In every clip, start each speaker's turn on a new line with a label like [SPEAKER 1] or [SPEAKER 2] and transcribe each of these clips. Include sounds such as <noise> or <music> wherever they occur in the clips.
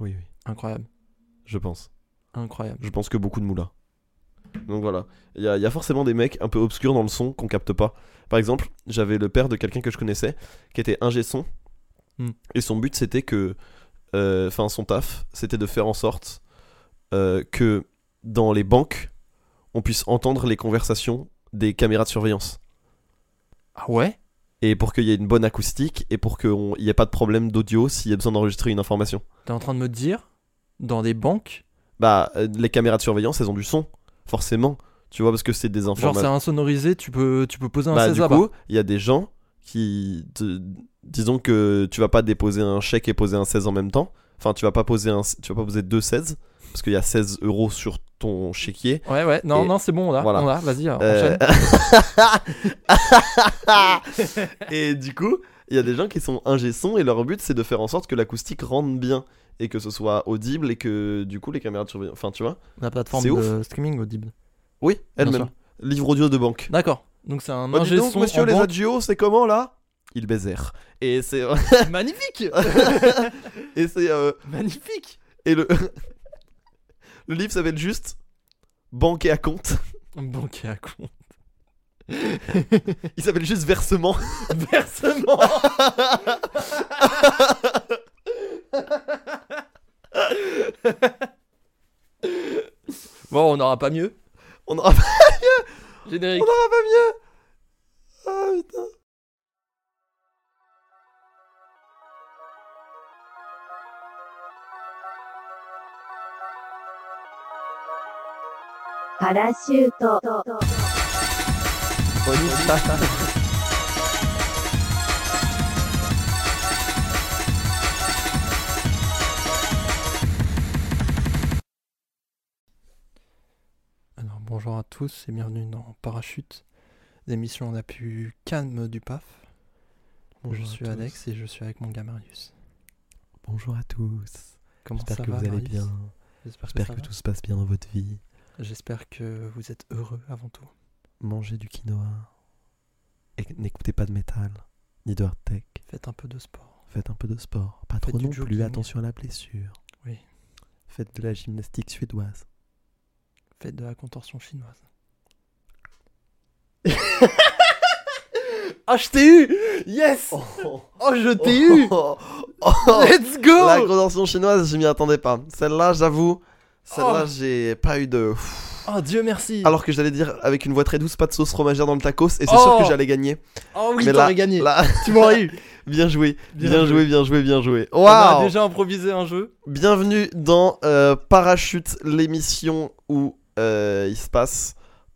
[SPEAKER 1] Oui, oui,
[SPEAKER 2] Incroyable.
[SPEAKER 1] je pense.
[SPEAKER 2] Incroyable.
[SPEAKER 1] Je pense que beaucoup de moulins. Donc voilà, il y, a- il y a forcément des mecs un peu obscurs dans le son qu'on capte pas. Par exemple, j'avais le père de quelqu'un que je connaissais qui était ingé son.
[SPEAKER 2] Hmm.
[SPEAKER 1] Et son but c'était que. euh, Enfin, son taf, c'était de faire en sorte euh, que dans les banques, on puisse entendre les conversations des caméras de surveillance.
[SPEAKER 2] Ah ouais
[SPEAKER 1] Et pour qu'il y ait une bonne acoustique et pour qu'il n'y ait pas de problème d'audio s'il y a besoin d'enregistrer une information.
[SPEAKER 2] T'es en train de me dire, dans des banques,
[SPEAKER 1] Bah, euh, les caméras de surveillance, elles ont du son, forcément. Tu vois, parce que c'est des
[SPEAKER 2] genre c'est
[SPEAKER 1] informations.
[SPEAKER 2] insonorisé, tu peux, tu peux poser un
[SPEAKER 1] Bah,
[SPEAKER 2] 16
[SPEAKER 1] du
[SPEAKER 2] à
[SPEAKER 1] coup,
[SPEAKER 2] bas.
[SPEAKER 1] il y a des gens qui. te- Disons que tu vas pas déposer un chèque et poser un 16 en même temps. Enfin, tu vas pas poser, un... tu vas pas poser deux 16, parce qu'il y a 16 euros sur
[SPEAKER 2] <laughs>
[SPEAKER 1] ton chéquier.
[SPEAKER 2] Ouais, ouais, non,
[SPEAKER 1] Et-
[SPEAKER 2] non, c'est bon, on a,
[SPEAKER 1] voilà.
[SPEAKER 2] on a, vas-y,
[SPEAKER 1] Euh,
[SPEAKER 2] enchaîne.
[SPEAKER 1] <laughs> et du coup, il y a des gens qui sont ingé son et leur but c'est de faire en sorte que l'acoustique rende bien et que ce soit audible et que du coup les caméras de surveillance. Enfin, tu vois
[SPEAKER 2] La plateforme
[SPEAKER 1] c'est ouf.
[SPEAKER 2] de streaming
[SPEAKER 1] <laughs>
[SPEAKER 2] audible.
[SPEAKER 1] Oui,
[SPEAKER 2] Bien
[SPEAKER 1] elle-même.
[SPEAKER 2] sûr.
[SPEAKER 1] Livre audio de banque.
[SPEAKER 2] D'accord, donc c'est un
[SPEAKER 1] Bah, dis
[SPEAKER 2] ingé
[SPEAKER 1] donc,
[SPEAKER 2] son
[SPEAKER 1] monsieur,
[SPEAKER 2] en
[SPEAKER 1] les
[SPEAKER 2] banque.
[SPEAKER 1] adios, c'est comment là Ils baisèrent. Et c'est. euh,
[SPEAKER 2] <laughs> Magnifique
[SPEAKER 1] <laughs> et c'est. euh,
[SPEAKER 2] Magnifique
[SPEAKER 1] Et le. <laughs> le livre s'appelle juste. Banque et à
[SPEAKER 2] <laughs>
[SPEAKER 1] compte.
[SPEAKER 2] Banquier à con. <laughs>
[SPEAKER 1] Il s'appelle
[SPEAKER 2] <laughs>
[SPEAKER 1] juste versement.
[SPEAKER 2] Versement Bon, on n'aura pas mieux.
[SPEAKER 1] On aura pas,
[SPEAKER 2] Générique.
[SPEAKER 1] on aura pas mieux. Ah putain.
[SPEAKER 3] Parachute.
[SPEAKER 2] Alors, bonjour à tous et bienvenue dans Parachute, l'émission en appui calme du PAF. je suis Alex et je suis avec mon gars Marius.
[SPEAKER 4] Bonjour à tous.
[SPEAKER 2] Comment
[SPEAKER 4] J'espère
[SPEAKER 2] ça
[SPEAKER 4] que
[SPEAKER 2] va,
[SPEAKER 4] vous allez
[SPEAKER 2] Marius
[SPEAKER 4] bien.
[SPEAKER 2] J'espère que,
[SPEAKER 4] J'espère
[SPEAKER 2] ça
[SPEAKER 4] que
[SPEAKER 2] va.
[SPEAKER 4] tout se passe bien dans votre vie.
[SPEAKER 2] J'espère que vous êtes heureux avant tout.
[SPEAKER 4] Mangez du quinoa. Et n'écoutez pas de métal, ni de hard tech.
[SPEAKER 2] Faites un peu de sport.
[SPEAKER 4] Faites un peu de sport. Pas
[SPEAKER 2] Faites
[SPEAKER 4] trop
[SPEAKER 2] du
[SPEAKER 4] non
[SPEAKER 2] jogging.
[SPEAKER 4] plus. Attention à la blessure.
[SPEAKER 2] Oui.
[SPEAKER 4] Faites de la gymnastique suédoise.
[SPEAKER 2] Faites de la contorsion chinoise. Ah, je t'ai eu Yes
[SPEAKER 1] Oh.
[SPEAKER 2] Oh, je
[SPEAKER 1] Oh.
[SPEAKER 2] <laughs>
[SPEAKER 1] Oh.
[SPEAKER 2] Let's go
[SPEAKER 1] La condensation chinoise, je m'y attendais pas. Celle-là, j'avoue, celle-là,
[SPEAKER 2] Oh.
[SPEAKER 1] j'ai pas eu de.
[SPEAKER 2] Oh, Dieu merci
[SPEAKER 1] Alors que j'allais dire avec une voix très douce, pas de sauce fromagère dans le tacos, et c'est
[SPEAKER 2] Oh.
[SPEAKER 1] sûr que j'allais gagner.
[SPEAKER 2] Oh oui,
[SPEAKER 1] Mais
[SPEAKER 2] t'aurais
[SPEAKER 1] là-
[SPEAKER 2] gagné
[SPEAKER 1] Là,
[SPEAKER 2] <laughs> Tu m'aurais eu
[SPEAKER 1] <laughs> bien joué,
[SPEAKER 2] Bien
[SPEAKER 1] bien,
[SPEAKER 2] joué.
[SPEAKER 1] joué. bien joué, bien joué.
[SPEAKER 2] On a
[SPEAKER 1] Waouh
[SPEAKER 2] déjà improvisé un jeu.
[SPEAKER 1] Bienvenue dans euh, Parachute, l'émission où euh, il se passe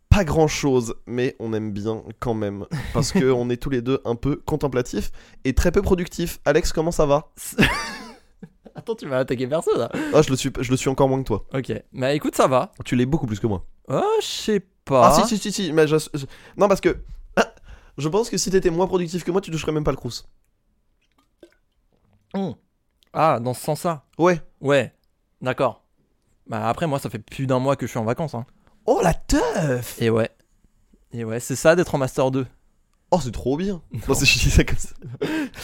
[SPEAKER 1] pas grand chose, mais on aime bien quand même
[SPEAKER 2] <laughs>
[SPEAKER 1] parce que on est tous les deux un peu contemplatifs et très peu productifs. Alex, comment ça va
[SPEAKER 2] Attends, tu vas attaquer personne là.
[SPEAKER 1] Ah, je le suis, je le suis encore moins que toi.
[SPEAKER 2] Ok, bah écoute, ça va.
[SPEAKER 1] Tu l'es beaucoup plus que moi.
[SPEAKER 2] Oh, je sais pas.
[SPEAKER 1] Ah si si si si, mais je- je- non parce que <coughs> ah, je pense que si t'étais moins productif que moi, tu toucherais même pas le crous.
[SPEAKER 2] Hmm. Ah, dans ce sens-là.
[SPEAKER 1] Ouais.
[SPEAKER 2] Ouais, d'accord. Bah après, moi, ça fait plus d'un mois que je suis en vacances. Hein.
[SPEAKER 1] Oh la teuf
[SPEAKER 2] Et ouais. Et ouais, c'est ça d'être en Master 2.
[SPEAKER 1] Oh c'est trop bien. Moi c'est je dis ça comme ça.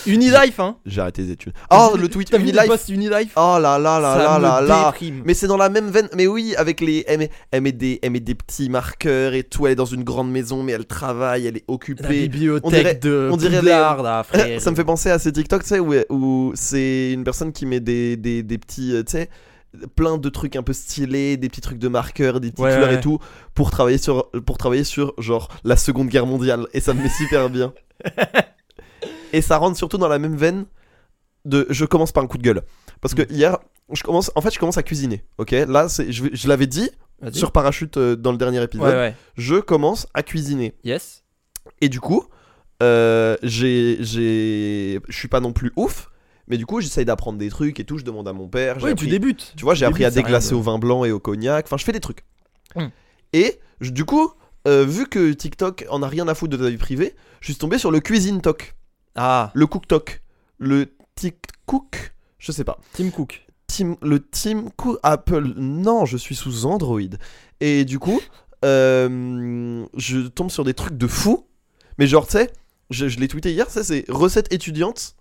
[SPEAKER 2] Unilife, hein
[SPEAKER 1] J'ai arrêté les études. Oh le tweet
[SPEAKER 2] T'as vu les
[SPEAKER 1] Unilife.
[SPEAKER 2] posts Unilife
[SPEAKER 1] Oh là là là
[SPEAKER 2] Ça
[SPEAKER 1] là là
[SPEAKER 2] me
[SPEAKER 1] là.
[SPEAKER 2] déprime.
[SPEAKER 1] Mais c'est dans la même veine. Mais oui, avec les elle met, elle met des elle met des petits marqueurs et tout. Elle est dans une grande maison, mais elle travaille, elle est
[SPEAKER 2] La
[SPEAKER 1] occupée.
[SPEAKER 2] bibliothèque
[SPEAKER 1] on dirait-
[SPEAKER 2] de
[SPEAKER 1] on dirait les-
[SPEAKER 2] Poudlard, là, frère.
[SPEAKER 1] <laughs> Ça me fait penser à ces TikTok, tu sais, où, où c'est une personne qui met des, des, des petits, euh, tu sais, plein de trucs un peu stylés, des petits trucs de marqueurs, des petites
[SPEAKER 2] Ouais,
[SPEAKER 1] couleurs
[SPEAKER 2] ouais.
[SPEAKER 1] et tout, pour travailler sur, pour travailler sur genre la Seconde Guerre mondiale. Et ça me met super bien.
[SPEAKER 2] <laughs>
[SPEAKER 1] Et ça rentre surtout dans la même veine de je commence par un coup de gueule. Parce
[SPEAKER 2] Mm.
[SPEAKER 1] que hier, je commence, en fait, je commence à cuisiner. Ok, là, c'est, je, vais- je l'avais dit
[SPEAKER 2] Vas-y.
[SPEAKER 1] sur parachute euh, dans le dernier
[SPEAKER 2] Ouais,
[SPEAKER 1] épisode.
[SPEAKER 2] ouais.
[SPEAKER 1] Je commence à cuisiner.
[SPEAKER 2] Yes.
[SPEAKER 1] Et du coup, euh, j'ai, j'ai, je suis pas non plus ouf, mais du coup, j'essaye d'apprendre des trucs et tout. Je demande à mon père. Ah, j'ai
[SPEAKER 2] Oui,
[SPEAKER 1] appris-
[SPEAKER 2] tu débutes.
[SPEAKER 1] tu vois, j'ai
[SPEAKER 2] tu
[SPEAKER 1] appris à
[SPEAKER 2] débutes, ça
[SPEAKER 1] déglacer
[SPEAKER 2] rien
[SPEAKER 1] au vin blanc et au cognac. Enfin, je fais des trucs.
[SPEAKER 2] Hmm.
[SPEAKER 1] Et je- du coup, euh, vu que TikTok en a rien à foutre de ta vie privée, je suis tombé sur le cuisine talk,
[SPEAKER 2] Ah,
[SPEAKER 1] le cook talk, le TikTok, je sais pas.
[SPEAKER 2] Tim Cook.
[SPEAKER 1] Team- le Team Cook Apple. Non, je suis sous Android. Et du coup, euh, je tombe sur des trucs de fou. Mais genre, tu sais, je, je l'ai tweeté hier, ça c'est recette étudiante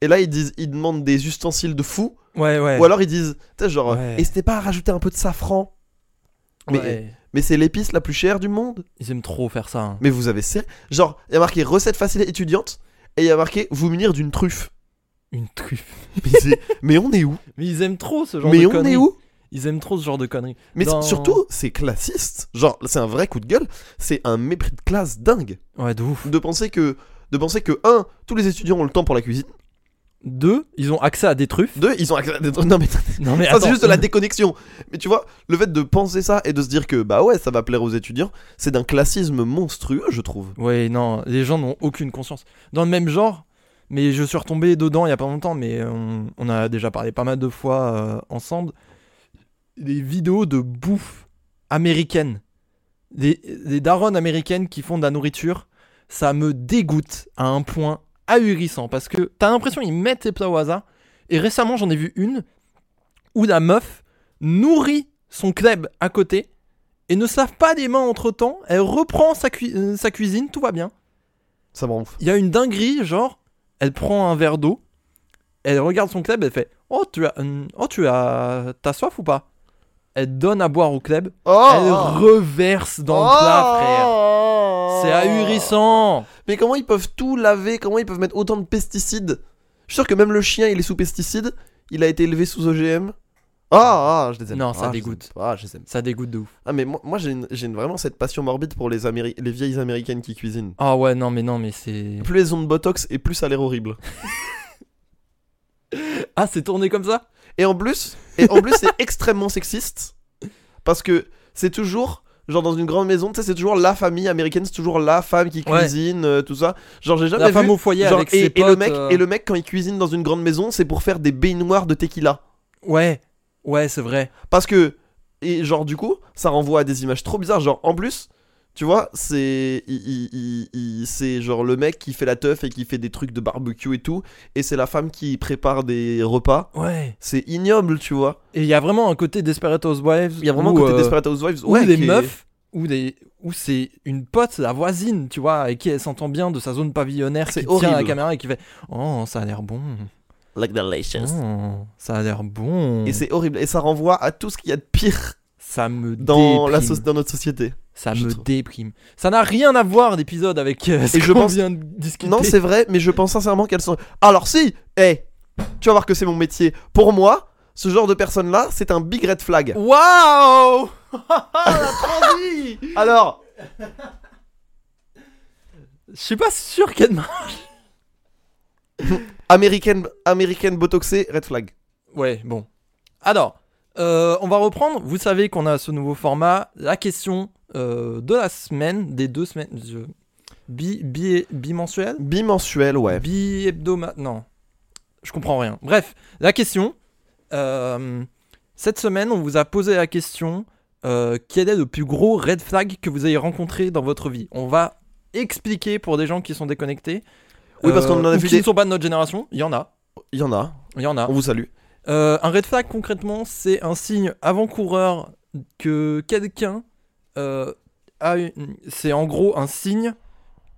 [SPEAKER 1] Et là, ils, disent, ils demandent des ustensiles de fou.
[SPEAKER 2] Ouais, ouais.
[SPEAKER 1] Ou alors, ils disent, tu sais, genre,
[SPEAKER 2] Ouais.
[SPEAKER 1] et c'était pas à rajouter un peu de safran mais-
[SPEAKER 2] Ouais.
[SPEAKER 1] Mais c'est l'épice la plus chère du monde.
[SPEAKER 2] Ils aiment trop faire ça. hein.
[SPEAKER 1] Mais vous avez ser- Genre, il y a marqué recette facile et étudiante. Et il y a marqué vous munir d'une truffe.
[SPEAKER 2] Une truffe.
[SPEAKER 1] Mais, c'est- mais on est où
[SPEAKER 2] Mais ils aiment trop ce genre
[SPEAKER 1] Mais
[SPEAKER 2] de
[SPEAKER 1] on
[SPEAKER 2] conneries.
[SPEAKER 1] est où
[SPEAKER 2] Ils aiment trop ce genre de conneries.
[SPEAKER 1] Mais c'est-
[SPEAKER 2] Dans-
[SPEAKER 1] surtout, c'est classiste. Genre, c'est un vrai coup de gueule. C'est un mépris de classe dingue.
[SPEAKER 2] Ouais, de ouf.
[SPEAKER 1] De penser que, de penser que un, tous les étudiants ont le temps pour la cuisine.
[SPEAKER 2] Deux, ils ont accès à des
[SPEAKER 1] <laughs>
[SPEAKER 2] truffes.
[SPEAKER 1] Deux, ils ont accès à des trucs. Non, mais
[SPEAKER 2] Non, mais
[SPEAKER 1] Ça, c'est
[SPEAKER 2] attends.
[SPEAKER 1] juste de la déconnexion. Mais tu vois, le fait de penser ça et de se dire que bah ouais, ça va plaire aux étudiants, c'est d'un classisme monstrueux, je trouve.
[SPEAKER 2] Ouais, non, les gens n'ont aucune conscience. Dans le même genre, mais je suis retombé dedans il y a pas longtemps, mais on, on a déjà parlé pas mal de fois euh, ensemble. Des vidéos de bouffe américaine. Des, des daronnes américaines qui font de la nourriture. Ça me dégoûte à un point ahurissant parce que t'as l'impression ils mettent les plats au hasard. Et récemment, j'en ai vu une où la meuf nourrit son club à côté et ne se lave pas les mains entre temps. Elle reprend sa, cui- euh, sa cuisine, tout va bien.
[SPEAKER 1] Ça me rend fou.
[SPEAKER 2] Il y a une dinguerie, genre, elle prend un verre d'eau, elle regarde son club, elle fait Oh, tu as, hum, oh, tu as, t'as soif ou pas Elle donne à boire au club,
[SPEAKER 1] Oh
[SPEAKER 2] elle reverse dans le plat, frère. C'est ahurissant.
[SPEAKER 1] Mais comment ils peuvent tout laver Comment ils peuvent mettre autant de pesticides Je suis sûr que même le chien, il est sous pesticides. Il a été élevé sous OGM. Ah, ah, je les aime
[SPEAKER 2] Non,
[SPEAKER 1] pas,
[SPEAKER 2] ça
[SPEAKER 1] je les
[SPEAKER 2] dégoûte.
[SPEAKER 1] aime pas, je les aime.
[SPEAKER 2] Ça dégoûte de ouf.
[SPEAKER 1] Ah, mais moi, moi, j'ai une- j'ai une- vraiment cette passion morbide pour les, Améri- les vieilles américaines qui cuisinent.
[SPEAKER 2] Ah ouais, non, mais non, mais c'est.
[SPEAKER 1] Plus elles ont de botox et plus ça a l'air horrible.
[SPEAKER 2] Ah, c'est tourné comme ça
[SPEAKER 1] Et en plus, et en plus c'est <laughs> extrêmement sexiste parce que c'est toujours genre dans une grande maison, tu sais c'est toujours la famille américaine, c'est toujours la femme qui
[SPEAKER 2] Ouais.
[SPEAKER 1] cuisine euh, tout ça. Genre j'ai jamais
[SPEAKER 2] La femme
[SPEAKER 1] vu
[SPEAKER 2] au foyer
[SPEAKER 1] genre,
[SPEAKER 2] avec
[SPEAKER 1] et,
[SPEAKER 2] ses
[SPEAKER 1] et
[SPEAKER 2] potes.
[SPEAKER 1] le mec
[SPEAKER 2] euh,
[SPEAKER 1] et le mec quand il cuisine dans une grande maison, c'est pour faire des baignoires de tequila
[SPEAKER 2] Ouais, ouais, c'est vrai.
[SPEAKER 1] parce que et genre du coup, ça renvoie à des images trop bizarres genre en plus tu vois, c'est il- il- il- il- c'est genre le mec qui fait la teuf et qui fait des trucs de barbecue et tout, et c'est la femme qui prépare des repas.
[SPEAKER 2] Ouais.
[SPEAKER 1] C'est ignoble, tu vois.
[SPEAKER 2] Et il y a vraiment un côté Desperate Housewives.
[SPEAKER 1] Il y a vraiment
[SPEAKER 2] où,
[SPEAKER 1] un côté
[SPEAKER 2] euh,
[SPEAKER 1] Desperate Housewives.
[SPEAKER 2] Ou
[SPEAKER 1] ouais,
[SPEAKER 2] des
[SPEAKER 1] qui est-
[SPEAKER 2] meufs, ou des, ou c'est une pote, la voisine, tu vois, avec qui elle s'entend bien de sa zone pavillonnaire,
[SPEAKER 1] C'est
[SPEAKER 2] qui tient la
[SPEAKER 1] horrible.
[SPEAKER 2] caméra et qui fait Oh, ça a l'air bon.
[SPEAKER 1] Like delicious.
[SPEAKER 2] Oh, ça a l'air bon.
[SPEAKER 1] Et c'est horrible. Et ça renvoie à tout ce qu'il y a de pire
[SPEAKER 2] ça me
[SPEAKER 1] dans,
[SPEAKER 2] déprime.
[SPEAKER 1] la soci- dans notre société.
[SPEAKER 2] ça
[SPEAKER 1] je
[SPEAKER 2] me
[SPEAKER 1] trouve.
[SPEAKER 2] déprime. Ça n'a rien à voir d'épisode avec euh, ce
[SPEAKER 1] Et je
[SPEAKER 2] qu'on
[SPEAKER 1] pense-
[SPEAKER 2] vient de discuter.
[SPEAKER 1] Non, c'est vrai, mais je pense sincèrement qu'elles sont. Alors, si Eh Tu vas voir que c'est mon métier. Pour moi, ce genre de personne-là, c'est un big red flag.
[SPEAKER 2] Waouh La transi
[SPEAKER 1] Alors,
[SPEAKER 2] Je suis pas sûr qu'elle m'a.
[SPEAKER 1] américaine, américaine botoxée, red flag.
[SPEAKER 2] Ouais, bon. Alors, euh, on va reprendre. Vous savez qu'on a ce nouveau format, la question euh, de la semaine, des deux semaines, je- bi, bi, bimensuelle,
[SPEAKER 1] Bimensuel, ouais.
[SPEAKER 2] bi-hebdomadaire, non, je comprends rien. Bref, la question, euh, cette semaine, on vous a posé la question, euh, quel est le plus gros red flag que vous ayez rencontré dans votre vie On va expliquer pour des gens qui sont déconnectés, Euh,
[SPEAKER 1] Oui, parce qu'on en a
[SPEAKER 2] ou Ah.
[SPEAKER 1] vu
[SPEAKER 2] qui
[SPEAKER 1] des-
[SPEAKER 2] ne sont pas de notre génération, il y en a,
[SPEAKER 1] Il y en a.
[SPEAKER 2] il y en a.
[SPEAKER 1] On vous salue.
[SPEAKER 2] Euh, un red flag concrètement, c'est un signe avant-coureur que quelqu'un euh, a une... C'est en gros un signe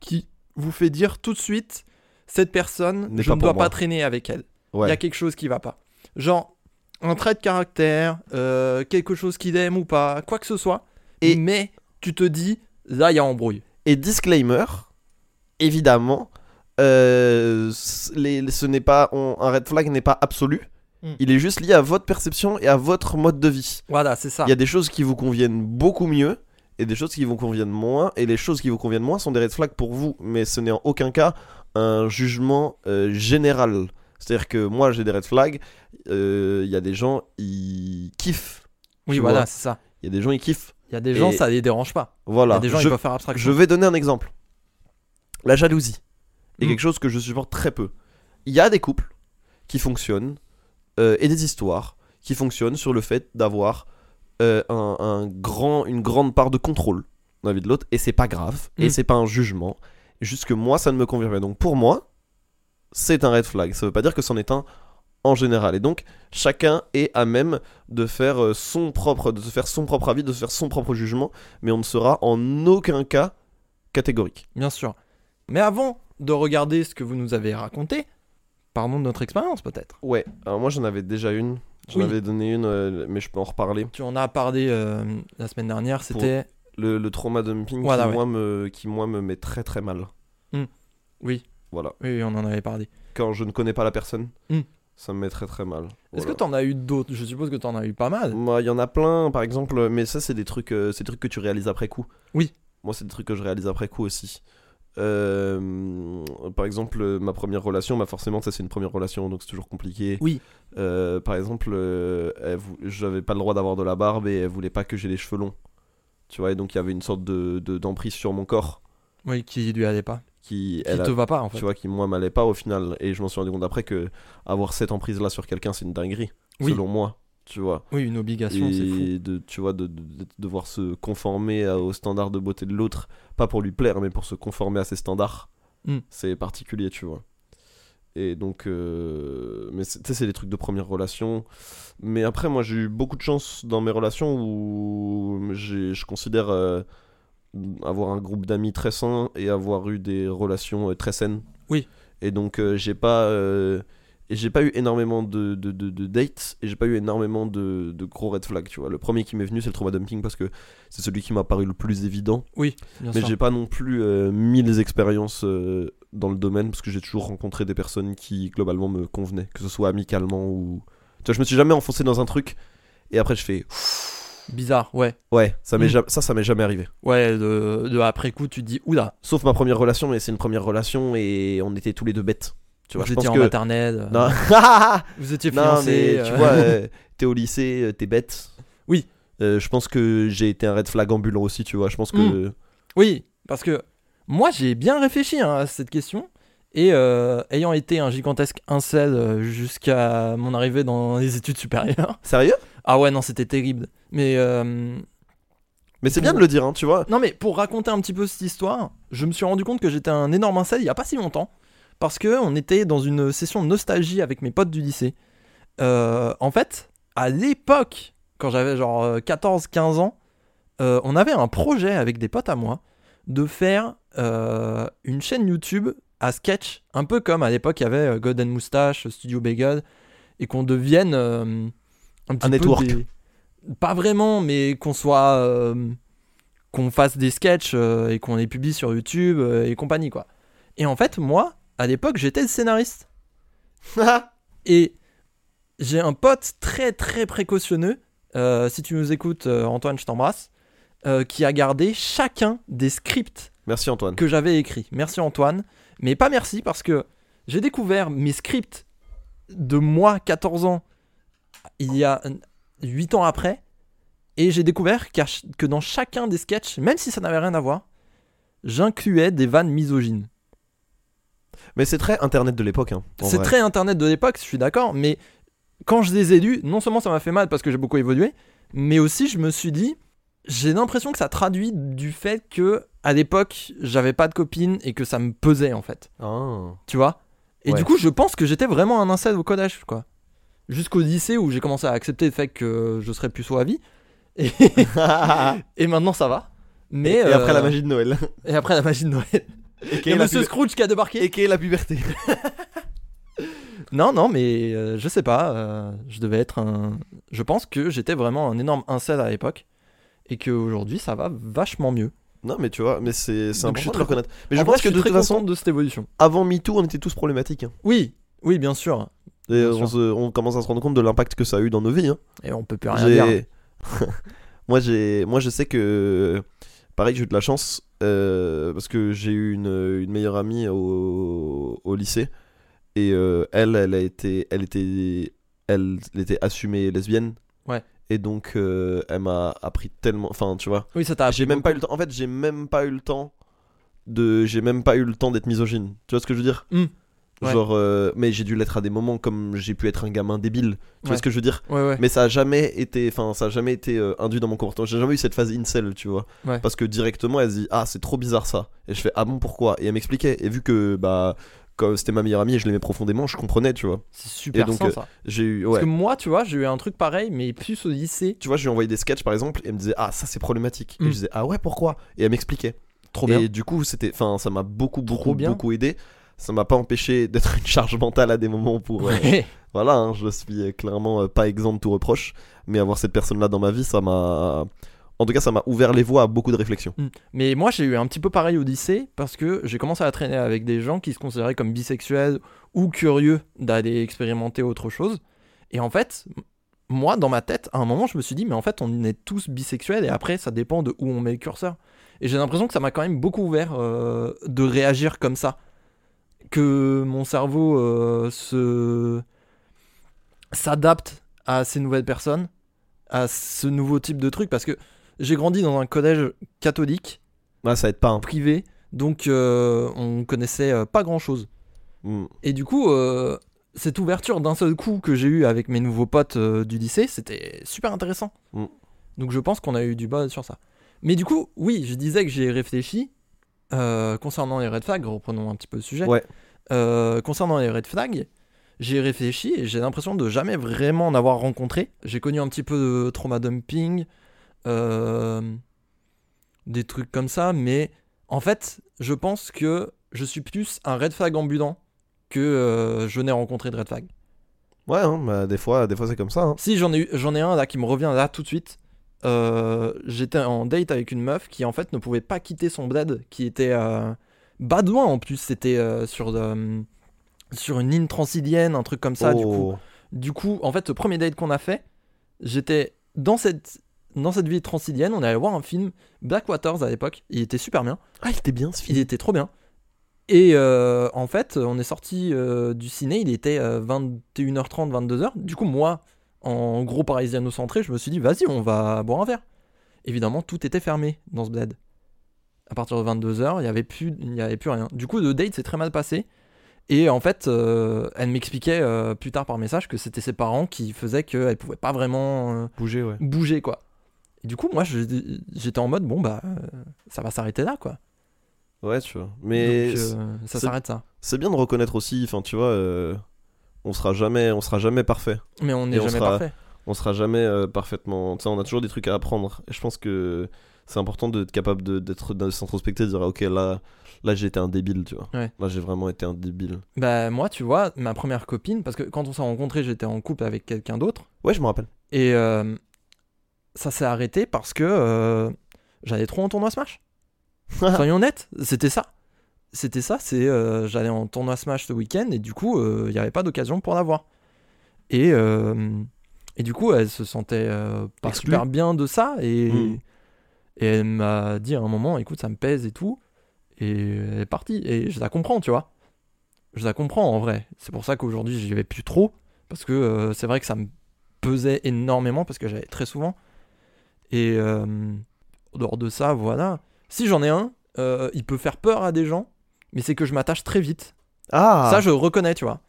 [SPEAKER 2] qui vous fait dire tout de suite, cette personne,
[SPEAKER 1] N'est
[SPEAKER 2] je
[SPEAKER 1] pas
[SPEAKER 2] ne
[SPEAKER 1] pour
[SPEAKER 2] dois
[SPEAKER 1] moi.
[SPEAKER 2] pas traîner avec elle. Il y a
[SPEAKER 1] Ouais.
[SPEAKER 2] quelque chose qui va pas. Genre, un trait de caractère, euh, quelque chose qu'il aime ou pas, quoi que ce soit.
[SPEAKER 1] Et-
[SPEAKER 2] Mais tu te dis, là, il y a embrouille.
[SPEAKER 1] Et disclaimer, évidemment, euh, c- les- les- ce n'est pas on- un red flag n'est pas absolu.
[SPEAKER 2] Mm.
[SPEAKER 1] Il est juste lié à votre perception et à votre mode de vie.
[SPEAKER 2] Voilà, c'est ça.
[SPEAKER 1] Il y a des choses qui vous conviennent beaucoup mieux et des choses qui vous conviennent moins. Et les choses qui vous conviennent moins sont des red flags pour vous, mais ce n'est en aucun cas un jugement euh, général. C'est-à-dire que moi j'ai des red flags, euh, il y a des gens, ils kiffent.
[SPEAKER 2] oui,
[SPEAKER 1] tu
[SPEAKER 2] voilà,
[SPEAKER 1] vois.
[SPEAKER 2] c'est ça.
[SPEAKER 1] Il y a des gens, ils kiffent.
[SPEAKER 2] Il y a des gens,
[SPEAKER 1] Et-
[SPEAKER 2] ça les dérange pas. Il y
[SPEAKER 1] Voilà.
[SPEAKER 2] a des gens,
[SPEAKER 1] je,
[SPEAKER 2] ils peuvent faire abstraction.
[SPEAKER 1] je vais donner un exemple. La jalousie est
[SPEAKER 2] Mm.
[SPEAKER 1] quelque chose que je supporte très peu. Il y a des couples qui fonctionnent euh, et des histoires qui fonctionnent sur le fait d'avoir euh, un, un grand, une grande part de contrôle dans la vie de l'autre et c'est pas grave et
[SPEAKER 2] Mm.
[SPEAKER 1] c'est pas un jugement. Juste que moi ça ne me convient pas. Donc pour moi, c'est un red flag. Ça veut pas dire que c'en est un en général. Et donc chacun est à même de faire euh, son propre, de se faire son propre avis, de se faire son propre jugement, mais on ne sera en aucun cas catégorique.
[SPEAKER 2] Bien sûr. Mais avant de regarder ce que vous nous avez raconté, parlons de notre expérience peut-être.
[SPEAKER 1] Ouais, alors moi j'en avais déjà une. J'en
[SPEAKER 2] Oui.
[SPEAKER 1] avais donné une, euh, mais je peux en reparler.
[SPEAKER 2] Tu en as parlé euh, la semaine dernière, c'était...
[SPEAKER 1] Le, le trauma dumping
[SPEAKER 2] Voilà,
[SPEAKER 1] qui,
[SPEAKER 2] ouais.
[SPEAKER 1] moi, me, qui, moi, me met très très mal.
[SPEAKER 2] Oui,
[SPEAKER 1] Voilà.
[SPEAKER 2] oui, oui, on en avait parlé.
[SPEAKER 1] Quand je ne connais pas la personne,
[SPEAKER 2] Mm.
[SPEAKER 1] ça me met très très mal.
[SPEAKER 2] Est-ce
[SPEAKER 1] Voilà.
[SPEAKER 2] que t'en as eu d'autres Je suppose que t'en as eu pas mal.
[SPEAKER 1] Moi, il y en a plein, par exemple, mais ça, c'est des trucs, euh, c'est des trucs que tu réalises après coup.
[SPEAKER 2] Oui.
[SPEAKER 1] Moi, c'est des trucs que je réalise après coup aussi. Euh, par exemple, euh, ma première relation, bah forcément, ça c'est une première relation, donc c'est toujours compliqué.
[SPEAKER 2] Oui.
[SPEAKER 1] Euh, par exemple, euh, elle vou- j'avais pas le droit d'avoir de la barbe et elle voulait pas que j'ai les cheveux longs. Tu vois, et donc il y avait une sorte de de- d'emprise sur mon corps
[SPEAKER 2] Oui, qui lui allait pas. Qui
[SPEAKER 1] qui, elle a-
[SPEAKER 2] te va pas en fait.
[SPEAKER 1] tu vois, qui moi m'allait pas au final. Et je m'en suis rendu compte après que avoir cette emprise là sur quelqu'un, c'est une dinguerie,
[SPEAKER 2] Oui.
[SPEAKER 1] selon moi. Tu vois
[SPEAKER 2] Oui, une obligation, c'est fou.
[SPEAKER 1] et de tu vois de, de- de devoir se conformer à- aux standards de beauté de l'autre pas pour lui plaire mais pour se conformer à ses standards
[SPEAKER 2] Mm.
[SPEAKER 1] c'est particulier tu vois et donc euh, mais c'est- tu sais c'est des trucs de première relation mais après moi j'ai eu beaucoup de chance dans mes relations où j'ai- je considère euh, avoir un groupe d'amis très sain et avoir eu des relations euh, très saines
[SPEAKER 2] Oui.
[SPEAKER 1] et donc euh, j'ai pas euh, et j'ai pas eu énormément de, de, de- de dates et j'ai pas eu énormément de, de gros red flags, tu vois. Le premier qui m'est venu, c'est le trauma dumping parce que c'est celui qui m'a paru le plus évident.
[SPEAKER 2] Bien
[SPEAKER 1] Mais
[SPEAKER 2] sûr.
[SPEAKER 1] j'ai pas non plus euh, mis les expériences euh, dans le domaine parce que j'ai toujours rencontré des personnes qui globalement me convenaient, que ce soit amicalement ou. Tu vois, je me suis jamais enfoncé dans un truc et après je fais
[SPEAKER 2] Bizarre, ouais.
[SPEAKER 1] ouais, ça m'est
[SPEAKER 2] Mm.
[SPEAKER 1] ja- ça, ça m'est jamais arrivé.
[SPEAKER 2] Ouais, de, de après coup, tu te dis, oula,
[SPEAKER 1] Sauf ma première relation, mais c'est une première relation et on était tous les deux bêtes. Tu vois,
[SPEAKER 2] vous
[SPEAKER 1] je
[SPEAKER 2] étiez
[SPEAKER 1] pense
[SPEAKER 2] en
[SPEAKER 1] que.
[SPEAKER 2] maternelle, euh,
[SPEAKER 1] Non. <laughs> Ah,
[SPEAKER 2] vous étiez
[SPEAKER 1] Non,
[SPEAKER 2] fiancés.
[SPEAKER 1] mais tu
[SPEAKER 2] euh,
[SPEAKER 1] vois, euh,
[SPEAKER 2] <laughs>
[SPEAKER 1] t'es au lycée, euh, t'es bête.
[SPEAKER 2] Oui.
[SPEAKER 1] Euh, je pense que j'ai été un red flag ambulant aussi, tu vois. Je pense que.
[SPEAKER 2] Hmm. Oui, parce que moi j'ai bien réfléchi hein, à cette question. Et euh, ayant été un gigantesque incel euh, jusqu'à mon arrivée dans les études supérieures. <laughs>
[SPEAKER 1] Sérieux
[SPEAKER 2] Ah ouais, non, c'était terrible. Mais euh,
[SPEAKER 1] Mais c'est bien de le dire, hein, tu
[SPEAKER 2] <laughs>
[SPEAKER 1] vois.
[SPEAKER 2] non, mais pour raconter un petit peu cette histoire, je me suis rendu compte que j'étais un énorme incel il y a pas si longtemps. Parce que on était dans une session de nostalgie avec mes potes du lycée. Euh, en fait, à l'époque, quand j'avais genre 14-15 ans, euh, on avait un projet avec des potes à moi de faire euh, une chaîne YouTube à sketch, un peu comme à l'époque il y avait euh, God and Moustache, Studio Bagel, et qu'on devienne euh, un petit peu
[SPEAKER 1] network.
[SPEAKER 2] des- Pas vraiment, mais qu'on soit. euh, qu'on fasse des sketchs euh, et qu'on les publie sur YouTube euh, et compagnie, quoi. Et en fait, moi, à l'époque, j'étais le scénariste. Ah. Et j'ai un pote très très précautionneux, euh, si tu nous écoutes euh, Antoine, je t'embrasse, euh, qui a gardé chacun des scripts
[SPEAKER 1] Merci Antoine.
[SPEAKER 2] que j'avais écrits. Merci Antoine, mais pas merci parce que j'ai découvert mes scripts de moi, 14 ans, il y a 8 ans après, et j'ai découvert qu'à ch- que dans chacun des sketchs, même si ça n'avait rien à voir, j'incluais des vannes misogynes.
[SPEAKER 1] Mais c'est très internet de l'époque. Hein, en
[SPEAKER 2] C'est
[SPEAKER 1] vrai.
[SPEAKER 2] très internet de l'époque, je suis d'accord, mais quand je les ai lus, non seulement ça m'a fait mal parce que j'ai beaucoup évolué, mais aussi je me suis dit, j'ai l'impression que ça traduit du fait que à l'époque, j'avais pas de copine et que ça me pesait en fait,
[SPEAKER 1] Ah.
[SPEAKER 2] tu vois. Et
[SPEAKER 1] Ouais.
[SPEAKER 2] du coup, je pense que j'étais vraiment un incel au collège, quoi. Jusqu'au lycée où j'ai commencé à accepter le fait que je serais puceau à vie. Et, <laughs> et maintenant ça va. <laughs> Mais
[SPEAKER 1] et après
[SPEAKER 2] euh,
[SPEAKER 1] la magie de Noël.
[SPEAKER 2] et après la magie de Noël.
[SPEAKER 1] et
[SPEAKER 2] Et,
[SPEAKER 1] qu'est la,
[SPEAKER 2] Monsieur
[SPEAKER 1] pub-
[SPEAKER 2] Scrooge qui a débarqué.
[SPEAKER 1] et qu'est la puberté. <laughs>
[SPEAKER 2] Non, non, mais euh, je sais pas. euh, je devais être un. Je pense que j'étais vraiment un énorme incel à l'époque. Et qu'aujourd'hui, ça va vachement mieux.
[SPEAKER 1] non, mais tu vois, mais c'est c'est
[SPEAKER 2] Donc je suis
[SPEAKER 1] important de
[SPEAKER 2] très
[SPEAKER 1] le reconnaître. Mais
[SPEAKER 2] En
[SPEAKER 1] je
[SPEAKER 2] vrai,
[SPEAKER 1] pense que
[SPEAKER 2] suis
[SPEAKER 1] de
[SPEAKER 2] très
[SPEAKER 1] toute façon,
[SPEAKER 2] content de cette évolution.
[SPEAKER 1] avant MeToo, on était tous problématiques. hein.
[SPEAKER 2] Oui, oui, bien sûr.
[SPEAKER 1] Et
[SPEAKER 2] Bien
[SPEAKER 1] on,
[SPEAKER 2] sûr.
[SPEAKER 1] se- on commence à se rendre compte de l'impact que ça a eu dans nos vies. hein.
[SPEAKER 2] Et on peut plus rien
[SPEAKER 1] J'ai-
[SPEAKER 2] dire. hein.
[SPEAKER 1] <laughs> moi, j'ai... moi, je sais que. Pareil, j'ai eu de la chance. euh, parce que j'ai eu une, une meilleure amie au, au lycée. Et euh, elle, elle, a été, elle, était, elle, elle était assumée lesbienne.
[SPEAKER 2] Ouais.
[SPEAKER 1] Et donc, euh, elle m'a appris tellement. Enfin, tu vois.
[SPEAKER 2] Oui, ça t'a.
[SPEAKER 1] j'ai
[SPEAKER 2] appris
[SPEAKER 1] même pas eu le temps. En fait, j'ai même pas eu le temps. De... J'ai même pas eu le temps d'être misogyne. Tu vois ce que je veux dire
[SPEAKER 2] Mm. Ouais.
[SPEAKER 1] Genre, euh, mais j'ai dû l'être à des moments comme j'ai pu être un gamin débile. Tu vois
[SPEAKER 2] Ouais.
[SPEAKER 1] ce que je veux dire
[SPEAKER 2] beaucoup. Ouais, ouais.
[SPEAKER 1] <laughs> mais ça a jamais été enfin ça a jamais été euh, induit dans mon comportement j'ai jamais eu cette phase incel tu vois
[SPEAKER 2] Ouais.
[SPEAKER 1] parce que directement elle se dit ah c'est trop bizarre ça et je fais ah bon pourquoi et elle m'expliquait et vu que bah comme c'était ma meilleure amie et je l'aimais profondément je comprenais tu vois
[SPEAKER 2] C'est super
[SPEAKER 1] Et donc,
[SPEAKER 2] sain,
[SPEAKER 1] euh,
[SPEAKER 2] ça.
[SPEAKER 1] j'ai eu
[SPEAKER 2] Parce
[SPEAKER 1] ouais
[SPEAKER 2] que moi, tu vois, j'ai eu un truc pareil, mais plus au lycée.
[SPEAKER 1] tu vois je lui envoyais des sketchs par exemple et elle me disait ah ça c'est problématique et
[SPEAKER 2] Mm.
[SPEAKER 1] je disais ah ouais pourquoi et elle m'expliquait
[SPEAKER 2] Trop
[SPEAKER 1] et du coup c'était enfin ça m'a beaucoup beaucoup
[SPEAKER 2] bien.
[SPEAKER 1] beaucoup aidé ça m'a pas empêché d'être une charge mentale à des moments
[SPEAKER 2] <laughs>
[SPEAKER 1] pour. euh, voilà, hein, je suis euh, clairement euh, pas exempt de tout reproche, mais avoir cette personne-là dans ma vie, ça m'a. En tout cas, ça m'a ouvert les voies à beaucoup de réflexions.
[SPEAKER 2] Mm. Mais moi, j'ai eu un petit peu pareil au lycée parce que j'ai commencé à traîner avec des gens qui se considéraient comme bisexuels ou curieux d'aller expérimenter autre chose. Et en fait, m- moi, dans ma tête, à un moment, je me suis dit, mais en fait, on est tous bisexuels et après, ça dépend de où on met le curseur. Et j'ai l'impression que ça m'a quand même beaucoup ouvert euh, de réagir comme ça. Que mon cerveau euh, se s'adapte à ces nouvelles personnes, à ce nouveau type de truc, parce que j'ai grandi dans un collège catholique
[SPEAKER 1] Ouais, ça aide pas. hein.
[SPEAKER 2] privé, donc euh, on connaissait euh, pas grand chose.
[SPEAKER 1] Mm.
[SPEAKER 2] Et du coup, euh, cette ouverture d'un seul coup que j'ai eue avec mes nouveaux potes euh, du lycée, c'était super intéressant.
[SPEAKER 1] Mm.
[SPEAKER 2] Donc je pense qu'on a eu du bas sur ça. Mais du coup, oui, je disais que j'ai réfléchi euh, concernant les red flags, reprenons un petit peu le sujet.
[SPEAKER 1] Ouais.
[SPEAKER 2] Euh, concernant les red flags, j'ai réfléchi et j'ai l'impression de jamais vraiment en avoir rencontré. J'ai connu un petit peu de trauma dumping, euh, des trucs comme ça, mais en fait, je pense que je suis plus un red flag ambulant que euh, je n'ai rencontré de red flag.
[SPEAKER 1] Ouais, hein, bah, des fois, des fois c'est comme ça. hein.
[SPEAKER 2] Si j'en ai, eu- j'en ai un là qui me revient là tout de suite. Euh, J'étais en date avec une meuf qui en fait ne pouvait pas quitter son bled, qui était euh, badouin en plus, c'était euh, sur, euh, sur une ligne transilienne, un truc comme ça. Du, coup,
[SPEAKER 1] Oh.
[SPEAKER 2] du coup, en fait, le premier date qu'on a fait, j'étais dans cette, dans cette ville transilienne, on est allé voir un film, Blackwaters à l'époque, il était super bien.
[SPEAKER 1] Ah, il était bien ce film.
[SPEAKER 2] Il était trop bien. Et euh, en fait, on est sorti euh, du ciné, il était euh, 21h30, 22h. Du coup, moi, en gros parisiano-centré, je me suis dit, vas-y, on va boire un verre. Évidemment, tout était fermé dans ce bled. À partir de 22h, il n'y avait, plus- il y avait plus rien. Du coup, le date s'est très mal passé. Et en fait, euh, elle m'expliquait euh, plus tard par message que c'était ses parents qui faisaient qu'elle pouvait pas vraiment. euh,
[SPEAKER 1] Bouger, ouais.
[SPEAKER 2] bouger quoi. Et du coup, moi, je- j'étais en mode bon bah euh, ça va s'arrêter là quoi.
[SPEAKER 1] Ouais, tu vois. Mais
[SPEAKER 2] Donc, euh,
[SPEAKER 1] c'est-
[SPEAKER 2] ça
[SPEAKER 1] c'est-
[SPEAKER 2] s'arrête ça.
[SPEAKER 1] c'est bien de reconnaître aussi. Enfin, tu vois, euh, on sera jamais, on sera jamais parfait.
[SPEAKER 2] Mais on n'est
[SPEAKER 1] Et on
[SPEAKER 2] jamais
[SPEAKER 1] sera-
[SPEAKER 2] parfait.
[SPEAKER 1] On sera jamais euh, parfaitement. Tu sais, on a toujours des trucs à apprendre. Et je pense que c'est important d'être capable de d'être de s'introspecter, de dire ah, ok là, là j'ai été un débile, tu vois.
[SPEAKER 2] Ouais.
[SPEAKER 1] Là j'ai vraiment été un débile.
[SPEAKER 2] Bah moi, tu vois, ma première copine, parce que quand on s'est rencontrés, j'étais en couple avec quelqu'un d'autre
[SPEAKER 1] Ouais, je me rappelle.
[SPEAKER 2] et euh, ça s'est arrêté parce que euh, j'allais trop en tournoi Smash.
[SPEAKER 1] Ah.
[SPEAKER 2] Soyons honnêtes, c'était ça. C'était ça, c'est euh, j'allais en tournoi Smash ce week-end et du coup, euh, il n'y avait pas d'occasion pour l'avoir. Et, euh, et du coup, elle se sentait euh, pas
[SPEAKER 1] Exclue.
[SPEAKER 2] super bien de ça et,
[SPEAKER 1] Mm.
[SPEAKER 2] et elle m'a dit à un moment, écoute, ça me pèse et tout. Et elle est partie. Et je la comprends, tu vois. Je la comprends en vrai. C'est pour ça qu'aujourd'hui, j'y vais plus trop. Parce que euh, c'est vrai que ça me pesait énormément parce que j'avais très souvent. Et euh, en dehors de ça, voilà. Si j'en ai un, euh, il peut faire peur à des gens, mais c'est que je m'attache très vite.
[SPEAKER 1] <laughs> Ah.
[SPEAKER 2] Ça, je reconnais, tu vois.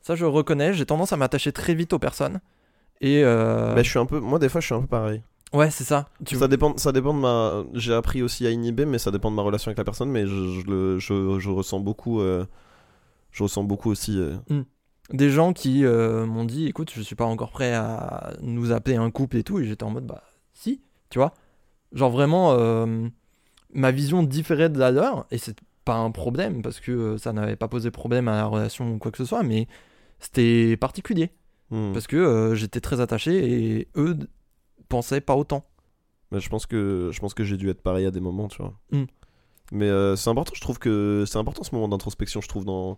[SPEAKER 2] Ça, je reconnais. J'ai tendance à m'attacher très vite aux personnes. Et euh,
[SPEAKER 1] Bah, je suis un peu. Moi, des fois, je suis un peu pareil.
[SPEAKER 2] ouais, c'est ça. Tu
[SPEAKER 1] Ça dépend. Ça dépend de ma. J'ai appris aussi à inhiber, mais ça dépend de ma relation avec la personne. Mais je, je le, je, je ressens beaucoup. euh, Je ressens beaucoup aussi. euh,
[SPEAKER 2] des gens qui euh, m'ont dit écoute je suis pas encore prêt à nous appeler un couple et tout et j'étais en mode bah si tu vois genre vraiment euh, ma vision différait de la leur et c'est pas un problème parce que euh, ça n'avait pas posé problème à la relation ou quoi que ce soit mais c'était particulier
[SPEAKER 1] hmm.
[SPEAKER 2] parce que euh, j'étais très attaché et eux d- pensaient pas autant
[SPEAKER 1] Mais je pense que je pense que j'ai dû être pareil à des moments, tu vois.
[SPEAKER 2] Mm.
[SPEAKER 1] Mais euh, c'est important, je trouve que c'est important ce moment d'introspection, je trouve dans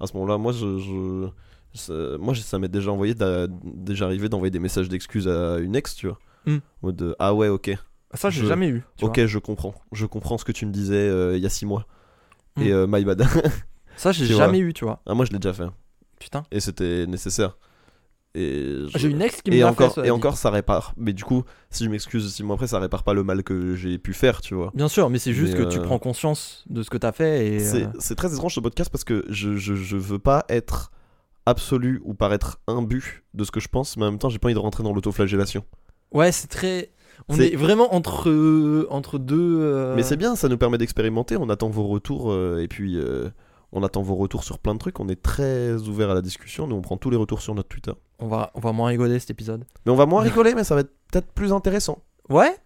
[SPEAKER 1] à ce moment-là, moi je, je- ça- moi ça m'est déjà envoyé d'a- déjà arrivé d'envoyer des messages d'excuses à une ex, tu vois.
[SPEAKER 2] Mm.
[SPEAKER 1] En mode euh, ah ouais, OK.
[SPEAKER 2] ça j'ai
[SPEAKER 1] Je-
[SPEAKER 2] jamais eu tu
[SPEAKER 1] OK,
[SPEAKER 2] vois.
[SPEAKER 1] je comprends. Je comprends ce que tu me disais euh, il y a six mois.
[SPEAKER 2] Mm.
[SPEAKER 1] Et euh, my bad. <laughs>
[SPEAKER 2] ça j'ai
[SPEAKER 1] tu vois.
[SPEAKER 2] jamais eu tu vois
[SPEAKER 1] ah, moi je l'ai déjà fait
[SPEAKER 2] putain
[SPEAKER 1] et c'était nécessaire. Et je-
[SPEAKER 2] j'ai une ex qui me
[SPEAKER 1] et
[SPEAKER 2] l'a
[SPEAKER 1] encore
[SPEAKER 2] fait, cela
[SPEAKER 1] et
[SPEAKER 2] dit.
[SPEAKER 1] encore ça répare. Mais du coup, si je m'excuse six mois après, ça répare pas le mal que j'ai pu faire, tu vois.
[SPEAKER 2] bien sûr mais c'est juste
[SPEAKER 1] Mais,
[SPEAKER 2] que tu
[SPEAKER 1] euh,
[SPEAKER 2] prends conscience de ce que t'as fait et
[SPEAKER 1] C'est
[SPEAKER 2] euh,
[SPEAKER 1] c'est très étrange ce podcast parce que je, je, je veux pas être absolu ou paraître imbu de ce que je pense, mais en même temps j'ai pas envie de rentrer dans l'autoflagellation.
[SPEAKER 2] Ouais, c'est très. On
[SPEAKER 1] C'est-
[SPEAKER 2] est... vraiment entre, euh, entre deux. euh,
[SPEAKER 1] Mais c'est bien, ça nous permet d'expérimenter, on attend vos retours euh, et puis euh, on attend vos retours sur plein de trucs, on est très ouvert à la discussion, nous on prend tous les retours sur notre Twitter.
[SPEAKER 2] On va, on va moins rigoler cet épisode.
[SPEAKER 1] Mais on va moins rigoler, mais ça va être peut-être plus intéressant.
[SPEAKER 2] Ouais,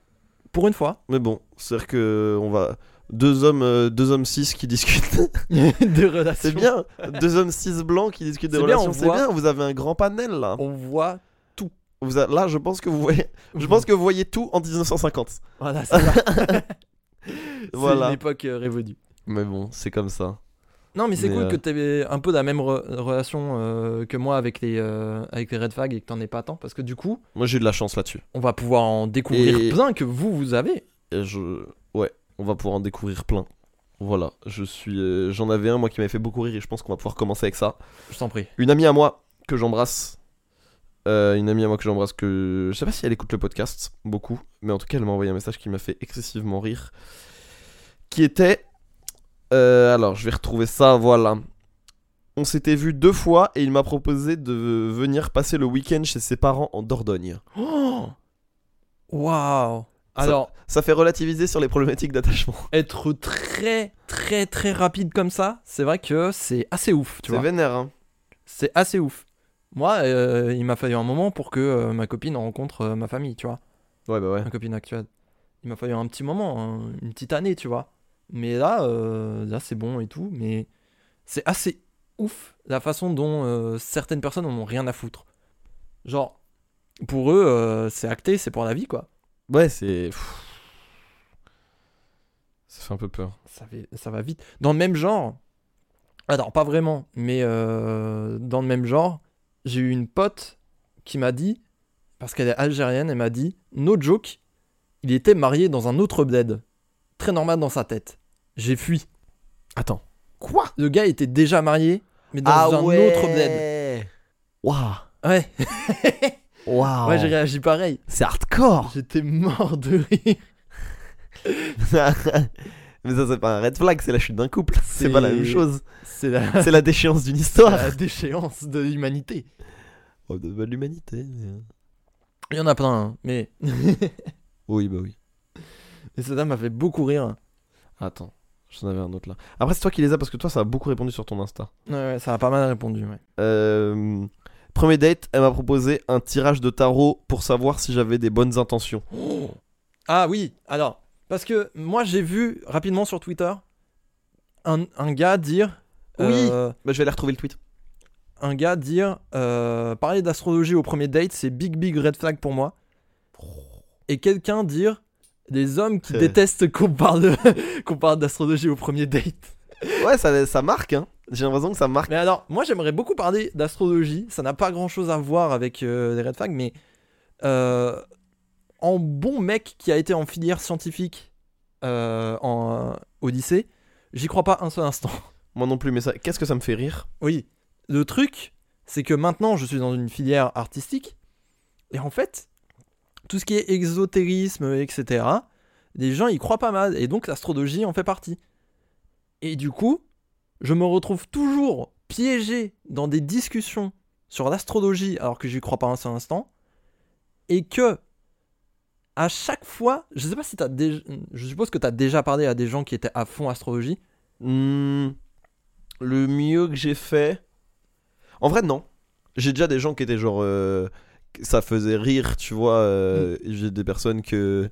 [SPEAKER 2] pour une fois.
[SPEAKER 1] Mais bon, c'est-à-dire que on va... deux hommes, euh, deux hommes cis qui discutent.
[SPEAKER 2] <laughs> des relations.
[SPEAKER 1] <laughs> c'est bien. Deux hommes cis blancs qui discutent des
[SPEAKER 2] C'est bien,
[SPEAKER 1] relations.
[SPEAKER 2] on
[SPEAKER 1] C'est
[SPEAKER 2] voit.
[SPEAKER 1] bien. Vous avez un grand panel là.
[SPEAKER 2] On voit.
[SPEAKER 1] Vous a- là, je pense que vous voyez. Je pense que vous voyez tout en 1950.
[SPEAKER 2] Voilà,
[SPEAKER 1] <laughs>
[SPEAKER 2] c'est ça. C'est
[SPEAKER 1] Voilà.
[SPEAKER 2] une époque euh, révolue.
[SPEAKER 1] Mais bon, c'est comme ça.
[SPEAKER 2] Non, mais c'est
[SPEAKER 1] Mais,
[SPEAKER 2] cool
[SPEAKER 1] euh,
[SPEAKER 2] que tu avais un peu la même re- relation euh, que moi avec les, euh, avec les Red Flag et que t'en aies pas tant. Parce que du coup,
[SPEAKER 1] Moi, j'ai eu de la chance là-dessus.
[SPEAKER 2] on va pouvoir en découvrir
[SPEAKER 1] Et-
[SPEAKER 2] plein que vous, vous avez.
[SPEAKER 1] Et je. Ouais, on va pouvoir en découvrir plein. Voilà, je suis. euh, J'en avais un, moi, qui m'avait fait beaucoup rire et je pense qu'on va pouvoir commencer avec ça.
[SPEAKER 2] Je t'en prie.
[SPEAKER 1] Une amie à moi que j'embrasse. Euh, une amie à moi que j'embrasse que. Je sais pas si elle écoute le podcast, beaucoup, mais en tout cas, elle m'a envoyé un message qui m'a fait excessivement rire. Qui était. euh, alors, je vais retrouver ça, voilà. On s'était vu deux fois et il m'a proposé de venir passer le week-end chez ses parents en Dordogne.
[SPEAKER 2] Oh Waouh Alors,
[SPEAKER 1] Ça fait relativiser sur les problématiques d'attachement.
[SPEAKER 2] être très, très, très rapide comme ça, c'est vrai que c'est assez ouf, tu
[SPEAKER 1] C'est
[SPEAKER 2] vois.
[SPEAKER 1] vénère, hein.
[SPEAKER 2] C'est assez ouf. Moi, euh, il m'a fallu un moment pour que euh, ma copine rencontre euh, ma famille, tu vois.
[SPEAKER 1] Ouais, bah ouais.
[SPEAKER 2] ma copine actuelle. Il m'a fallu un petit moment, un- une petite année, tu vois. Mais là, euh, là c'est bon et tout. Mais c'est assez ouf la façon dont euh, certaines personnes en ont rien à foutre. Genre, pour eux, euh, c'est acté, c'est pour la vie, quoi.
[SPEAKER 1] Ouais, c'est. pff. Ça fait un peu peur.
[SPEAKER 2] Ça, fait- ça va vite. Dans le même genre, alors pas vraiment, mais euh, dans le même genre, j'ai eu une pote qui m'a dit, parce qu'elle est algérienne, elle m'a dit, no joke, il était marié dans un autre bled. Très normal dans sa tête. J'ai fui.
[SPEAKER 1] Attends. Quoi Ah
[SPEAKER 2] Le gars était déjà marié, mais dans un autre bled.
[SPEAKER 1] Waouh.
[SPEAKER 2] Ouais,
[SPEAKER 1] Waouh.
[SPEAKER 2] ouais j'ai réagi pareil.
[SPEAKER 1] c'est hardcore. <laughs>
[SPEAKER 2] J'étais mort de rire.
[SPEAKER 1] Mais ça, c'est pas un red flag, c'est la chute d'un couple. C'est
[SPEAKER 2] C'est-
[SPEAKER 1] pas la même <laughs> chose.
[SPEAKER 2] C'est la,
[SPEAKER 1] C'est la déchéance d'une histoire.
[SPEAKER 2] la déchéance de l'humanité.
[SPEAKER 1] Oh, de bah, de l'humanité. mais-
[SPEAKER 2] Il y en a plein, hein, mais
[SPEAKER 1] Oui, bah oui.
[SPEAKER 2] mais cette dame m'a fait beaucoup rire.
[SPEAKER 1] Attends. J'en avais un autre là. Après, c'est toi qui les as parce que toi, ça a beaucoup répondu sur ton Insta.
[SPEAKER 2] Ouais, ouais, ça a pas mal répondu, ouais.
[SPEAKER 1] Euh, Premier date, elle m'a proposé un tirage de tarot pour savoir si j'avais des bonnes intentions.
[SPEAKER 2] Ah oui, alors, parce que moi j'ai vu rapidement sur Twitter un, un gars dire.
[SPEAKER 1] Oui.
[SPEAKER 2] euh,
[SPEAKER 1] Bah, je vais aller retrouver le tweet.
[SPEAKER 2] un gars dire. euh, parler d'astrologie au premier date, c'est big big red flag pour moi. Et quelqu'un dire. Les hommes qui
[SPEAKER 1] Euh.
[SPEAKER 2] détestent qu'on parle, de- <laughs> qu'on parle d'astrologie au premier date.
[SPEAKER 1] Ouais, ça, ça marque, hein. J'ai l'impression que ça marque.
[SPEAKER 2] Mais alors, moi j'aimerais beaucoup parler d'astrologie. Ça n'a pas grand chose à voir avec euh, les red flags, mais. euh, en bon mec qui a été en filière scientifique euh, en, au lycée, j'y crois pas un seul instant. <laughs>
[SPEAKER 1] Moi non plus, mais ça, qu'est-ce que ça me fait rire
[SPEAKER 2] Oui. Le truc, c'est que maintenant, je suis dans une filière artistique. Et en fait, tout ce qui est exotérisme, etc., les gens y croient pas mal. Et donc, l'astrologie en fait partie. Et du coup, je me retrouve toujours piégé dans des discussions sur l'astrologie, alors que j'y crois pas un seul instant. Et que, à chaque fois, je sais pas si t'as déjà. Je suppose que t'as déjà parlé à des gens qui étaient à fond astrologie.
[SPEAKER 1] Hmm, Le mieux que j'ai fait. En vrai, non. J'ai déjà des gens qui étaient genre. euh, que Ça faisait rire, tu vois. euh,
[SPEAKER 2] Mm.
[SPEAKER 1] J'ai des personnes que.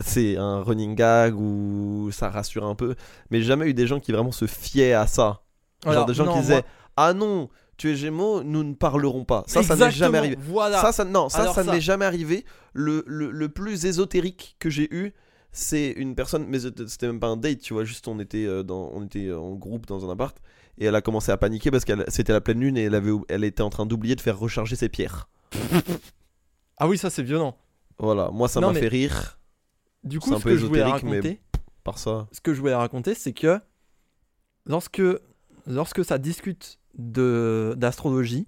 [SPEAKER 1] C'est un running gag ou ça rassure un peu. Mais j'ai jamais eu des gens qui vraiment se fiaient à ça. genre
[SPEAKER 2] Alors,
[SPEAKER 1] des gens
[SPEAKER 2] non,
[SPEAKER 1] qui
[SPEAKER 2] moi-
[SPEAKER 1] disaient Ah non, tu es Gémeaux, nous ne parlerons pas. Ça, ça n'est jamais
[SPEAKER 2] Exactement,
[SPEAKER 1] arrivé.
[SPEAKER 2] Voilà.
[SPEAKER 1] Ça, ça, non, ça,
[SPEAKER 2] Alors
[SPEAKER 1] ça ne
[SPEAKER 2] ça.
[SPEAKER 1] m'est jamais arrivé. Le, le, le plus ésotérique que j'ai eu, c'est une personne, mais c'était c'était même pas un date, tu vois, juste on était, euh, dans, on était en groupe dans un appart, et elle a commencé à paniquer parce qu'elle c'était la pleine lune et elle, avait, ou- elle était en train d'oublier de faire recharger ses pierres.
[SPEAKER 2] Ah oui, ça c'est violent.
[SPEAKER 1] Voilà, moi ça
[SPEAKER 2] Non,
[SPEAKER 1] m'a
[SPEAKER 2] mais-
[SPEAKER 1] fait rire
[SPEAKER 2] Du
[SPEAKER 1] C'est
[SPEAKER 2] coup,
[SPEAKER 1] un
[SPEAKER 2] ce
[SPEAKER 1] peu
[SPEAKER 2] que, je voulais
[SPEAKER 1] ésotérique, mais-
[SPEAKER 2] raconter,
[SPEAKER 1] par ça.
[SPEAKER 2] ce que je voulais raconter, c'est que lorsque, lorsque ça discute de- d'astrologie,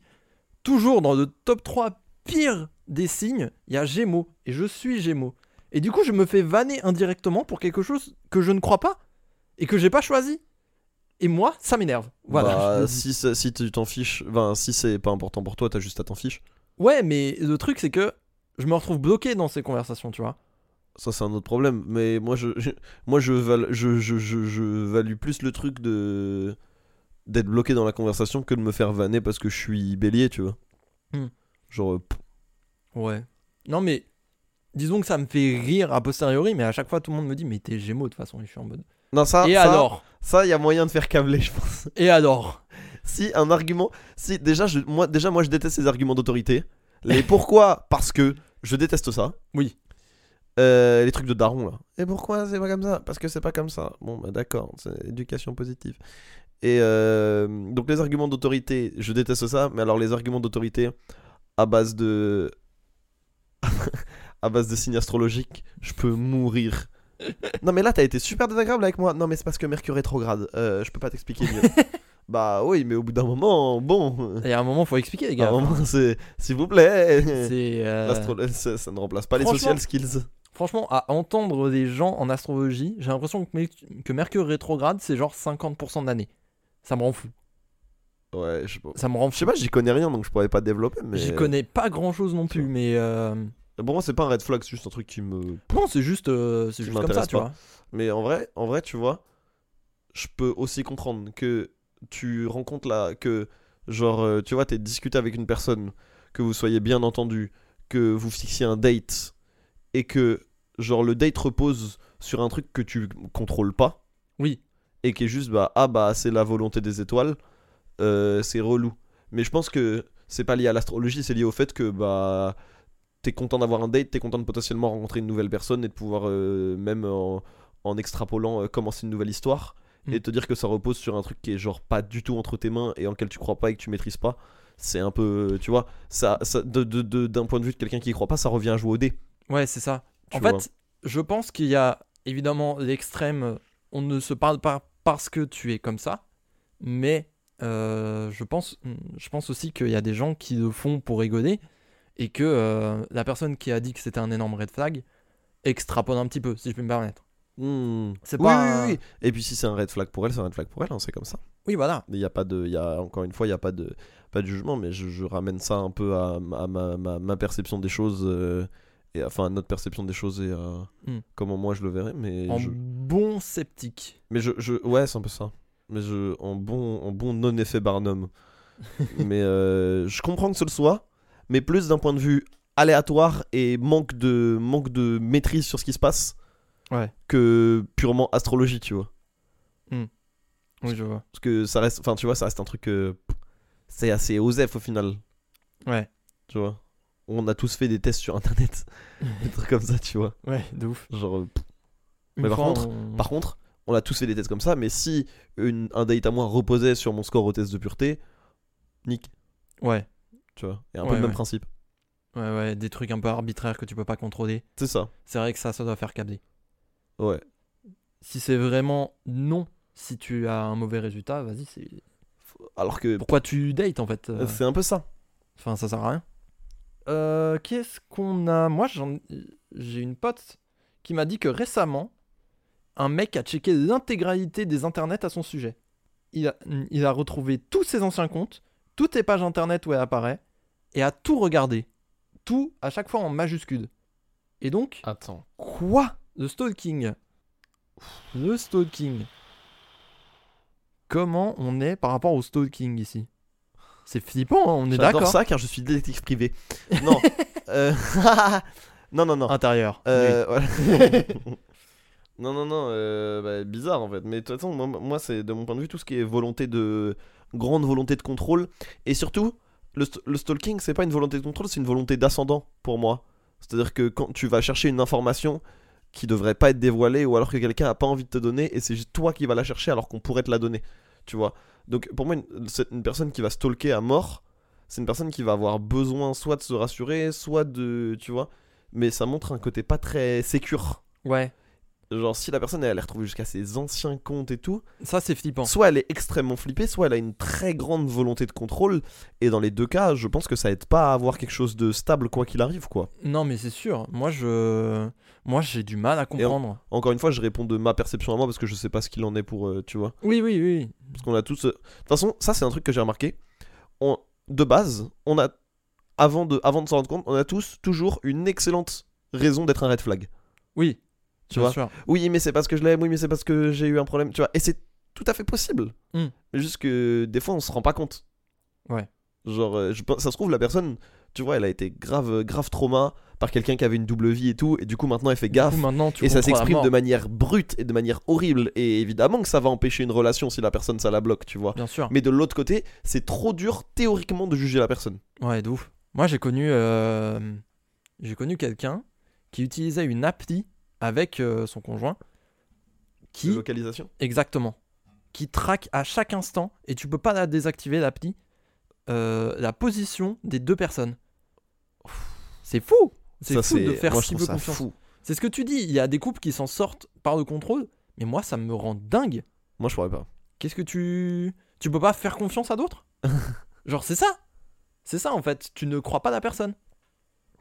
[SPEAKER 2] toujours dans le top 3 pire des signes, il y a Gémeaux. Et je suis Gémeaux. Et du coup, je me fais vanner indirectement pour quelque chose que je ne crois pas et que j'ai pas choisi. Et moi, ça m'énerve. Voilà. je
[SPEAKER 1] Bah,
[SPEAKER 2] le dis.
[SPEAKER 1] si, ça- si tu t'en fiches, enfin, si c'est pas important pour toi, t'as juste à t'en fiche.
[SPEAKER 2] Ouais, mais le truc, c'est que je me retrouve bloqué dans ces conversations, tu vois.
[SPEAKER 1] Ça c'est un autre problème, mais moi je, je- moi je, val- je, je, je, je value plus le truc de d'être bloqué dans la conversation que de me faire vanner parce que je suis bélier, tu vois.
[SPEAKER 2] Hmm.
[SPEAKER 1] Genre euh, pff,
[SPEAKER 2] Ouais. Non, mais disons que ça me fait rire a posteriori, mais à chaque fois, tout le monde me dit, mais t'es Gémeaux de toute façon, et je suis en mode.
[SPEAKER 1] Non, ça,
[SPEAKER 2] et
[SPEAKER 1] Ah, ça,
[SPEAKER 2] alors
[SPEAKER 1] ça, il y a moyen de faire câbler, je pense.
[SPEAKER 2] Et
[SPEAKER 1] <laughs>
[SPEAKER 2] alors
[SPEAKER 1] Si un argument, si déjà, je, moi, déjà, moi, je déteste les arguments d'autorité. Les pourquoi Parce que je déteste ça.
[SPEAKER 2] Oui.
[SPEAKER 1] Euh, les trucs de daron là. Et pourquoi c'est pas comme ça Parce que c'est pas comme ça. Bon, bah d'accord, c'est éducation positive. Et euh, donc les arguments d'autorité, je déteste ça. Mais alors les arguments d'autorité à base de <laughs> à base de signes astrologiques, je peux mourir. Non mais là t'as été super désagréable avec moi. Non mais c'est parce que Mercure rétrograde. Euh, je peux pas t'expliquer mieux. bah oui, mais au bout d'un
[SPEAKER 2] <laughs>
[SPEAKER 1] moment, bon.
[SPEAKER 2] Il y a un moment, faut expliquer, les
[SPEAKER 1] À un
[SPEAKER 2] gars.
[SPEAKER 1] moment, c'est s'il vous plaît.
[SPEAKER 2] C'est. euh,
[SPEAKER 1] L'astrologie, ça, ça ne remplace pas les
[SPEAKER 2] Franchement-
[SPEAKER 1] social skills.
[SPEAKER 2] Franchement, à entendre des gens en astrologie, j'ai l'impression que, Mer- que Mercure rétrograde, c'est genre 50% de l'année. Ça me rend fou.
[SPEAKER 1] Ouais, je sais pas.
[SPEAKER 2] Ça me rend
[SPEAKER 1] Je
[SPEAKER 2] fou.
[SPEAKER 1] sais pas, j'y connais rien donc je pourrais pas développer. Mais...
[SPEAKER 2] J'y connais pas grand chose non plus,
[SPEAKER 1] ça.
[SPEAKER 2] mais. euh,
[SPEAKER 1] Pour moi, c'est pas un red flag, c'est juste un truc qui me.
[SPEAKER 2] Non, c'est juste, euh, c'est
[SPEAKER 1] Ça
[SPEAKER 2] juste comme ça,
[SPEAKER 1] m'intéresse
[SPEAKER 2] tu
[SPEAKER 1] pas.
[SPEAKER 2] vois.
[SPEAKER 1] Mais en vrai, en vrai, tu vois, je peux aussi comprendre que tu rencontres là, que genre, euh, tu vois, t'es discuté avec une personne, que vous soyez bien entendu, que vous fixiez un date, et que genre le date repose sur un truc que tu contrôles pas.
[SPEAKER 2] Oui.
[SPEAKER 1] et qui est juste bah ah bah c'est la volonté des étoiles, euh, c'est relou. Mais je pense que c'est pas lié à l'astrologie, c'est lié au fait que bah t'es content d'avoir un date, t'es content de potentiellement rencontrer une nouvelle personne et de pouvoir euh, même en, en extrapolant euh, commencer une nouvelle histoire
[SPEAKER 2] Mm.
[SPEAKER 1] et te dire que ça repose sur un truc qui est genre pas du tout entre tes mains et en lequel tu crois pas et que tu maîtrises pas. C'est un peu, euh, tu vois, ça, ça- de- de- de- d'un point de vue de quelqu'un qui y croit pas, ça revient à jouer au dé.
[SPEAKER 2] Ouais, c'est ça.
[SPEAKER 1] Tu
[SPEAKER 2] en
[SPEAKER 1] vois.
[SPEAKER 2] fait, je pense qu'il y a évidemment l'extrême euh, on ne se parle pas parce que tu es comme ça, mais euh, je, pense, je pense aussi qu'il y a des gens qui le font pour rigoler et que euh, la personne qui a dit que c'était un énorme red flag extrapole un petit peu, si je peux me permettre.
[SPEAKER 1] Hmm.
[SPEAKER 2] C'est
[SPEAKER 1] Oui,
[SPEAKER 2] pas-
[SPEAKER 1] oui, oui, oui. Et puis si c'est un red flag pour elle, c'est un red flag pour elle, hein, c'est comme ça.
[SPEAKER 2] Oui, voilà.
[SPEAKER 1] Il y a pas de, il y a encore une fois, il y a pas de, pas de jugement, mais je, je ramène ça un peu à, ma- à ma, ma- ma perception des choses, euh, et enfin à notre perception des choses et à
[SPEAKER 2] Hmm.
[SPEAKER 1] comment moi je le verrais, mais
[SPEAKER 2] en
[SPEAKER 1] je,
[SPEAKER 2] bon sceptique.
[SPEAKER 1] mais je, je- ouais, c'est un peu ça. Mais je, en bon, en bon non
[SPEAKER 2] <laughs>
[SPEAKER 1] effet Barnum. mais euh, je comprends que ce le soit, mais plus d'un point de vue aléatoire et manque de, manque de maîtrise sur ce qui se passe
[SPEAKER 2] Ouais.
[SPEAKER 1] que purement astrologie, tu vois.
[SPEAKER 2] Oui, je vois.
[SPEAKER 1] Parce que ça reste, enfin tu vois, ça reste un truc. euh, c'est assez osef au final.
[SPEAKER 2] Ouais.
[SPEAKER 1] Tu vois. On a tous fait des tests sur internet. <laughs> des trucs comme ça, tu vois.
[SPEAKER 2] Ouais, de ouf.
[SPEAKER 1] Genre. euh, pff.
[SPEAKER 2] Une
[SPEAKER 1] Mais par
[SPEAKER 2] fois,
[SPEAKER 1] contre-
[SPEAKER 2] on-
[SPEAKER 1] Par contre, on a tous fait des tests comme ça, mais si une, un date à moi reposait sur mon score au test de pureté, nick,
[SPEAKER 2] Ouais,
[SPEAKER 1] tu vois. Et un peu
[SPEAKER 2] Ouais,
[SPEAKER 1] le même
[SPEAKER 2] ouais.
[SPEAKER 1] principe.
[SPEAKER 2] ouais, ouais, des trucs un peu arbitraires que tu peux pas contrôler.
[SPEAKER 1] C'est ça.
[SPEAKER 2] C'est vrai que ça, ça doit faire câbler.
[SPEAKER 1] Ouais.
[SPEAKER 2] Si c'est vraiment non, si tu as un mauvais résultat, vas-y, c'est.
[SPEAKER 1] Alors que.
[SPEAKER 2] Pourquoi tu dates en fait euh,
[SPEAKER 1] C'est un peu ça.
[SPEAKER 2] Enfin, ça sert à rien. Euh, Qu'est-ce qu'on a Moi, j'en- j'ai une pote qui m'a dit que récemment, un mec a checké l'intégralité des internets à son sujet. Il a, il a retrouvé tous ses anciens comptes, toutes les pages internet où elle apparaît, et a tout regardé. Tout à chaque fois en majuscule. Et donc,
[SPEAKER 3] Attends.
[SPEAKER 2] Quoi Le stalking. Le stalking. Comment on est par rapport au stalking ici C'est flippant, hein, on est
[SPEAKER 1] J'adore
[SPEAKER 2] d'accord
[SPEAKER 1] ça car je suis détective
[SPEAKER 2] <laughs>
[SPEAKER 1] privé. Non. Euh, <laughs> non, non, non.
[SPEAKER 2] Intérieur.
[SPEAKER 1] Euh, <laughs> voilà. non, non, non, euh, bah, bizarre en fait. Mais de toute façon, moi, moi, c'est de mon point de vue tout ce qui est volonté de. grande volonté de contrôle. Et surtout, le, st- le stalking, c'est pas une volonté de contrôle, c'est une volonté d'ascendant pour moi. C'est-à-dire que quand tu vas chercher une information qui devrait pas être dévoilée ou alors que quelqu'un a pas envie de te donner et c'est juste toi qui vas la chercher alors qu'on pourrait te la donner. Tu vois Donc pour moi, une, c'est une personne qui va stalker à mort, c'est une personne qui va avoir besoin soit de se rassurer, soit de. Tu vois mais ça montre un côté pas très sécure.
[SPEAKER 2] Oui. Ouais.
[SPEAKER 1] Genre, si la personne elle a retrouvé jusqu'à ses anciens comptes et tout,
[SPEAKER 2] Ça, c'est flippant.
[SPEAKER 1] soit elle est extrêmement flippée, soit elle a une très grande volonté de contrôle. Et dans les deux cas, je pense que ça aide pas à avoir quelque chose de stable, quoi qu'il arrive, quoi.
[SPEAKER 2] Non, mais c'est sûr. Moi, je. Moi, j'ai du mal à comprendre.
[SPEAKER 1] Encore une fois, je réponds de ma perception à moi parce que je sais pas ce qu'il en est pour, euh, tu vois.
[SPEAKER 2] Oui, oui, oui.
[SPEAKER 1] Parce qu'on a tous. euh, De toute façon, ça, c'est un truc que j'ai remarqué. On... De base, on a. Avant de, avant de s'en rendre compte, on a tous toujours une excellente raison d'être un red flag.
[SPEAKER 2] Oui.
[SPEAKER 1] Tu
[SPEAKER 2] bien
[SPEAKER 1] vois
[SPEAKER 2] sûr.
[SPEAKER 1] oui mais c'est parce que je l'aime, oui mais c'est parce que j'ai eu un problème, tu vois. Et c'est tout à fait possible.
[SPEAKER 2] Mm.
[SPEAKER 1] Mais Juste que des fois on se rend pas compte.
[SPEAKER 2] Ouais.
[SPEAKER 1] Genre, euh, je pense- ça se trouve la personne, tu vois, elle a été grave, grave trauma par quelqu'un qui avait une double vie et tout, et du coup maintenant elle fait
[SPEAKER 2] Du coup,
[SPEAKER 1] gaffe.
[SPEAKER 2] maintenant, tu
[SPEAKER 1] Ah, Et ça
[SPEAKER 2] comprends la
[SPEAKER 1] s'exprime
[SPEAKER 2] mort.
[SPEAKER 1] de manière brute et de manière horrible. Et évidemment que ça va empêcher une relation si la personne ça la bloque, tu vois.
[SPEAKER 2] Bien sûr.
[SPEAKER 1] Mais de l'autre côté, c'est trop dur théoriquement de juger la personne.
[SPEAKER 2] Ouais, de ouf. Moi, j'ai connu, euh, j'ai connu quelqu'un qui utilisait une appli avec euh, son conjoint
[SPEAKER 1] De
[SPEAKER 2] qui,
[SPEAKER 1] localisation
[SPEAKER 2] exactement, qui traque à chaque instant, et tu peux pas la désactiver, l'appli, euh, la position des deux personnes. C'est fou C'est
[SPEAKER 1] Ça,
[SPEAKER 2] fou de faire
[SPEAKER 1] moi, je
[SPEAKER 2] si
[SPEAKER 1] trouve
[SPEAKER 2] peu
[SPEAKER 1] ça
[SPEAKER 2] confiance.
[SPEAKER 1] fou.
[SPEAKER 2] C'est ce que tu dis, il y a des couples qui s'en sortent par le contrôle, mais moi, ça me rend dingue.
[SPEAKER 1] Moi je pourrais pas.
[SPEAKER 2] Qu'est-ce que tu. Tu peux pas faire confiance à
[SPEAKER 1] <laughs>
[SPEAKER 2] d'autres Genre, c'est ça C'est ça en fait, tu ne crois pas à la personne.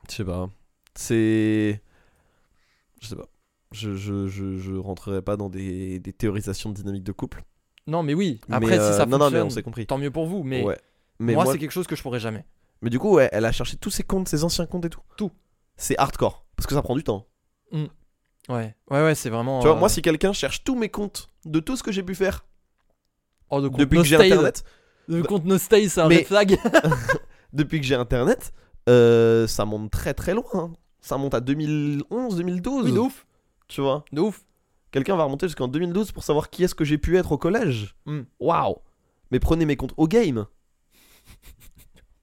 [SPEAKER 1] Je sais pas. C'est. Je sais pas. Je, je, je, je rentrerai pas dans des, des théorisations de dynamique de couple.
[SPEAKER 2] Non, mais oui,
[SPEAKER 1] Mais,
[SPEAKER 2] après
[SPEAKER 1] euh,
[SPEAKER 2] si ça
[SPEAKER 1] non, non, mais
[SPEAKER 2] fonctionne,
[SPEAKER 1] on s'est compris.
[SPEAKER 2] tant mieux pour vous, mais,
[SPEAKER 1] Ouais. Mais,
[SPEAKER 2] moi,
[SPEAKER 1] moi,
[SPEAKER 2] c'est quelque chose que je pourrais jamais.
[SPEAKER 1] mais du coup, ouais, elle a cherché tous ses comptes, ses anciens comptes et tout.
[SPEAKER 2] Tout.
[SPEAKER 1] C'est hardcore. Parce que ça prend du temps.
[SPEAKER 2] Ouais, ouais, ouais, c'est vraiment.
[SPEAKER 1] Tu vois,
[SPEAKER 2] euh,
[SPEAKER 1] moi, si quelqu'un cherche tous mes comptes de tout ce que j'ai pu faire
[SPEAKER 2] oh, le compte
[SPEAKER 1] depuis que j'ai
[SPEAKER 2] Nostay,
[SPEAKER 1] internet,
[SPEAKER 2] Le compte No Stay, c'est un
[SPEAKER 1] Bah, Mais-
[SPEAKER 2] red
[SPEAKER 1] <laughs>
[SPEAKER 2] flag.
[SPEAKER 1] depuis que j'ai internet, euh, ça monte très très loin. hein. Ça monte à 2011, 2012.
[SPEAKER 2] Oui, de ouf,
[SPEAKER 1] Tu vois,
[SPEAKER 2] de ouf.
[SPEAKER 1] quelqu'un va remonter jusqu'en 2012 pour savoir qui est-ce que j'ai pu être au collège.
[SPEAKER 2] Hmm.
[SPEAKER 1] Waouh! Mais prenez mes comptes au game.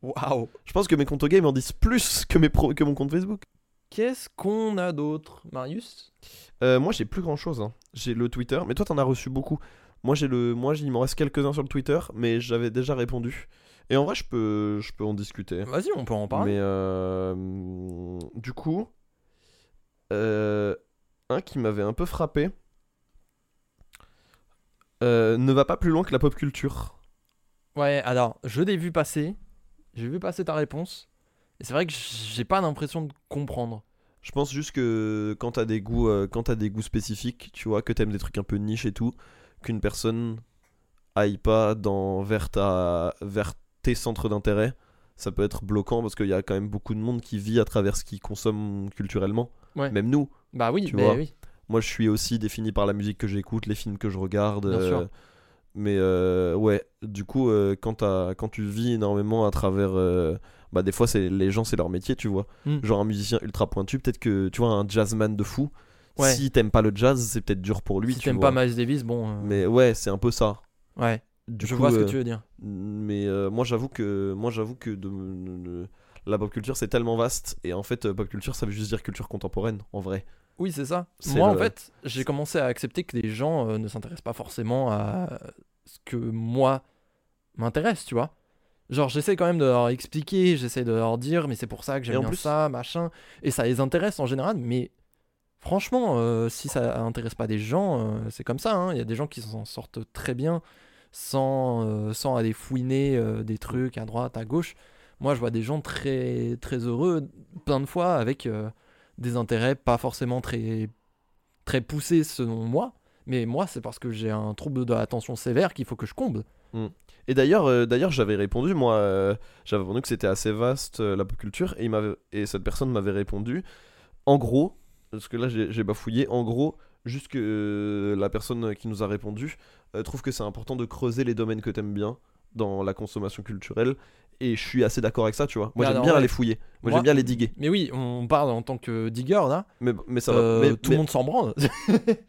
[SPEAKER 2] Waouh.
[SPEAKER 1] Je pense que mes comptes au game en disent plus que, mes pro- que mon compte Facebook.
[SPEAKER 2] Qu'est-ce qu'on a d'autre, Marius
[SPEAKER 1] Euh, moi, j'ai plus grand chose. J'ai le Twitter, mais toi, t'en as reçu beaucoup. Moi, j'ai le, moi, il m'en reste quelques-uns sur le Twitter, mais j'avais déjà répondu. Et en vrai, je peux, je peux en discuter.
[SPEAKER 2] Vas-y, on peut en parler.
[SPEAKER 1] Mais euh, mm, du coup, euh, un qui m'avait un peu frappé euh, ne va pas plus loin que la pop culture.
[SPEAKER 2] Ouais, alors, je l'ai vu passer. J'ai vu passer ta réponse. Et c'est vrai que j'ai pas l'impression de comprendre.
[SPEAKER 1] Je pense juste que quand t'as des goûts, euh, quand t'as des goûts spécifiques, tu vois, que t'aimes des trucs un peu niche et tout, qu'une personne aille pas dans vers ta, vers tes centres d'intérêt, ça peut être bloquant parce qu'il y a quand même beaucoup de monde qui vit à travers ce qu'ils consomment culturellement.
[SPEAKER 2] Ouais.
[SPEAKER 1] Même nous,
[SPEAKER 2] Bah oui,
[SPEAKER 1] Tu
[SPEAKER 2] mais
[SPEAKER 1] vois.
[SPEAKER 2] oui.
[SPEAKER 1] Moi, je suis aussi défini par la musique que j'écoute, les films que je regarde. euh,
[SPEAKER 2] Bien sûr.
[SPEAKER 1] Mais euh, ouais, du coup, euh, quand, t'as- quand tu vis énormément à travers. euh, bah, des fois, c'est les gens, c'est leur métier, tu vois.
[SPEAKER 2] Mm.
[SPEAKER 1] Genre un musicien ultra pointu, peut-être que tu vois, un jazzman de fou.
[SPEAKER 2] Ouais.
[SPEAKER 1] Si t'aimes pas le jazz, c'est peut-être dur pour lui.
[SPEAKER 2] si
[SPEAKER 1] tu
[SPEAKER 2] t'aimes
[SPEAKER 1] vois.
[SPEAKER 2] pas Miles Davis, bon. euh,
[SPEAKER 1] Mais ouais, c'est un peu ça.
[SPEAKER 2] Ouais,
[SPEAKER 1] Du
[SPEAKER 2] je
[SPEAKER 1] coup,
[SPEAKER 2] vois ce
[SPEAKER 1] euh,
[SPEAKER 2] que tu veux dire.
[SPEAKER 1] mais euh, moi j'avoue que moi j'avoue que de, de- de- la pop culture c'est tellement vaste et en fait euh, pop culture ça veut juste dire culture contemporaine en vrai.
[SPEAKER 2] Oui, c'est ça.
[SPEAKER 1] C'est
[SPEAKER 2] Moi, en
[SPEAKER 1] le-
[SPEAKER 2] fait, j'ai commencé à accepter que les gens euh, ne s'intéressent pas forcément à ce que moi m'intéresse, tu vois. Genre, j'essaie quand même de leur expliquer, j'essaie de leur dire, mais c'est pour ça que
[SPEAKER 1] Et
[SPEAKER 2] j'aime
[SPEAKER 1] en
[SPEAKER 2] bien
[SPEAKER 1] plus-
[SPEAKER 2] ça, machin. Et ça les intéresse en général, mais franchement, euh, si ça intéresse pas des gens, euh, c'est comme ça. hein. Il y a des gens qui s'en sortent très bien sans, euh, sans aller fouiner euh, des trucs à droite, à gauche. Moi, je vois des gens très, très heureux plein de fois avec euh, des intérêts pas forcément très, très poussés selon moi. Mais moi, c'est parce que j'ai un trouble de l'attention sévère qu'il faut que je comble.
[SPEAKER 1] Et d'ailleurs, euh, d'ailleurs, j'avais répondu, moi, euh, j'avais répondu que c'était assez vaste euh, la pop culture, et, il m'avait- et cette personne m'avait répondu, en gros, parce que là j'ai j'ai bafouillé, en gros, juste que euh, la personne qui nous a répondu euh, trouve que c'est important de creuser les domaines que t'aimes bien dans la consommation culturelle, et je suis assez d'accord avec ça, tu vois.
[SPEAKER 2] Mais
[SPEAKER 1] Moi j'aime
[SPEAKER 2] alors,
[SPEAKER 1] bien
[SPEAKER 2] ouais.
[SPEAKER 1] aller fouiller, moi,
[SPEAKER 2] Moi-
[SPEAKER 1] j'aime bien les diguer,
[SPEAKER 2] Mais oui, on parle en tant que digger là.
[SPEAKER 1] mais, mais ça va.
[SPEAKER 2] Euh,
[SPEAKER 1] mais,
[SPEAKER 2] tout le
[SPEAKER 1] mais-
[SPEAKER 2] monde s'en
[SPEAKER 1] <laughs>
[SPEAKER 2] branle.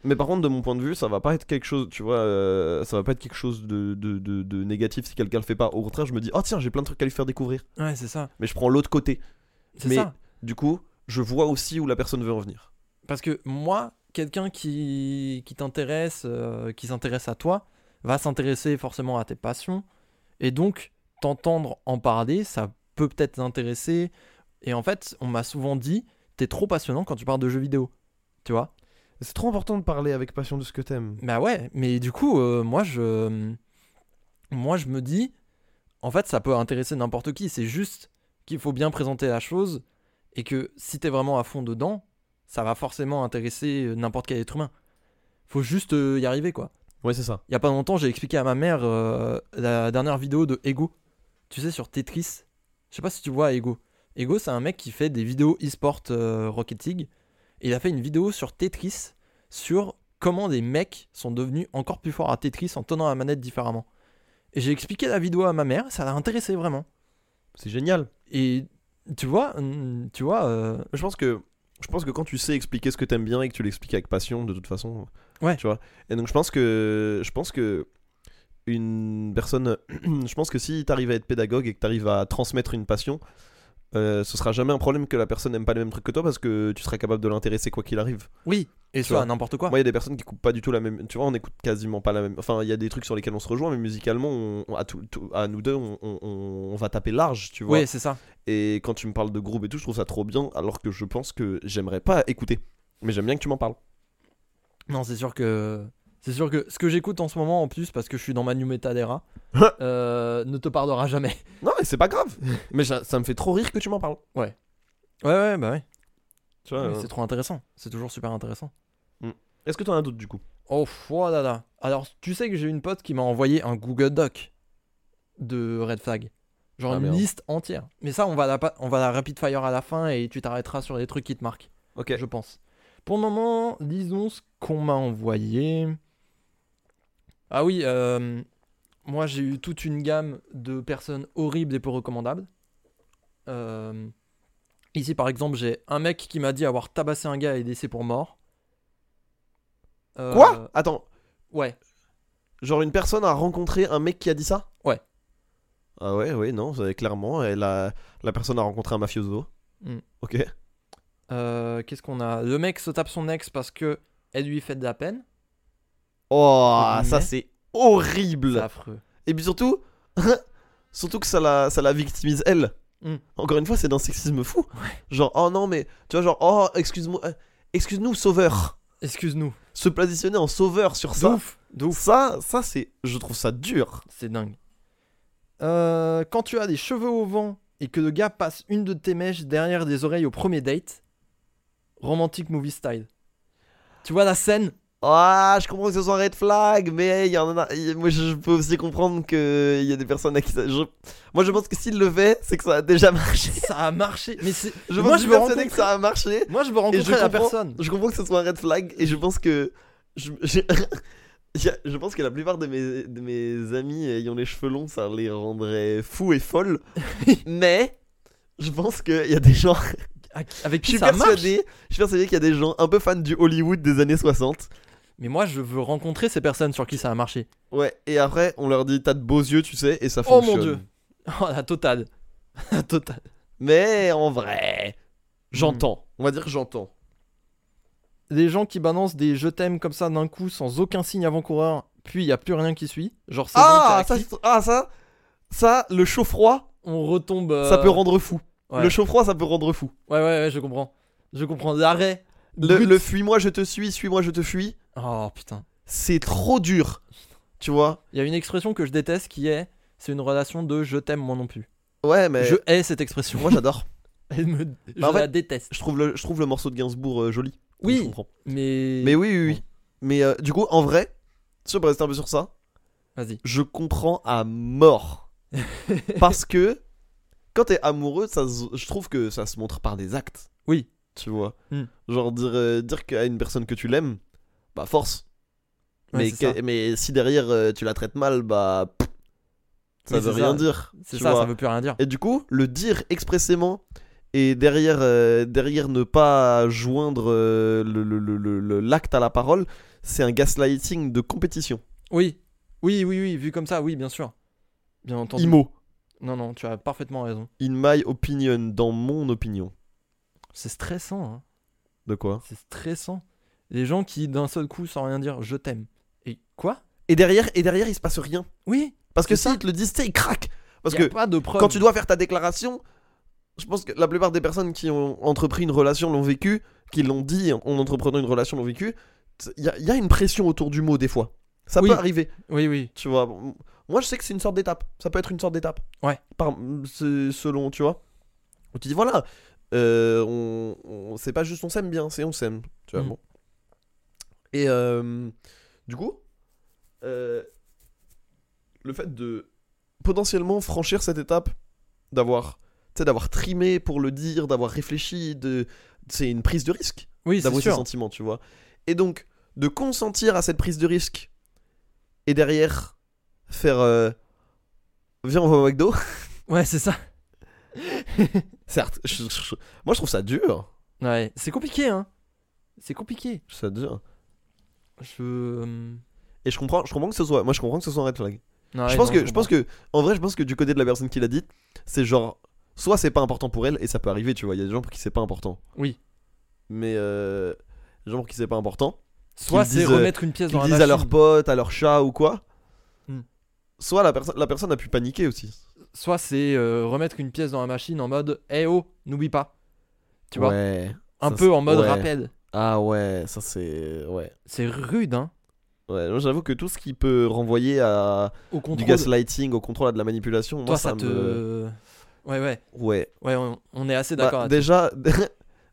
[SPEAKER 1] Mais par contre, de mon point de vue, ça va pas être quelque chose, tu vois, euh, ça va pas être quelque chose de, de, de- de négatif si quelqu'un le fait pas. Au contraire, je me dis, oh tiens, j'ai plein de trucs à lui faire découvrir.
[SPEAKER 2] ouais, c'est ça.
[SPEAKER 1] Mais je prends l'autre côté.
[SPEAKER 2] C'est
[SPEAKER 1] Mais-
[SPEAKER 2] ça.
[SPEAKER 1] Du coup, je vois aussi où la personne veut en venir.
[SPEAKER 2] Parce que moi, quelqu'un qui, qui t'intéresse, euh, qui s'intéresse à toi, va s'intéresser forcément à tes passions. Et donc, t'entendre en parler, ça peut peut-être t'intéresser. Et en fait, on m'a souvent dit, t'es trop passionnant quand tu parles de jeux vidéo. Tu vois
[SPEAKER 1] C'est trop important de parler avec passion de ce que t'aimes.
[SPEAKER 2] Bah ouais, mais du coup, euh, moi je, moi je me dis, en fait, ça peut intéresser n'importe qui. C'est juste qu'il faut bien présenter la chose et que si t'es vraiment à fond dedans, ça va forcément intéresser euh, n'importe quel être humain. Faut juste euh, y arriver quoi.
[SPEAKER 1] Ouais, c'est ça.
[SPEAKER 2] Il y a pas longtemps, j'ai expliqué à ma mère euh, la dernière vidéo de Ego. Tu sais sur Tetris. Je sais pas si tu vois Ego. Ego, c'est un mec qui fait des vidéos e-sport euh, Rocket League. Et il a fait une vidéo sur Tetris, sur comment des mecs sont devenus encore plus forts à Tetris en tenant la manette différemment. Et j'ai expliqué la vidéo à ma mère, ça l'a intéressé vraiment.
[SPEAKER 1] C'est génial.
[SPEAKER 2] Et Tu vois, hum, tu vois. euh,
[SPEAKER 1] Je pense que je pense que quand tu sais expliquer ce que t'aimes bien et que tu l'expliques avec passion, de toute façon,
[SPEAKER 2] Ouais.
[SPEAKER 1] tu vois. Et donc je pense que je pense que une personne, <clears throat> je pense que si t'arrives à être pédagogue et que t'arrives à transmettre une passion, euh, ce sera jamais un problème que la personne n'aime pas les mêmes trucs que toi parce que tu seras capable de l'intéresser quoi qu'il arrive.
[SPEAKER 2] Oui. Et
[SPEAKER 1] Tu
[SPEAKER 2] ça,
[SPEAKER 1] vois.
[SPEAKER 2] n'importe quoi.
[SPEAKER 1] Moi, il y a des personnes qui coupent pas du tout la même. Tu vois, on écoute quasiment pas la même. Enfin, il y a des trucs sur lesquels on se rejoint, mais musicalement, on- on- à, tout- tout- à nous deux, on, on- on- on va taper large, tu vois.
[SPEAKER 2] oui, c'est ça.
[SPEAKER 1] Et quand tu me parles de groupe et tout, je trouve ça trop bien, alors que je pense que j'aimerais pas écouter. Mais j'aime bien que tu m'en parles.
[SPEAKER 2] Non, c'est sûr que. C'est sûr que ce que j'écoute en ce moment, en plus, parce que je suis dans ma new metadera, <laughs> euh, ne te parlera jamais.
[SPEAKER 1] Non, mais c'est
[SPEAKER 2] <laughs>
[SPEAKER 1] pas grave. mais ça, ça me fait trop rire que tu m'en parles.
[SPEAKER 2] Ouais, ouais, bah ouais.
[SPEAKER 1] Tu vois,
[SPEAKER 2] Oui,
[SPEAKER 1] euh,
[SPEAKER 2] c'est trop intéressant. C'est toujours super intéressant.
[SPEAKER 1] Est-ce que t'en as d'autres du coup
[SPEAKER 2] Oh, dada. Alors, tu sais que j'ai une pote qui m'a envoyé un Google Doc de Red Flag. Genre
[SPEAKER 1] Ah,
[SPEAKER 2] une
[SPEAKER 1] merde.
[SPEAKER 2] liste entière. Mais ça, on va, la, pa- on va la rapid fire à la fin et tu t'arrêteras sur les trucs qui te marquent,
[SPEAKER 1] Ok.
[SPEAKER 2] je pense. Pour le moment, disons ce qu'on m'a envoyé. Ah oui, euh, moi j'ai eu toute une gamme de personnes horribles et peu recommandables. Euh, ici par exemple, j'ai un mec qui m'a dit avoir tabassé un gars et laissé pour mort. Euh,
[SPEAKER 1] Quoi Attends,
[SPEAKER 2] Ouais.
[SPEAKER 1] genre une personne a rencontré un mec qui a dit ça
[SPEAKER 2] Ouais.
[SPEAKER 1] Ah ouais, ouais, non, c'est- clairement, elle a- la personne a rencontré un mafioso.
[SPEAKER 2] Hmm.
[SPEAKER 1] Ok.
[SPEAKER 2] Euh, Qu'est-ce qu'on a Le mec se tape son ex parce que elle lui fait de la peine.
[SPEAKER 1] Oh,
[SPEAKER 2] Mais-
[SPEAKER 1] ça c'est horrible.
[SPEAKER 2] C'est affreux.
[SPEAKER 1] Et puis surtout, <laughs> surtout que ça la, ça la victimise elle.
[SPEAKER 2] Mm.
[SPEAKER 1] Encore une fois, c'est d'un sexisme fou. Genre, oh non, mais tu vois, genre, oh, excuse-moi, euh, excuse-nous, sauveur.
[SPEAKER 2] Excuse-nous.
[SPEAKER 1] Se positionner en sauveur sur
[SPEAKER 2] De
[SPEAKER 1] ça.
[SPEAKER 2] ouf. De ouf.
[SPEAKER 1] Ça, ça c'est, je trouve ça dur.
[SPEAKER 2] C'est dingue. Euh, quand tu as des cheveux au vent et que le gars passe une de tes mèches derrière des oreilles au premier date, romantique movie style. Tu vois la scène
[SPEAKER 1] Ah, je comprends que ce soit un red flag, mais il y en a. il- Moi, je peux aussi comprendre que il y a des personnes à qui ça. je- Moi, je pense que s'il le fait, c'est que ça a déjà
[SPEAKER 2] <laughs>
[SPEAKER 1] marché.
[SPEAKER 2] Ça a marché. Mais c'est. mais
[SPEAKER 1] Je pense
[SPEAKER 2] moi,
[SPEAKER 1] que
[SPEAKER 2] je
[SPEAKER 1] je
[SPEAKER 2] veux
[SPEAKER 1] suis persuadé que
[SPEAKER 2] rencontrer.
[SPEAKER 1] ça a marché.
[SPEAKER 2] Moi, je veux rencontrer
[SPEAKER 1] je
[SPEAKER 2] la
[SPEAKER 1] comprends-
[SPEAKER 2] personne.
[SPEAKER 1] Je comprends que ce soit un red flag et je pense que. Je, je- <laughs> y a- je pense que la plupart de mes, de mes amis ayant les cheveux longs, ça les rendrait fous et <laughs> folles. Mais je pense qu'il y a des gens.
[SPEAKER 2] Avec
[SPEAKER 1] Je
[SPEAKER 2] qui
[SPEAKER 1] suis,
[SPEAKER 2] ça marche
[SPEAKER 1] persuadé, je suis persuadé qu'il y a des gens un peu fans du Hollywood des années 60.
[SPEAKER 2] Mais moi, je veux rencontrer ces personnes sur qui ça a marché.
[SPEAKER 1] Ouais, et après, on leur dit T'as de beaux yeux, tu sais, et ça
[SPEAKER 2] Oh mon
[SPEAKER 1] fonctionne.
[SPEAKER 2] Dieu. <laughs> Oh, la totale. La totale.
[SPEAKER 1] Mais en vrai, Hmm. j'entends. On va dire j'entends.
[SPEAKER 2] des gens qui balancent des je t'aime comme ça d'un coup sans aucun signe avant-coureur, puis il n'y a plus rien qui suit. Genre, c'est
[SPEAKER 1] Ah,
[SPEAKER 2] bon, t'es
[SPEAKER 1] ça,
[SPEAKER 2] acquis.
[SPEAKER 1] c'est- ah, ça, ça, le chaud-froid,
[SPEAKER 2] on retombe. euh,
[SPEAKER 1] ça peut rendre fou.
[SPEAKER 2] ouais.
[SPEAKER 1] Le chaud-froid, ça peut rendre fou.
[SPEAKER 2] Ouais, ouais, ouais, je comprends. Je comprends. L'arrêt.
[SPEAKER 1] Le,
[SPEAKER 2] brut.
[SPEAKER 1] le fuis-moi, je te suis, suis-moi, je te fuis,
[SPEAKER 2] Oh putain.
[SPEAKER 1] c'est trop dur. Tu vois
[SPEAKER 2] Il y a une expression que je déteste qui est c'est une relation de je t'aime moi non plus.
[SPEAKER 1] Ouais, mais
[SPEAKER 2] Je hais cette expression. <laughs>
[SPEAKER 1] moi j'adore. <laughs>
[SPEAKER 2] Elle me- Je
[SPEAKER 1] en fait-
[SPEAKER 2] la déteste.
[SPEAKER 1] je, trouve le, je trouve le morceau de Gainsbourg euh, joli.
[SPEAKER 2] Oui.
[SPEAKER 1] Je comprends.
[SPEAKER 2] Mais.
[SPEAKER 1] Mais oui, oui, oui. Mais euh, du coup, en vrai, si on peut rester un peu sur ça,
[SPEAKER 2] Vas-y.
[SPEAKER 1] je comprends
[SPEAKER 2] <laughs>
[SPEAKER 1] à mort. Parce que quand t'es amoureux, ça se- je trouve que ça se montre par des actes.
[SPEAKER 2] Oui.
[SPEAKER 1] Tu vois
[SPEAKER 2] Hmm.
[SPEAKER 1] Genre dire, euh, dire qu'à une personne que tu l'aimes, bah force.
[SPEAKER 2] Ouais,
[SPEAKER 1] mais,
[SPEAKER 2] c'est
[SPEAKER 1] que-
[SPEAKER 2] ça.
[SPEAKER 1] mais si derrière euh, tu la traites mal, bah. pff, ça
[SPEAKER 2] Oui,
[SPEAKER 1] veut
[SPEAKER 2] c'est
[SPEAKER 1] rien
[SPEAKER 2] ça.
[SPEAKER 1] dire.
[SPEAKER 2] C'est
[SPEAKER 1] tu
[SPEAKER 2] ça,
[SPEAKER 1] vois.
[SPEAKER 2] ça veut plus rien dire.
[SPEAKER 1] Et du coup, le dire expressément et derrière, euh, derrière ne pas joindre euh, le- le- le- le- le- l'acte à la parole, c'est un gaslighting de compétition.
[SPEAKER 2] Oui. Oui, oui, oui, vu comme ça, oui, bien sûr. Bien entendu.
[SPEAKER 1] IMO.
[SPEAKER 2] Non, non, tu as parfaitement raison.
[SPEAKER 1] In my opinion, dans mon opinion.
[SPEAKER 2] C'est stressant, hein.
[SPEAKER 1] De quoi
[SPEAKER 2] C'est stressant. Les gens qui, d'un seul coup, sans rien dire, je t'aime. Et quoi
[SPEAKER 1] Et derrière, et derrière, il se passe rien.
[SPEAKER 2] Oui
[SPEAKER 1] Parce que
[SPEAKER 2] C'est
[SPEAKER 1] si
[SPEAKER 2] ça.
[SPEAKER 1] ils te le disent, tu sais, ils craquent. Parce
[SPEAKER 2] y a
[SPEAKER 1] que
[SPEAKER 2] pas de preuve.
[SPEAKER 1] quand tu dois faire ta déclaration, je pense que la plupart des personnes qui ont entrepris une relation l'ont vécu, qui l'ont dit en entreprenant une relation l'ont vécu. Il y, a- il y a une pression autour du mot des fois. Ça
[SPEAKER 2] Oui.
[SPEAKER 1] peut arriver.
[SPEAKER 2] Oui, oui.
[SPEAKER 1] Tu vois, m- moi je sais que c'est une sorte d'étape. Ça peut être une sorte d'étape.
[SPEAKER 2] Ouais.
[SPEAKER 1] Par, m- c'est- selon, tu vois. Où tu dis voilà, euh, on, on- c'est pas juste on s'aime bien, c'est on s'aime. Tu vois,
[SPEAKER 2] Mm.
[SPEAKER 1] bon. Et euh, du coup, euh, le fait de potentiellement franchir cette étape, d'avoir, tu sais, d'avoir trimé pour le dire, d'avoir réfléchi, de, c'est une prise de risque
[SPEAKER 2] Oui, c'est
[SPEAKER 1] d'avouer ses
[SPEAKER 2] sûr.
[SPEAKER 1] sentiments, tu vois. Et donc, de consentir à cette prise de risque et derrière faire euh, Viens, on va au McDo, <laughs>
[SPEAKER 2] Ouais, c'est ça.
[SPEAKER 1] Certes, je- je- je- moi je trouve ça dur.
[SPEAKER 2] Ouais, c'est compliqué, hein. C'est compliqué.
[SPEAKER 1] Je trouve ça dur.
[SPEAKER 2] Je. euh,
[SPEAKER 1] Et je comprends, je comprends que ce soit, moi je comprends que ce soit un red flag.
[SPEAKER 2] ouais,
[SPEAKER 1] je pense
[SPEAKER 2] non,
[SPEAKER 1] que, je
[SPEAKER 2] comprends.
[SPEAKER 1] pense que, en vrai, je pense que du côté de la personne qui l'a dit, c'est genre, soit c'est pas important pour elle et ça peut arriver, tu vois. Il y a des gens pour qui c'est pas important.
[SPEAKER 2] Oui.
[SPEAKER 1] Mais euh, les gens pour qui c'est pas important,
[SPEAKER 2] Soit
[SPEAKER 1] qu'ils
[SPEAKER 2] c'est
[SPEAKER 1] disent, euh,
[SPEAKER 2] remettre une pièce
[SPEAKER 1] qu'ils
[SPEAKER 2] dans la
[SPEAKER 1] disent
[SPEAKER 2] machine.
[SPEAKER 1] à leur pote, à leur chat ou quoi.
[SPEAKER 2] Hmm.
[SPEAKER 1] Soit la personne, la personne a pu paniquer aussi.
[SPEAKER 2] Soit c'est euh, remettre une pièce dans la machine en mode Eh oh, n'oublie pas. Tu vois
[SPEAKER 1] Ouais.
[SPEAKER 2] Un
[SPEAKER 1] Ça,
[SPEAKER 2] peu en
[SPEAKER 1] c'est-
[SPEAKER 2] mode
[SPEAKER 1] ouais.
[SPEAKER 2] rappel.
[SPEAKER 1] Ah ouais, ça c'est, ouais.
[SPEAKER 2] C'est rude, hein.
[SPEAKER 1] Ouais, moi j'avoue que tout ce qui peut renvoyer à
[SPEAKER 2] Au
[SPEAKER 1] du
[SPEAKER 2] contrôle.
[SPEAKER 1] gaslighting, au contrôle, à de la manipulation, moi
[SPEAKER 2] Toi, ça, te.
[SPEAKER 1] me-
[SPEAKER 2] Ouais, ouais.
[SPEAKER 1] Ouais.
[SPEAKER 2] Ouais, on, on est assez
[SPEAKER 1] Bah,
[SPEAKER 2] d'accord. là-dessus.
[SPEAKER 1] déjà, <laughs>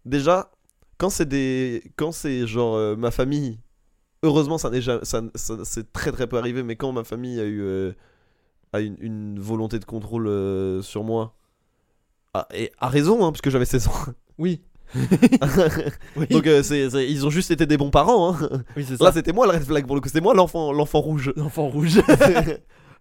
[SPEAKER 1] déjà, quand c'est des, quand c'est genre euh, ma famille, heureusement ça n'est jamais, ça, ça- c'est très très peu arrivé, mais quand ma famille a eu euh, a une, une volonté de contrôle euh, sur moi, ah, et à raison, hein, parce que j'avais
[SPEAKER 2] <laughs>
[SPEAKER 1] 16 ans. <laughs>
[SPEAKER 2] Oui. Oui,
[SPEAKER 1] Donc euh, c'est- c'est- ils ont juste été des bons parents. hein.
[SPEAKER 2] oui, c'est
[SPEAKER 1] Là
[SPEAKER 2] ça.
[SPEAKER 1] c'était moi le red flag pour le coup, c'était moi l'enfant, l'enfant rouge, <laughs>
[SPEAKER 2] L'enfant rouge.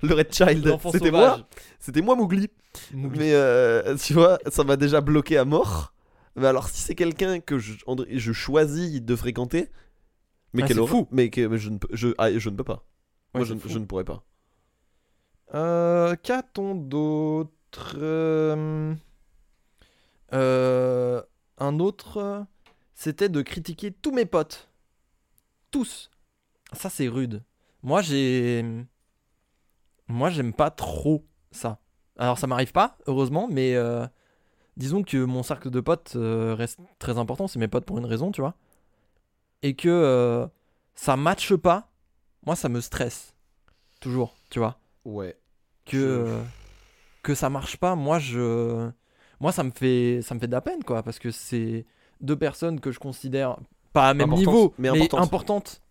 [SPEAKER 1] le red child,
[SPEAKER 2] L'enfant
[SPEAKER 1] c'était moi,
[SPEAKER 2] sauvage.
[SPEAKER 1] c'était moi Mowgli.
[SPEAKER 2] N'oublie-
[SPEAKER 1] Mais euh, tu vois, ça m'a déjà bloqué à mort. Mais alors, si c'est quelqu'un que je, André- je choisis de fréquenter, mais
[SPEAKER 2] Ah,
[SPEAKER 1] quel
[SPEAKER 2] c'est
[SPEAKER 1] horreur.
[SPEAKER 2] fou.
[SPEAKER 1] Mais, que, mais je, ne, peux- je, ah, je ne peux pas.
[SPEAKER 2] Ouais,
[SPEAKER 1] Moi, je,
[SPEAKER 2] c'est
[SPEAKER 1] ne-
[SPEAKER 2] fou.
[SPEAKER 1] je ne pourrais pas.
[SPEAKER 2] Euh, Qu'a-t-on d'autre Euh, euh, Un autre, euh, c'était de critiquer tous mes potes. Tous. Ça, c'est rude. Moi, j'ai. Moi, j'aime pas trop ça. Alors, ça m'arrive pas, heureusement, mais euh, disons que mon cercle de potes euh, reste très important. C'est mes potes pour une raison, tu vois. Et que euh, ça matche pas, moi, ça me stresse. Toujours, tu vois
[SPEAKER 1] Ouais.
[SPEAKER 2] que
[SPEAKER 1] Je-
[SPEAKER 2] euh, que ça marche pas moi je moi ça me fait ça me fait de la peine quoi parce que c'est deux personnes que je considère pas à même
[SPEAKER 1] Importantes,
[SPEAKER 2] niveau
[SPEAKER 1] mais
[SPEAKER 2] mais,
[SPEAKER 1] importantes.
[SPEAKER 2] importantes,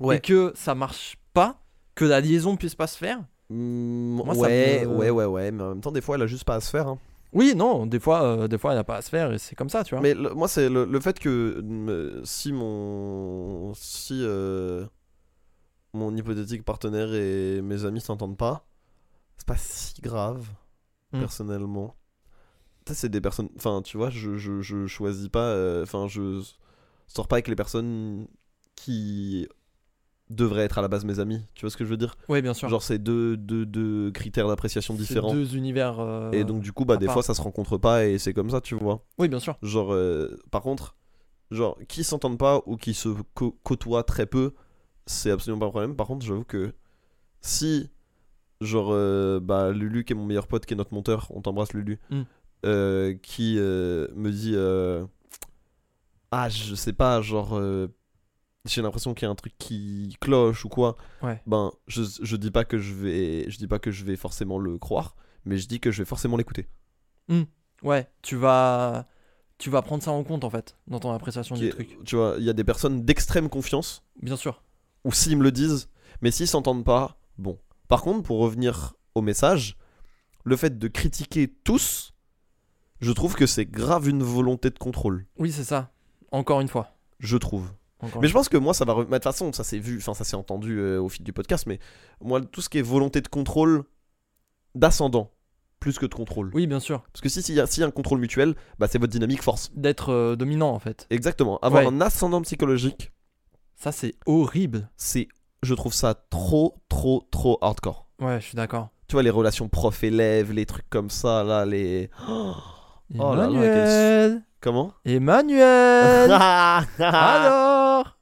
[SPEAKER 1] Ouais.
[SPEAKER 2] et que ça marche pas que la liaison puisse pas se faire Moi, ça
[SPEAKER 1] Mm, ouais,
[SPEAKER 2] me-
[SPEAKER 1] ouais, ouais, ouais. Mais en même temps, des fois, elle a juste pas à se faire. hein.
[SPEAKER 2] oui non des fois euh, des fois elle a pas à se faire et c'est comme ça tu vois
[SPEAKER 1] Mais le- moi, c'est le, le fait que euh, si mon. Si. euh, mon hypothétique partenaire et mes amis s'entendent pas, c'est pas si grave,
[SPEAKER 2] Mm.
[SPEAKER 1] personnellement. Tu sais, c'est des personnes. Enfin, tu vois, je, je, je choisis pas. euh, Enfin, je sors pas avec les personnes qui devraient être à la base mes amis. Tu vois ce que je veux dire
[SPEAKER 2] oui bien sûr
[SPEAKER 1] Genre, c'est deux, deux, deux critères d'appréciation
[SPEAKER 2] C'est
[SPEAKER 1] différents.
[SPEAKER 2] deux univers euh,
[SPEAKER 1] Et donc, du coup, bah,
[SPEAKER 2] à
[SPEAKER 1] des
[SPEAKER 2] part.
[SPEAKER 1] fois, ça se rencontre pas et c'est comme ça, tu vois.
[SPEAKER 2] oui bien sûr
[SPEAKER 1] Genre, euh, par contre, genre, qui s'entendent pas ou qui se co- côtoient très peu, c'est absolument pas un problème. Par contre, j'avoue que si, genre, euh, bah, Lulu, qui est mon meilleur pote, qui est notre monteur, on t'embrasse, Lulu,
[SPEAKER 2] Mm.
[SPEAKER 1] euh, qui euh, me dit, euh, ah, je sais pas, genre, euh, j'ai l'impression qu'il y a un truc qui cloche ou quoi,
[SPEAKER 2] Ouais.
[SPEAKER 1] ben, je, je dis pas que je vais, je dis pas que je vais forcément le croire, mais je dis que je vais forcément l'écouter.
[SPEAKER 2] ouais tu vas tu vas prendre ça en compte en fait dans ton appréciation
[SPEAKER 1] Qui
[SPEAKER 2] du
[SPEAKER 1] est-
[SPEAKER 2] truc
[SPEAKER 1] Tu vois, il y a des personnes d'extrême confiance.
[SPEAKER 2] bien sûr
[SPEAKER 1] ou s'ils me le disent, mais s'ils s'entendent pas, bon. Par contre, pour revenir au message, le fait de critiquer tous, je trouve que c'est grave une volonté de contrôle.
[SPEAKER 2] oui c'est ça encore une fois
[SPEAKER 1] Je trouve.
[SPEAKER 2] encore
[SPEAKER 1] Mais
[SPEAKER 2] une
[SPEAKER 1] je pense que moi, ça va. re- mais De toute façon, ça s'est vu, enfin, ça s'est entendu euh, au fil du podcast, mais moi, tout ce qui est volonté de contrôle d'ascendant, plus que de contrôle.
[SPEAKER 2] fois. oui bien sûr
[SPEAKER 1] Parce que si- s'il y, a- s'il y a un contrôle mutuel, bah, c'est votre dynamique force.
[SPEAKER 2] d'être euh, dominant en fait
[SPEAKER 1] Exactement. Avoir
[SPEAKER 2] Ouais.
[SPEAKER 1] un ascendant psychologique,
[SPEAKER 2] ça c'est horrible
[SPEAKER 1] c'est. Je trouve ça trop, trop, trop hardcore.
[SPEAKER 2] ouais je suis d'accord
[SPEAKER 1] Tu vois, les relations prof-élève, les trucs comme ça, là, les. <gasps> Oh, Oh là là, quel-
[SPEAKER 2] Emmanuel
[SPEAKER 1] Comment <laughs>
[SPEAKER 2] Emmanuel
[SPEAKER 1] Ah
[SPEAKER 2] Alors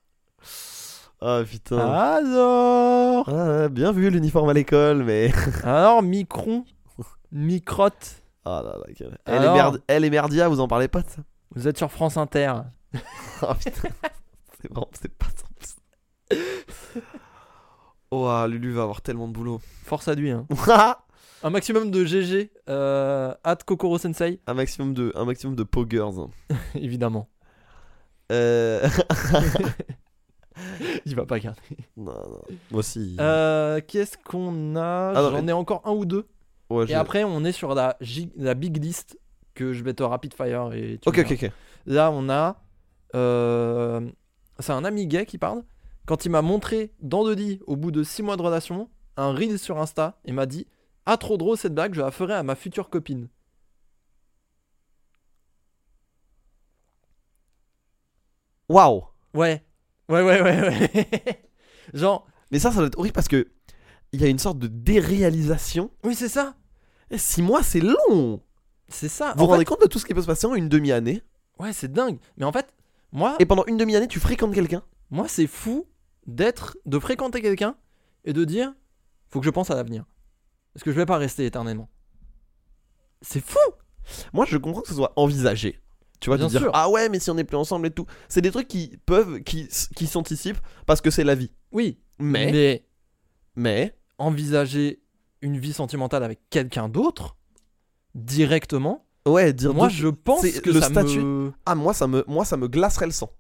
[SPEAKER 2] Ah.
[SPEAKER 1] putain.
[SPEAKER 2] Alors
[SPEAKER 1] Ah, bien vu l'uniforme à l'école, mais. <laughs>
[SPEAKER 2] Alors, Micron Microtte
[SPEAKER 1] Ah là là, quel- Elle, est
[SPEAKER 2] Alors
[SPEAKER 1] merde... Elle est merdia, vous en parlez pas de ça <laughs>
[SPEAKER 2] Vous êtes sur France Inter. <laughs>
[SPEAKER 1] Ah putain. c'est vraiment, c'est pas simple. <laughs> Oh, ah, Lulu va avoir tellement de boulot. <laughs>
[SPEAKER 2] Force à lui. hein.
[SPEAKER 1] Ah,
[SPEAKER 2] Un maximum de GG. Euh, at Kokoro Sensei,
[SPEAKER 1] un maximum de, un maximum de poggers.
[SPEAKER 2] <laughs>
[SPEAKER 1] hein.
[SPEAKER 2] évidemment.
[SPEAKER 1] Euh... <laughs>
[SPEAKER 2] Il va pas garder.
[SPEAKER 1] non, non. Moi aussi.
[SPEAKER 2] Euh, Qu'est-ce qu'on a
[SPEAKER 1] Ah non,
[SPEAKER 2] J'en ai encore un ou deux.
[SPEAKER 1] Ouais,
[SPEAKER 2] Et
[SPEAKER 1] j'ai-
[SPEAKER 2] après, on est sur la, gi- la big list que je vais te rapid fire. Et tu
[SPEAKER 1] Ok,
[SPEAKER 2] me
[SPEAKER 1] ok, ok.
[SPEAKER 2] Là, on a. euh, c'est un ami gay qui parle. Quand il m'a montré dans le lit, au bout de 6 mois de relation, un reel sur Insta et m'a dit Ah, trop drôle cette blague, je la ferai à ma future copine.
[SPEAKER 1] Waouh
[SPEAKER 2] Ouais. Ouais, ouais, ouais, ouais. <laughs> Genre,
[SPEAKER 1] Mais ça, ça doit être horrible parce que il y a une sorte de déréalisation.
[SPEAKER 2] oui, c'est ça.
[SPEAKER 1] Et six mois, c'est long
[SPEAKER 2] C'est ça.
[SPEAKER 1] Vous vous
[SPEAKER 2] En
[SPEAKER 1] rendez
[SPEAKER 2] fait-
[SPEAKER 1] compte de tout ce qui peut se passer en une demi-année
[SPEAKER 2] ouais, c'est dingue. Mais en fait, moi,
[SPEAKER 1] Et pendant une demi-année, tu fréquentes quelqu'un
[SPEAKER 2] moi c'est fou d'être, de fréquenter quelqu'un et de dire, faut que je pense à l'avenir. Parce que je vais pas rester éternellement. C'est fou.
[SPEAKER 1] Moi, je comprends que ce soit envisagé. Tu vois, de
[SPEAKER 2] Bien
[SPEAKER 1] dire
[SPEAKER 2] sûr.
[SPEAKER 1] ah ouais, mais si on n'est plus ensemble et tout. C'est des trucs qui peuvent, qui, s- qui s'anticipent parce que c'est la vie.
[SPEAKER 2] Oui.
[SPEAKER 1] Mais, mais,
[SPEAKER 2] mais envisager une vie sentimentale avec quelqu'un d'autre directement,
[SPEAKER 1] ouais, dire
[SPEAKER 2] moi
[SPEAKER 1] de-
[SPEAKER 2] je pense
[SPEAKER 1] c'est
[SPEAKER 2] que
[SPEAKER 1] le
[SPEAKER 2] ça
[SPEAKER 1] statut.
[SPEAKER 2] me-
[SPEAKER 1] ah moi ça me, moi ça me glacerait le sang.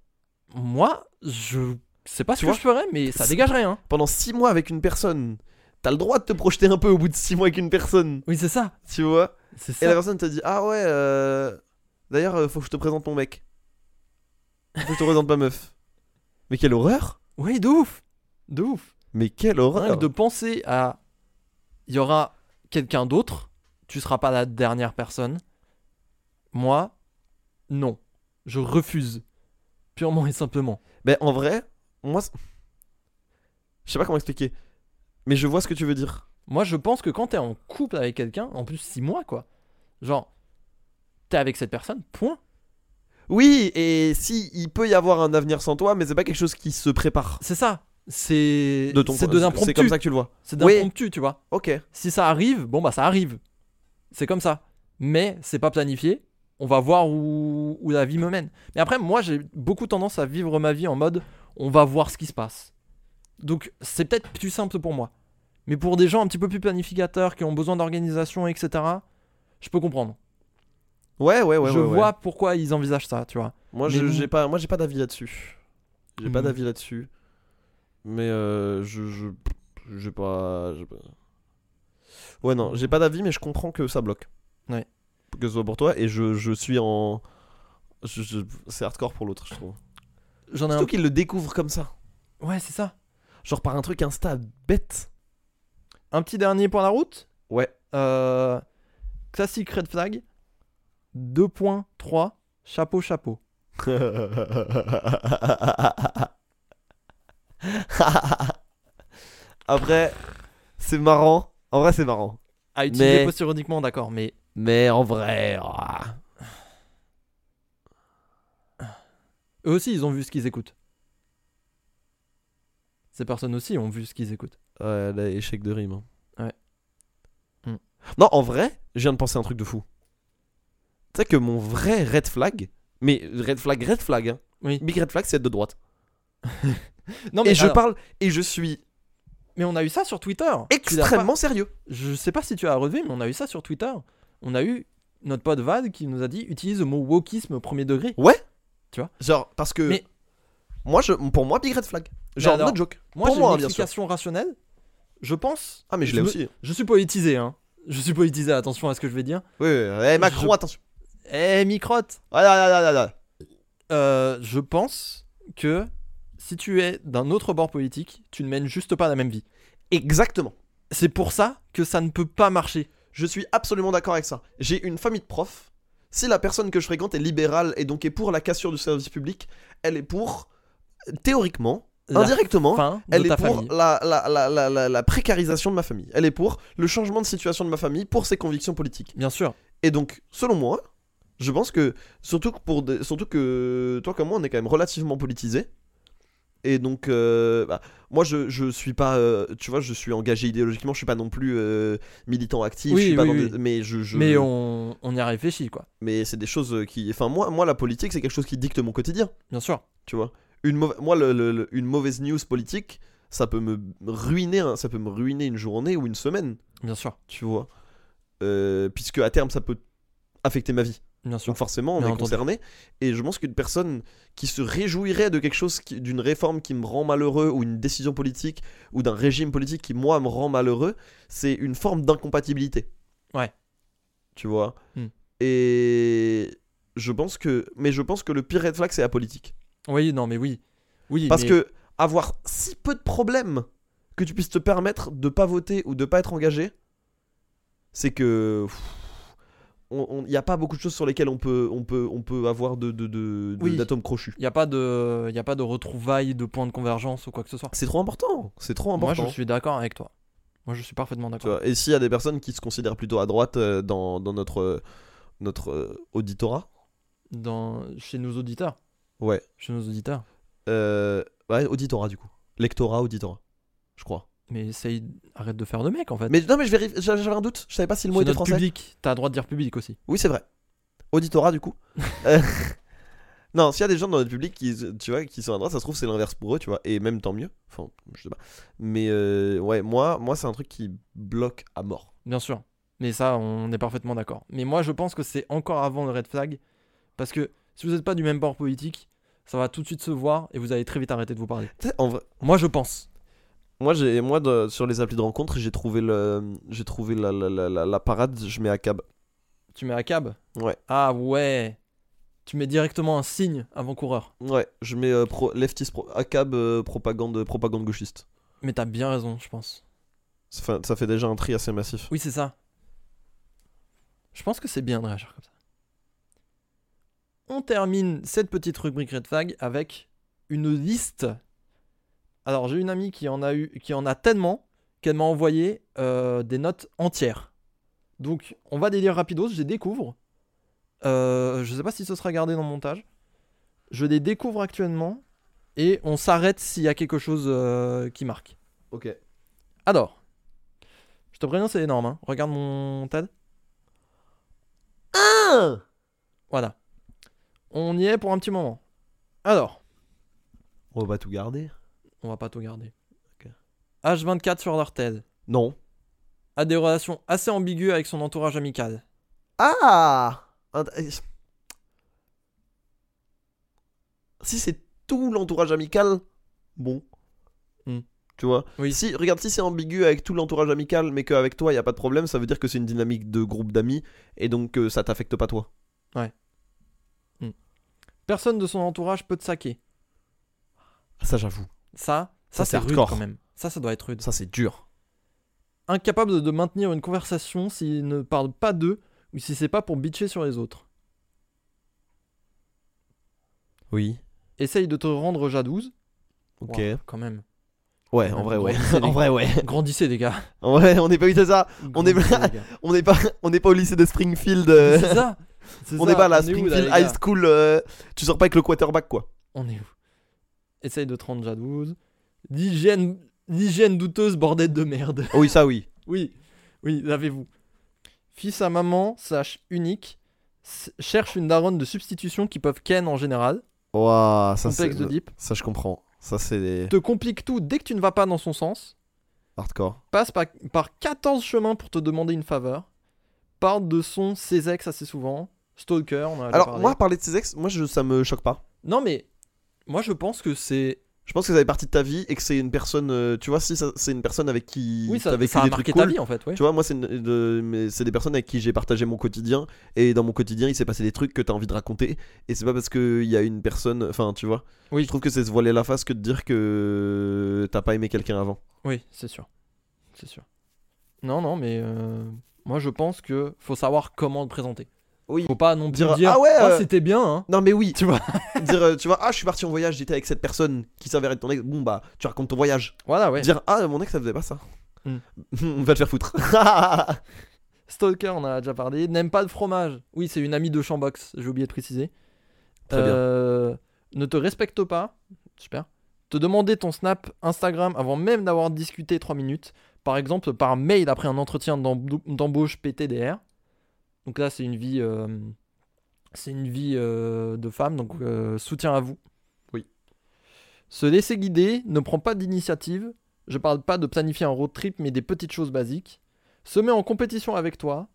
[SPEAKER 2] moi je sais pas ce
[SPEAKER 1] Tu
[SPEAKER 2] que
[SPEAKER 1] vois
[SPEAKER 2] je ferais mais ça hein.
[SPEAKER 1] C'est-
[SPEAKER 2] dégage rien.
[SPEAKER 1] Pendant six mois avec une personne, t'as le droit de te projeter un peu au bout de six mois avec une personne,
[SPEAKER 2] Oui, c'est ça.
[SPEAKER 1] tu vois.
[SPEAKER 2] C'est
[SPEAKER 1] Et
[SPEAKER 2] ça.
[SPEAKER 1] la personne te dit ah ouais, euh, d'ailleurs euh, faut que je te présente mon mec. Faut que je te présente ma meuf. Mais quelle horreur
[SPEAKER 2] Oui, de ouf. De ouf.
[SPEAKER 1] Mais quelle
[SPEAKER 2] Rien
[SPEAKER 1] horreur
[SPEAKER 2] que de penser à il y aura quelqu'un d'autre, tu seras pas la dernière personne. Moi non, je refuse purement et simplement.
[SPEAKER 1] Ben en vrai, moi, c- je sais pas comment expliquer, mais je vois ce que tu veux dire.
[SPEAKER 2] Moi, je pense que quand t'es en couple avec quelqu'un, en plus 6 mois, quoi. Genre, t'es avec cette personne, point.
[SPEAKER 1] Oui, et si il peut y avoir un avenir sans toi, mais c'est pas quelque chose qui se prépare
[SPEAKER 2] C'est ça. C'est
[SPEAKER 1] de ton
[SPEAKER 2] c'est de
[SPEAKER 1] C'est comme
[SPEAKER 2] l'impromptu.
[SPEAKER 1] ça que tu le vois.
[SPEAKER 2] C'est
[SPEAKER 1] Oui.
[SPEAKER 2] d'impromptu, tu vois.
[SPEAKER 1] Ok.
[SPEAKER 2] Si ça arrive, bon bah ça arrive. C'est comme ça. Mais c'est pas planifié. On va voir où, où la vie me mène. Mais après, moi, j'ai beaucoup tendance à vivre ma vie en mode on va voir ce qui se passe. Donc, c'est peut-être plus simple pour moi. Mais pour des gens un petit peu plus planificateurs, qui ont besoin d'organisation, etc., je peux comprendre.
[SPEAKER 1] Ouais, ouais, ouais.
[SPEAKER 2] je
[SPEAKER 1] ouais, ouais.
[SPEAKER 2] vois pourquoi ils envisagent ça, tu vois.
[SPEAKER 1] Moi,
[SPEAKER 2] Mais
[SPEAKER 1] je-
[SPEAKER 2] nous-
[SPEAKER 1] j'ai pas, moi, j'ai pas d'avis là-dessus. J'ai pas
[SPEAKER 2] Hmm.
[SPEAKER 1] d'avis là-dessus. Mais euh, je, je, j'ai pas, j'ai pas- Ouais, non, j'ai pas d'avis, mais je comprends que ça bloque.
[SPEAKER 2] Ouais.
[SPEAKER 1] Que ce soit pour toi, et je, je suis en, je- je- c'est hardcore pour l'autre, je trouve.
[SPEAKER 2] J'en ai
[SPEAKER 1] Surtout qu'il le découvre comme ça.
[SPEAKER 2] un. Ouais, c'est ça.
[SPEAKER 1] Genre par un truc Insta
[SPEAKER 2] <laughs>
[SPEAKER 1] bête.
[SPEAKER 2] Un petit dernier pour la route.
[SPEAKER 1] Ouais.
[SPEAKER 2] Euh, classique red flag. 2.3. Chapeau, chapeau.
[SPEAKER 1] Après, c'est marrant. En vrai, c'est marrant.
[SPEAKER 2] À utiliser
[SPEAKER 1] Mais-
[SPEAKER 2] post-ironiquement, d'accord, mais
[SPEAKER 1] Mais en vrai. ah.
[SPEAKER 2] eux aussi, ils ont vu ce qu'ils écoutent. Ces personnes aussi ont vu ce qu'ils écoutent.
[SPEAKER 1] Ouais, là, échec de rime. hein.
[SPEAKER 2] Ouais. Hmm.
[SPEAKER 1] Non, en vrai, je viens de penser à un truc de fou. Tu sais que mon vrai red flag. Mais red flag, red flag. Hein.
[SPEAKER 2] Oui.
[SPEAKER 1] Big red flag, c'est être de droite.
[SPEAKER 2] Non,
[SPEAKER 1] et je
[SPEAKER 2] alors-
[SPEAKER 1] parle. Et je suis
[SPEAKER 2] mais on a eu ça sur Twitter. Tu l'as pas-
[SPEAKER 1] extrêmement sérieux.
[SPEAKER 2] Je sais pas si tu as relevé, mais on a eu ça sur Twitter. On a eu notre pote Vad qui nous a dit utilise le mot wokisme au premier degré.
[SPEAKER 1] Genre, parce que.
[SPEAKER 2] Mais-
[SPEAKER 1] Moi, je, pour moi, big red flag.
[SPEAKER 2] Mais
[SPEAKER 1] Genre,
[SPEAKER 2] alors,
[SPEAKER 1] no joke.
[SPEAKER 2] Moi,
[SPEAKER 1] pour
[SPEAKER 2] j'ai
[SPEAKER 1] moi,
[SPEAKER 2] une
[SPEAKER 1] hein, bien sûr.
[SPEAKER 2] explication rationnelle. Je pense.
[SPEAKER 1] Ah, mais je l'ai
[SPEAKER 2] me-
[SPEAKER 1] aussi.
[SPEAKER 2] Je suis politisé, hein. Je suis politisé, attention à ce que je vais dire.
[SPEAKER 1] Oui, oui, eh, Macron,
[SPEAKER 2] Je-
[SPEAKER 1] attention.
[SPEAKER 2] Eh, microtte
[SPEAKER 1] Ouais, ouais, ouais, ouais, ouais.
[SPEAKER 2] Euh, Je pense que si tu es d'un autre bord politique, tu ne mènes juste pas la même vie.
[SPEAKER 1] Exactement.
[SPEAKER 2] C'est pour ça que ça ne peut pas marcher.
[SPEAKER 1] Je suis absolument d'accord avec ça. J'ai une famille de profs. Si la personne que je fréquente est libérale et donc est pour la cassure du service public, elle est pour, théoriquement,
[SPEAKER 2] La
[SPEAKER 1] indirectement,
[SPEAKER 2] Fin de
[SPEAKER 1] elle
[SPEAKER 2] ta
[SPEAKER 1] est pour
[SPEAKER 2] famille.
[SPEAKER 1] la, la- la- la- la- la précarisation de ma famille. Elle est pour le changement de situation de ma famille pour ses convictions politiques.
[SPEAKER 2] Bien sûr.
[SPEAKER 1] Et donc, selon moi, je pense que surtout que pour des- surtout que toi comme moi, on est quand même relativement politisé. Et donc, euh, bah, moi, je, je suis pas, euh, tu vois, je suis engagé idéologiquement. Je suis pas non plus euh, militant actif.
[SPEAKER 2] Oui,
[SPEAKER 1] je suis pas
[SPEAKER 2] oui,
[SPEAKER 1] dans
[SPEAKER 2] oui.
[SPEAKER 1] des- mais je, je-
[SPEAKER 2] Mais on, on y a réfléchi, quoi.
[SPEAKER 1] mais c'est des choses qui, enfin, moi, moi, la politique, c'est quelque chose qui dicte mon quotidien.
[SPEAKER 2] Bien sûr.
[SPEAKER 1] Tu vois, une mauva- moi, le- le- le- une mauvaise news politique, ça peut me ruiner, hein, ça peut me ruiner une journée ou une semaine.
[SPEAKER 2] Bien sûr.
[SPEAKER 1] Tu vois, Euh, puisque à terme, ça peut affecter ma vie.
[SPEAKER 2] Bien sûr.
[SPEAKER 1] Donc forcément, on
[SPEAKER 2] Bien
[SPEAKER 1] est
[SPEAKER 2] entendu.
[SPEAKER 1] concerné. Et je pense qu'une personne qui se réjouirait de quelque chose, qui- d'une réforme qui me rend malheureux, ou une décision politique, ou d'un régime politique qui, moi, me rend malheureux, c'est une forme d'incompatibilité.
[SPEAKER 2] Ouais.
[SPEAKER 1] Tu vois
[SPEAKER 2] Hmm.
[SPEAKER 1] Et je pense que... Mais je pense que le pire red flag, c'est la politique.
[SPEAKER 2] Oui, non, mais oui. Oui,
[SPEAKER 1] Parce
[SPEAKER 2] mais-
[SPEAKER 1] que avoir si peu de problèmes que tu puisses te permettre de pas voter ou de pas être engagé, c'est que... pff, on- il n'y a pas beaucoup de choses sur lesquelles on peut, on peut, on peut avoir de, de, de- de-
[SPEAKER 2] Oui.
[SPEAKER 1] d'atomes crochus.
[SPEAKER 2] Il n'y a, pas de- y a pas de retrouvailles, de points de convergence ou quoi que ce soit.
[SPEAKER 1] C'est trop important. C'est trop
[SPEAKER 2] Moi,
[SPEAKER 1] important.
[SPEAKER 2] je suis d'accord avec toi. Moi, je suis parfaitement
[SPEAKER 1] Tu
[SPEAKER 2] d'accord.
[SPEAKER 1] vois, et s'il y a des personnes qui se considèrent plutôt à droite euh, dans, dans notre, euh, notre euh, auditorat,
[SPEAKER 2] Dans... Chez nos auditeurs.
[SPEAKER 1] ouais,
[SPEAKER 2] Chez nos auditeurs.
[SPEAKER 1] euh, ouais, auditorat du coup, lectorat, auditorat, je crois.
[SPEAKER 2] Mais essaye... arrête de faire de mec en fait.
[SPEAKER 1] Mais non, mais je vérifie- j'a- j'avais un doute, je savais pas si
[SPEAKER 2] c'est
[SPEAKER 1] le mot était
[SPEAKER 2] notre
[SPEAKER 1] français.
[SPEAKER 2] public. T'as le droit de dire public aussi.
[SPEAKER 1] Oui, c'est vrai. Auditorat, du <laughs> coup. Euh, non, s'il y a des gens dans notre public qui, tu vois, qui sont à droite, ça se trouve, c'est l'inverse pour eux, tu vois. Et même tant mieux. Enfin, je sais pas. Mais euh, ouais, moi, moi c'est un truc qui bloque à mort.
[SPEAKER 2] Bien sûr. Mais ça, on est parfaitement d'accord. Mais moi, je pense que c'est encore avant le red flag. Parce que si vous n'êtes pas du même bord politique, ça va tout de suite se voir et vous allez très vite arrêter de vous parler.
[SPEAKER 1] Tu sais, En vrai,
[SPEAKER 2] Moi, je pense.
[SPEAKER 1] moi, j'ai, moi de- sur les applis de rencontre, j'ai trouvé, le, j'ai trouvé la, la, la, la- la parade, je mets à cab.
[SPEAKER 2] Tu mets à cab
[SPEAKER 1] Ouais.
[SPEAKER 2] Ah ouais. Tu mets directement un signe avant-coureur.
[SPEAKER 1] Ouais, je mets euh, pro, leftist, pro, à cab, euh, propagande, propagande gauchiste.
[SPEAKER 2] Mais t'as bien raison, je pense.
[SPEAKER 1] Ça fait, ça fait déjà un tri assez massif.
[SPEAKER 2] Oui, c'est ça. Je pense que c'est bien de réagir comme ça. On termine cette petite rubrique red flag avec une liste. Alors j'ai une amie qui en a eu, qui en a tellement qu'elle m'a envoyé euh, des notes entières. Donc on va délire rapidos, je les découvre. Euh, je sais pas si ce sera gardé dans le montage. Je les découvre actuellement et on s'arrête s'il y a quelque chose euh, qui marque.
[SPEAKER 1] Ok.
[SPEAKER 2] Alors, je te préviens, c'est énorme. hein. Regarde mon TED. Voilà. On y est pour un petit moment. Alors,
[SPEAKER 1] On va tout garder
[SPEAKER 2] on va pas tout garder.
[SPEAKER 1] Ok.
[SPEAKER 2] H24 sur leur TED
[SPEAKER 1] Non.
[SPEAKER 2] a des relations assez ambiguës avec son entourage amical.
[SPEAKER 1] Ah Int- Si c'est tout l'entourage amical, bon.
[SPEAKER 2] Hmm.
[SPEAKER 1] Tu vois
[SPEAKER 2] Oui.
[SPEAKER 1] si, Regarde, si c'est ambigu avec tout l'entourage amical, mais qu'avec toi, il n'y a pas de problème, ça veut dire que c'est une dynamique de groupe d'amis, et donc euh, ça t'affecte pas toi.
[SPEAKER 2] Personne de son entourage peut te saquer.
[SPEAKER 1] Ça, j'avoue.
[SPEAKER 2] Ça, ça,
[SPEAKER 1] Ça, c'est
[SPEAKER 2] c'est rude
[SPEAKER 1] hardcore.
[SPEAKER 2] quand même. Ça, ça doit être rude.
[SPEAKER 1] Ça, c'est dur.
[SPEAKER 2] Incapable de- de maintenir une conversation s'il ne parle pas d'eux ou si c'est pas pour bitcher sur les autres.
[SPEAKER 1] Oui.
[SPEAKER 2] Essaye de te rendre jalouse.
[SPEAKER 1] Ok.
[SPEAKER 2] Ouah, quand même.
[SPEAKER 1] Ouais,
[SPEAKER 2] Quand
[SPEAKER 1] en
[SPEAKER 2] même,
[SPEAKER 1] vrai,
[SPEAKER 2] <laughs>
[SPEAKER 1] ouais.
[SPEAKER 2] grandissez, les
[SPEAKER 1] en vrai, ouais.
[SPEAKER 2] gars. Grandissez, les gars.
[SPEAKER 1] En vrai, on n'est pas eu de ça. On est-
[SPEAKER 2] Grandissez, les gars.
[SPEAKER 1] On n'est pas, on n'est pas au lycée de Springfield. <laughs> euh,
[SPEAKER 2] C'est ça. C'est
[SPEAKER 1] on
[SPEAKER 2] ça,
[SPEAKER 1] n'est pas à
[SPEAKER 2] où,
[SPEAKER 1] la
[SPEAKER 2] là,
[SPEAKER 1] Springfield
[SPEAKER 2] les gars
[SPEAKER 1] High School. euh, Tu sors pas avec le quarterback, quoi.
[SPEAKER 2] On est où Essaye de 30 jalouse. L'hygiène, l'hygiène douteuse, bordette de merde.
[SPEAKER 1] Oh oui, ça, <laughs> oui.
[SPEAKER 2] Oui, oui, lavez-vous. Fils à maman, sache unique, s- cherche une daronne de substitution qui peuvent ken en général.
[SPEAKER 1] Waouh, ça, c'est.
[SPEAKER 2] Complexe de deep.
[SPEAKER 1] Ça, je comprends. Ça, c'est des
[SPEAKER 2] Te complique tout dès que tu ne vas pas dans son sens.
[SPEAKER 1] hardcore.
[SPEAKER 2] Passe par, par 14 chemins pour te demander une faveur. Parle de son, ses ex assez souvent. Stalker, on en a déjà
[SPEAKER 1] Alors,
[SPEAKER 2] parlé.
[SPEAKER 1] moi, parler de ses ex, moi, je, ça me choque pas.
[SPEAKER 2] Non mais, moi je pense que c'est
[SPEAKER 1] Je pense que ça fait partie de ta vie et que c'est une personne. euh, tu vois, si ça- c'est une personne avec qui
[SPEAKER 2] Oui, ça,
[SPEAKER 1] t'as vécu
[SPEAKER 2] ça a
[SPEAKER 1] des
[SPEAKER 2] marqué
[SPEAKER 1] trucs
[SPEAKER 2] ta
[SPEAKER 1] cool,
[SPEAKER 2] vie en fait, ouais.
[SPEAKER 1] Tu vois, moi, c'est une- de- mais c'est des personnes avec qui j'ai partagé mon quotidien. Et dans mon quotidien, il s'est passé des trucs que t'as envie de raconter. Et c'est pas parce qu'il y a une personne. Enfin, tu vois.
[SPEAKER 2] Oui.
[SPEAKER 1] Je trouve que c'est se voiler la face que de dire que t'as pas aimé quelqu'un avant.
[SPEAKER 2] Oui, c'est sûr. C'est sûr. Non, non, mais euh, moi je pense que faut savoir comment le présenter.
[SPEAKER 1] Oui.
[SPEAKER 2] Faut pas non plus
[SPEAKER 1] Dire,
[SPEAKER 2] dire,
[SPEAKER 1] ah ouais,
[SPEAKER 2] Ah,
[SPEAKER 1] euh,
[SPEAKER 2] c'était bien, hein.
[SPEAKER 1] Non, mais oui.
[SPEAKER 2] Tu vois.
[SPEAKER 1] <laughs> dire, euh, tu vois, ah, je suis parti en voyage, j'étais avec cette personne qui s'avère être ton ex. Bon, bah, tu racontes ton voyage.
[SPEAKER 2] Voilà, ouais.
[SPEAKER 1] Dire, ah, mon ex, ça faisait pas ça.
[SPEAKER 2] Hmm.
[SPEAKER 1] On <laughs> va te faire foutre. <laughs>
[SPEAKER 2] Stalker, on en a déjà parlé. N'aime pas le fromage. Oui, c'est une amie de Chambox, j'ai oublié de préciser.
[SPEAKER 1] Très bien.
[SPEAKER 2] Euh, Ne te respecte pas. Super. Te demander ton snap Instagram avant même d'avoir discuté 3 minutes. Par exemple, par mail après un entretien d'em- d'embauche PTDR. Donc là, c'est une vie, euh, c'est une vie euh, de femme, donc euh, soutien à vous.
[SPEAKER 1] Oui.
[SPEAKER 2] Se laisser guider, ne prends pas d'initiative. Je parle pas de planifier un road trip, mais des petites choses basiques. Se met en compétition avec toi.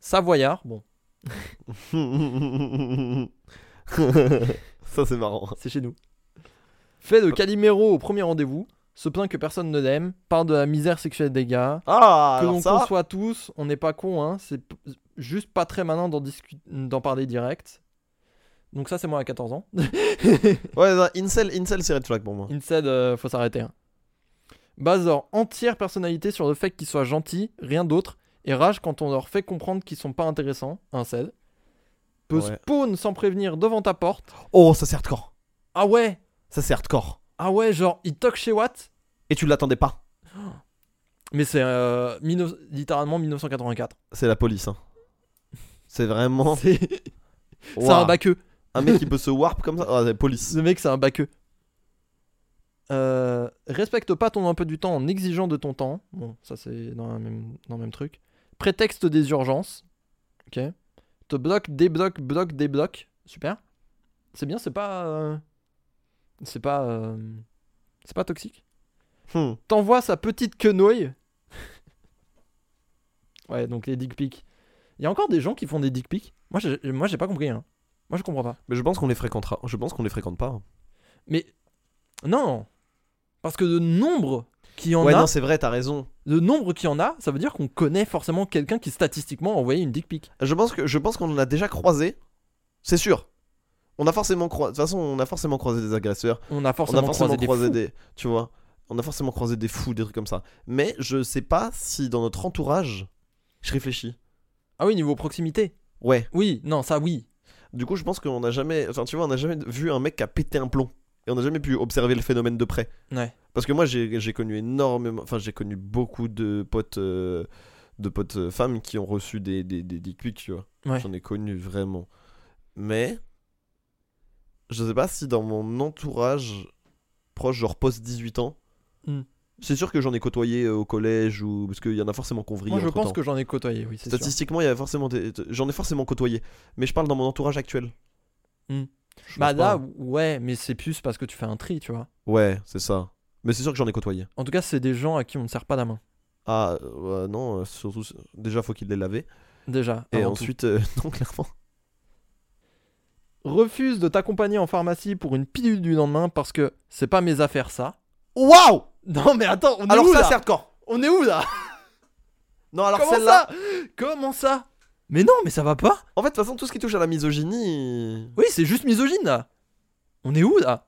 [SPEAKER 2] Savoyard, bon,
[SPEAKER 1] ça c'est marrant.
[SPEAKER 2] c'est chez nous. Fait de Calimero au premier rendez-vous, se plaint que personne ne l'aime, parle de la misère sexuelle des gars,
[SPEAKER 1] Ah,
[SPEAKER 2] que
[SPEAKER 1] alors
[SPEAKER 2] l'on
[SPEAKER 1] ça,
[SPEAKER 2] conçoit tous, on n'est pas con, hein, c'est p- juste pas très malin d'en discu- d'en parler direct. Donc ça c'est moi à 14 ans. <laughs>
[SPEAKER 1] ouais, non, incel, incel c'est red flag pour moi.
[SPEAKER 2] Instead, euh, faut s'arrêter. hein. Base leur entière personnalité sur le fait qu'il soit gentil, rien d'autre, Et rage quand on leur fait comprendre qu'ils sont pas intéressants, un cède. Peut
[SPEAKER 1] Ouais.
[SPEAKER 2] spawn sans prévenir devant ta porte.
[SPEAKER 1] Oh, ça c'est hardcore.
[SPEAKER 2] Ah ouais
[SPEAKER 1] Ça c'est hardcore.
[SPEAKER 2] Ah ouais, genre, il toque chez Watt.
[SPEAKER 1] Et tu l'attendais pas.
[SPEAKER 2] Mais c'est euh, 19 littéralement 1984.
[SPEAKER 1] C'est la police. hein. C'est
[SPEAKER 2] <laughs>
[SPEAKER 1] vraiment.
[SPEAKER 2] C'est c'est
[SPEAKER 1] Ouah.
[SPEAKER 2] un baqueux.
[SPEAKER 1] Un mec qui peut se warp comme ça. Ah, c'est police. <laughs>
[SPEAKER 2] Ce mec, c'est un baqueux. Euh, respecte pas ton un peu du temps en exigeant de ton temps. Bon, ça c'est dans, la même- dans le même truc. Prétexte des urgences. Ok. Te bloque, débloque, bloque, débloque. Super. C'est bien, c'est pas. euh, C'est pas. euh, C'est pas toxique.
[SPEAKER 1] Hmm.
[SPEAKER 2] T'envoie sa petite quenouille. ouais, donc les dick pics. Il y a encore des gens qui font des dick pics. Moi, j'ai- moi, j'ai pas compris. hein. Moi, je comprends pas.
[SPEAKER 1] Mais je pense qu'on les fréquentera. Je pense qu'on les fréquente pas. hein.
[SPEAKER 2] Mais non, parce que de nombre qui en
[SPEAKER 1] ouais,
[SPEAKER 2] a,
[SPEAKER 1] non, c'est vrai, t'as raison.
[SPEAKER 2] de nombre qui en a, ça veut dire qu'on connaît forcément quelqu'un qui statistiquement a envoyé une dick pic.
[SPEAKER 1] Je pense que je pense qu'on en a déjà croisé. C'est sûr. On a forcément croisé. De toute façon, on a forcément croisé des agresseurs.
[SPEAKER 2] On a
[SPEAKER 1] on
[SPEAKER 2] forcément,
[SPEAKER 1] a forcément croisé,
[SPEAKER 2] croisé, des,
[SPEAKER 1] des, Tu vois. On a forcément croisé des fous, des trucs comme ça. Mais je sais pas si dans notre entourage, je réfléchis.
[SPEAKER 2] fous. Ah oui, niveau proximité.
[SPEAKER 1] Ouais.
[SPEAKER 2] Oui, non, ça oui.
[SPEAKER 1] Du coup, je pense qu'on n'a jamais. Enfin, tu vois, on n'a jamais vu un mec qui a pété un plomb. Et on n'a jamais pu observer le phénomène de près.
[SPEAKER 2] Ouais.
[SPEAKER 1] Parce que moi, j'ai j'ai connu énormément. Enfin, j'ai connu beaucoup de potes. euh, de potes euh, femmes qui ont reçu des, des, des dick pics, tu vois.
[SPEAKER 2] Ouais.
[SPEAKER 1] J'en ai connu vraiment. Mais. Je sais pas si dans mon entourage proche, genre post-18 ans.
[SPEAKER 2] Hmm.
[SPEAKER 1] C'est sûr que j'en ai côtoyé euh, au collège ou. Parce qu'il y en a forcément qu'on vrille.
[SPEAKER 2] Moi, je
[SPEAKER 1] entre-temps.
[SPEAKER 2] pense que j'en ai côtoyé. Oui, c'est sûr.
[SPEAKER 1] Statistiquement, il y avait forcément des- j'en ai forcément côtoyé. Mais je parle dans mon entourage actuel.
[SPEAKER 2] Hmm.
[SPEAKER 1] Je
[SPEAKER 2] Bah
[SPEAKER 1] pense pas.
[SPEAKER 2] là, ouais, mais c'est plus parce que tu fais un tri, tu vois.
[SPEAKER 1] Ouais, c'est ça. Mais c'est sûr que j'en ai côtoyé.
[SPEAKER 2] En tout cas, c'est des gens à qui on ne serre pas la main.
[SPEAKER 1] Ah, euh, non, euh, surtout. Déjà, faut qu'il l'ait lavé.
[SPEAKER 2] Déjà.
[SPEAKER 1] Et
[SPEAKER 2] avant tout.
[SPEAKER 1] ensuite, euh, <laughs> non, clairement.
[SPEAKER 2] refuse de t'accompagner en pharmacie pour une pilule du lendemain parce que c'est pas mes affaires ça.
[SPEAKER 1] Waouh
[SPEAKER 2] Non mais attends, on est
[SPEAKER 1] Alors
[SPEAKER 2] où
[SPEAKER 1] ça,
[SPEAKER 2] là
[SPEAKER 1] c'est hardcore.
[SPEAKER 2] On est où là
[SPEAKER 1] Non, alors
[SPEAKER 2] Comment
[SPEAKER 1] celle-là.
[SPEAKER 2] ça Comment ça Mais non, mais ça va pas
[SPEAKER 1] En fait, de toute façon, tout ce qui touche à la misogynie.
[SPEAKER 2] Oui, c'est juste misogyne là On est où là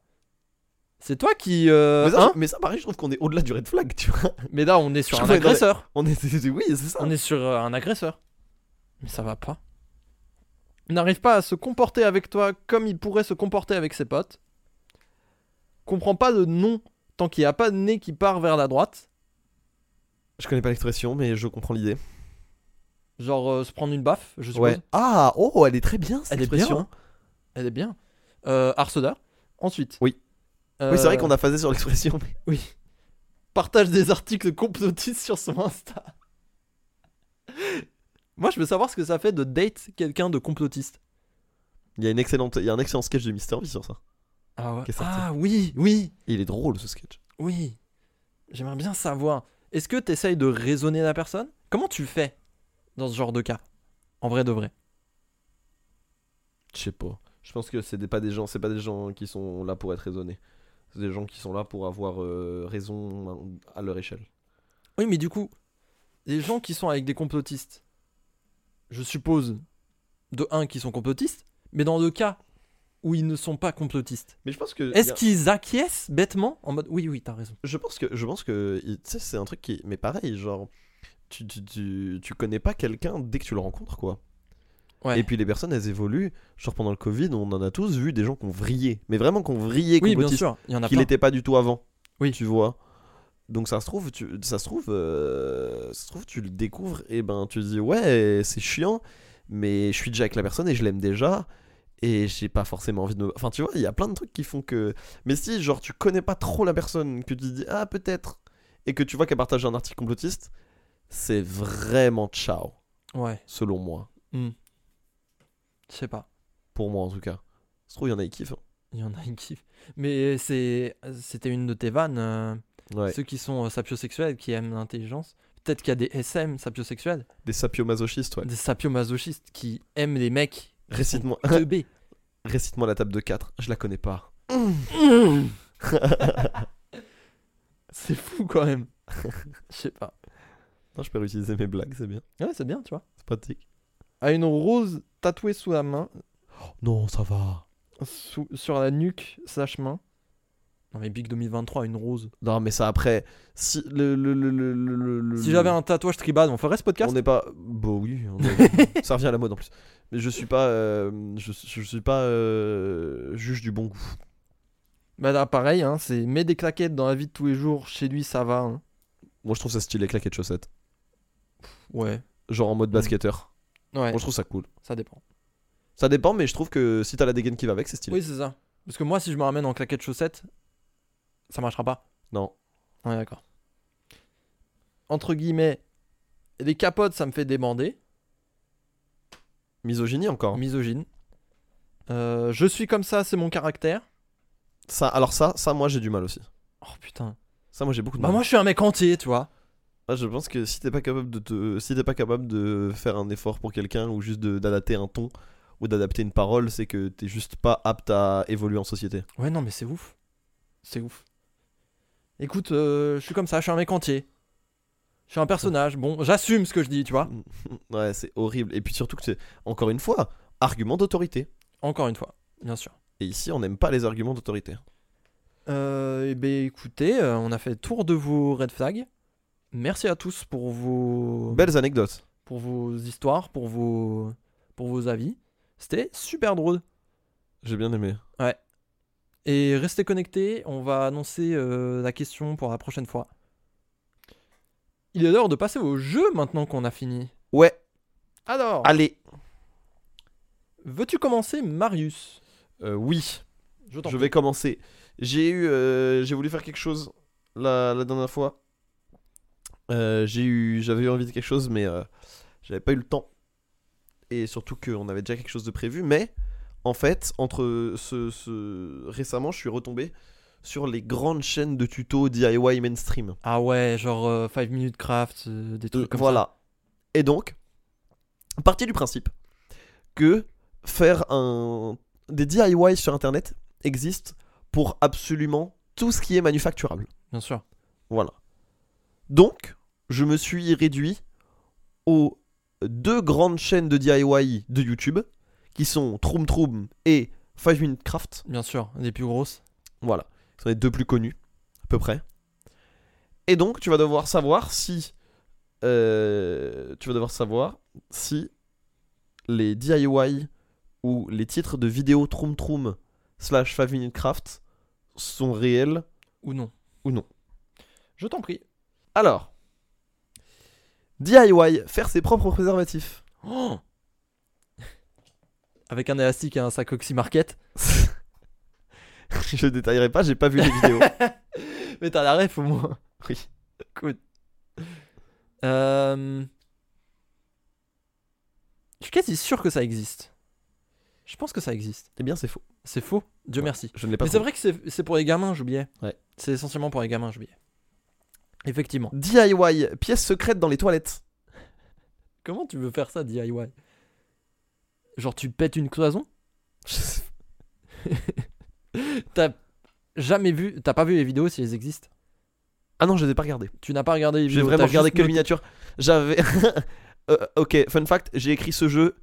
[SPEAKER 2] C'est toi qui. euh,
[SPEAKER 1] mais, ça,
[SPEAKER 2] hein
[SPEAKER 1] je- mais ça, pareil, je trouve qu'on est au-delà du red flag, tu vois. <laughs>
[SPEAKER 2] Mais là, on est sur
[SPEAKER 1] Je
[SPEAKER 2] un
[SPEAKER 1] croyais dans les-
[SPEAKER 2] agresseur
[SPEAKER 1] On est. Oui, c'est ça.
[SPEAKER 2] On est sur euh, un agresseur Mais ça va pas N'arrive pas à se comporter avec toi comme il pourrait se comporter avec ses potes. Comprends pas le nom tant qu'il n'y a pas de nez qui part vers la droite.
[SPEAKER 1] Je connais pas l'expression, mais je comprends l'idée.
[SPEAKER 2] Genre euh, se prendre une baffe, je suppose.
[SPEAKER 1] Ouais. Ah, oh, elle est très bien cette
[SPEAKER 2] Elle est bien,
[SPEAKER 1] expression.
[SPEAKER 2] hein. Elle est bien. Euh, Arsoda. Ensuite.
[SPEAKER 1] Oui. Oui, c'est
[SPEAKER 2] Euh,
[SPEAKER 1] vrai qu'on a phasé sur l'expression. mais-
[SPEAKER 2] partage des articles complotistes sur son Insta. Moi, je veux savoir ce que ça fait de date quelqu'un de complotiste.
[SPEAKER 1] Il y a une excellente, il y a un excellent sketch de Mister V sur ça.
[SPEAKER 2] Ah ouais.
[SPEAKER 1] Qui est sorti.
[SPEAKER 2] Ah oui, oui,
[SPEAKER 1] Et il est drôle ce sketch.
[SPEAKER 2] oui. J'aimerais bien savoir. Est-ce que tu essayes de raisonner la personne Comment tu fais dans ce genre de cas En vrai de vrai.
[SPEAKER 1] Je sais pas. Je pense que c'est des- pas des gens, c'est pas des gens qui sont là pour être raisonnés. C'est des gens qui sont là pour avoir euh, raison à leur échelle.
[SPEAKER 2] Oui, mais du coup, les gens qui sont avec des complotistes, je suppose, de un, qui sont complotistes, mais dans le cas où ils ne sont pas complotistes,
[SPEAKER 1] Mais je pense que y
[SPEAKER 2] est-ce
[SPEAKER 1] a-
[SPEAKER 2] qu'ils acquiescent bêtement en mode oui, oui, t'as raison.
[SPEAKER 1] je pense que je pense que il- tu sais c'est un truc qui mais pareil genre tu, tu, tu, tu connais pas quelqu'un dès que tu le rencontres quoi.
[SPEAKER 2] Ouais.
[SPEAKER 1] Et puis les personnes elles évoluent. Genre pendant le Covid on en a tous vu des gens qui ont vrillé. Mais vraiment qui ont vrillé
[SPEAKER 2] Oui, bien
[SPEAKER 1] complotistes,
[SPEAKER 2] sûr, il y en a
[SPEAKER 1] qu'il
[SPEAKER 2] plein.
[SPEAKER 1] n'était pas du tout avant.
[SPEAKER 2] Oui.
[SPEAKER 1] Tu vois. Donc ça se trouve, tu, ça se trouve, euh, ça se trouve, tu le découvres et ben tu te dis ouais c'est chiant, mais je suis déjà avec la personne et je l'aime déjà et j'ai pas forcément envie de. me- Enfin tu vois, il y a plein de trucs qui font que. Mais si genre tu connais pas trop la personne, que tu te dis ah peut-être et que tu vois qu'elle partage un article complotiste, c'est vraiment ciao
[SPEAKER 2] Ouais,
[SPEAKER 1] selon moi,
[SPEAKER 2] je sais pas,
[SPEAKER 1] pour moi en tout cas. Ça se trouve il y en a qui kiffent. hein.
[SPEAKER 2] il y en a qui <laughs> kiffent. Mais c'est, c'était une de tes vannes, euh,
[SPEAKER 1] Ouais.
[SPEAKER 2] ceux qui sont euh, sapiosexuels, qui aiment l'intelligence. Peut-être qu'il y a des SM sapiosexuels,
[SPEAKER 1] Des sapiomasochistes ouais.
[SPEAKER 2] des sapiomasochistes qui aiment les mecs
[SPEAKER 1] Récite-moi,
[SPEAKER 2] teubés.
[SPEAKER 1] <laughs> récite-moi la table de 4 Je la connais pas.
[SPEAKER 2] c'est fou quand même. <laughs> Je sais pas.
[SPEAKER 1] Non, je peux réutiliser mes blagues, c'est bien.
[SPEAKER 2] Ouais, c'est bien, tu vois.
[SPEAKER 1] C'est pratique.
[SPEAKER 2] A une rose tatouée sous la main,
[SPEAKER 1] Non, ça va.
[SPEAKER 2] sous- sur la nuque, slash main. Non, mais Big 2023, une rose.
[SPEAKER 1] Non, mais ça après. Si, le, le, le, le- le- le-
[SPEAKER 2] Si j'avais un tatouage tribal, Euh, on ferait ce
[SPEAKER 1] On
[SPEAKER 2] podcast
[SPEAKER 1] n'est pas. Bon, oui. on
[SPEAKER 2] <laughs>
[SPEAKER 1] est- ça revient à la mode en plus. Mais je suis pas. euh, je, je suis pas euh, juge du bon goût.
[SPEAKER 2] Bah là, pareil, hein, c'est mets des claquettes dans la vie de tous les jours, chez lui, ça va. hein.
[SPEAKER 1] Moi, je trouve ça stylé, claquettes chaussettes.
[SPEAKER 2] Ouais,
[SPEAKER 1] Genre en mode
[SPEAKER 2] Mm.
[SPEAKER 1] basketteur.
[SPEAKER 2] ouais,
[SPEAKER 1] Moi, je trouve ça cool.
[SPEAKER 2] ça dépend.
[SPEAKER 1] Ça dépend, mais je trouve que si t'as la dégaine qui va avec, c'est stylé.
[SPEAKER 2] Oui, c'est ça. Parce que moi, si je me ramène en claquettes chaussettes, ça marchera pas.
[SPEAKER 1] Non.
[SPEAKER 2] Ouais, d'accord. Entre guillemets, les capotes, ça me fait débander.
[SPEAKER 1] Misogynie
[SPEAKER 2] Mm.
[SPEAKER 1] encore.
[SPEAKER 2] Misogyne. Euh, je suis comme ça, c'est mon caractère.
[SPEAKER 1] Ça, alors ça, ça, moi, j'ai du mal aussi.
[SPEAKER 2] Oh putain.
[SPEAKER 1] Ça, moi, j'ai beaucoup de
[SPEAKER 2] Bah,
[SPEAKER 1] mal.
[SPEAKER 2] moi, je suis un mec entier, tu vois.
[SPEAKER 1] Ah, je pense que si t'es pas capable de te, si t'es pas capable de faire un effort pour quelqu'un ou juste de- d'adapter un ton ou d'adapter une parole, c'est que t'es juste pas apte à évoluer en société. <laughs>
[SPEAKER 2] Ouais, non, mais c'est ouf. C'est ouf. Écoute, euh, je suis comme ça, je suis un mec entier. Je suis un personnage. Bon, j'assume ce que je dis, tu vois.
[SPEAKER 1] Ouais, c'est horrible. Et puis surtout que c'est encore une fois argument d'autorité.
[SPEAKER 2] Encore une fois, bien sûr.
[SPEAKER 1] Et ici, on n'aime pas les arguments d'autorité.
[SPEAKER 2] Euh, eh ben, écoutez, euh, on a fait le tour de vos red flags. Merci à tous pour vos,
[SPEAKER 1] Belles anecdotes.
[SPEAKER 2] pour vos histoires, pour vos, pour vos avis. C'était super drôle.
[SPEAKER 1] J'ai bien aimé.
[SPEAKER 2] Et restez connectés, on va annoncer euh, la question pour la prochaine fois. Il est l'heure de passer au jeu maintenant qu'on a fini.
[SPEAKER 1] Ouais.
[SPEAKER 2] Alors,
[SPEAKER 1] Allez.
[SPEAKER 2] veux-tu commencer, Marius
[SPEAKER 1] Euh, oui.
[SPEAKER 2] t'en
[SPEAKER 1] Je
[SPEAKER 2] prie.
[SPEAKER 1] vais commencer. J'ai eu, euh, j'ai voulu faire quelque chose la, la dernière fois. Euh, j'ai eu, j'avais eu envie de quelque chose, mais euh, j'avais pas eu le temps. Et surtout qu'on avait déjà quelque chose de prévu. Mais en fait, entre ce, ce- récemment, je suis retombé sur les grandes chaînes de tutos DIY mainstream.
[SPEAKER 2] Ah ouais, genre euh, 5 minutes craft, euh, des trucs comme ça.
[SPEAKER 1] voilà. Et donc, partir du principe que faire un des DIY sur internet existe pour absolument tout ce qui est manufacturable.
[SPEAKER 2] Bien sûr.
[SPEAKER 1] Voilà. Donc, je me suis réduit aux deux grandes chaînes de DIY de YouTube qui sont Troom Troom et 5 Minute Craft.
[SPEAKER 2] Bien sûr, des plus grosses.
[SPEAKER 1] Voilà. Ce sont les deux plus connus, à peu près. Et donc, tu vas devoir savoir si. euh, tu vas devoir savoir si les DIY ou les titres de vidéos Troom Troom slash 5 Minute Craft sont réels.
[SPEAKER 2] Ou non
[SPEAKER 1] Ou non.
[SPEAKER 2] Je t'en prie.
[SPEAKER 1] Alors, DIY, faire ses propres préservatifs. <laughs>
[SPEAKER 2] Oh Avec un élastique et un sac Oxymarket.
[SPEAKER 1] Je détaillerai pas, j'ai pas vu les
[SPEAKER 2] <laughs>
[SPEAKER 1] vidéos.
[SPEAKER 2] Mais t'as la ref au moins.
[SPEAKER 1] Oui.
[SPEAKER 2] Cool. Euh, Je suis quasi sûr que ça existe. Je pense que ça existe.
[SPEAKER 1] eh bien, c'est faux.
[SPEAKER 2] C'est faux, Dieu merci.
[SPEAKER 1] Je ne l'ai pas
[SPEAKER 2] Mais c'est
[SPEAKER 1] trouvé.
[SPEAKER 2] vrai que c'est c'est pour les gamins, j'oubliais.
[SPEAKER 1] Ouais.
[SPEAKER 2] C'est essentiellement pour les gamins, j'oubliais. Effectivement.
[SPEAKER 1] DIY, pièce secrète dans les toilettes.
[SPEAKER 2] Comment tu veux faire ça, DIY Genre, tu pètes une cloison T'as jamais vu, t'as pas vu les vidéos si elles existent
[SPEAKER 1] ah non, je les ai pas regardées.
[SPEAKER 2] Tu n'as pas regardé les
[SPEAKER 1] J'ai
[SPEAKER 2] vidéos
[SPEAKER 1] vraiment
[SPEAKER 2] t'as
[SPEAKER 1] regardé
[SPEAKER 2] juste
[SPEAKER 1] que les
[SPEAKER 2] noté-
[SPEAKER 1] miniatures. J'avais. <laughs> Euh, ok, fun fact, j'ai écrit ce jeu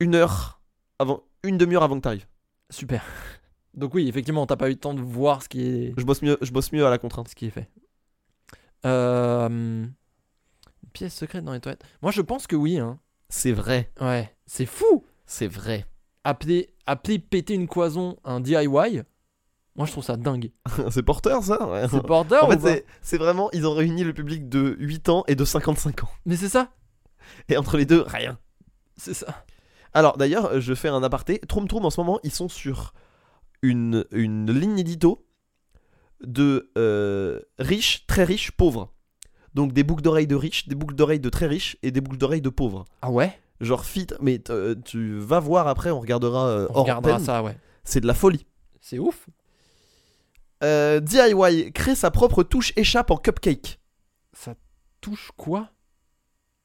[SPEAKER 1] une heure avant, une demi-heure avant que t'arrives.
[SPEAKER 2] Super. <laughs> Donc, oui, effectivement, t'as pas eu le temps de voir ce qui est,
[SPEAKER 1] Je bosse mieux, je bosse mieux à la contrainte.
[SPEAKER 2] ce qui est fait. Euh, hum, Pièce secrète dans les toilettes. Moi, je pense que oui. Hein.
[SPEAKER 1] C'est vrai,
[SPEAKER 2] Ouais, c'est fou
[SPEAKER 1] c'est vrai.
[SPEAKER 2] appeler, appeler péter une cloison un DIY, moi je trouve ça dingue.
[SPEAKER 1] <laughs> c'est porteur ça. ouais.
[SPEAKER 2] <laughs> C'est border
[SPEAKER 1] En
[SPEAKER 2] ou
[SPEAKER 1] fait,
[SPEAKER 2] pas
[SPEAKER 1] c'est- c'est vraiment, ils ont réuni le public de 8 ans et de 55 ans.
[SPEAKER 2] Mais c'est ça,
[SPEAKER 1] Et entre les deux, rien.
[SPEAKER 2] c'est ça.
[SPEAKER 1] Alors d'ailleurs, euh, je fais un aparté. Troum Troum en ce moment, ils sont sur une, une ligne édito de euh, riches, très riches, pauvres. Donc des boucles d'oreilles de riches, des boucles d'oreilles de très riches et des boucles d'oreilles de pauvres.
[SPEAKER 2] Ah ouais
[SPEAKER 1] Genre fit, mais t- euh, tu vas voir après, on regardera euh,
[SPEAKER 2] On
[SPEAKER 1] hors
[SPEAKER 2] regardera
[SPEAKER 1] antenne.
[SPEAKER 2] ça, ouais.
[SPEAKER 1] C'est de la folie.
[SPEAKER 2] C'est ouf.
[SPEAKER 1] Euh, DIY, crée sa propre touche échappe en cupcake.
[SPEAKER 2] Ça touche quoi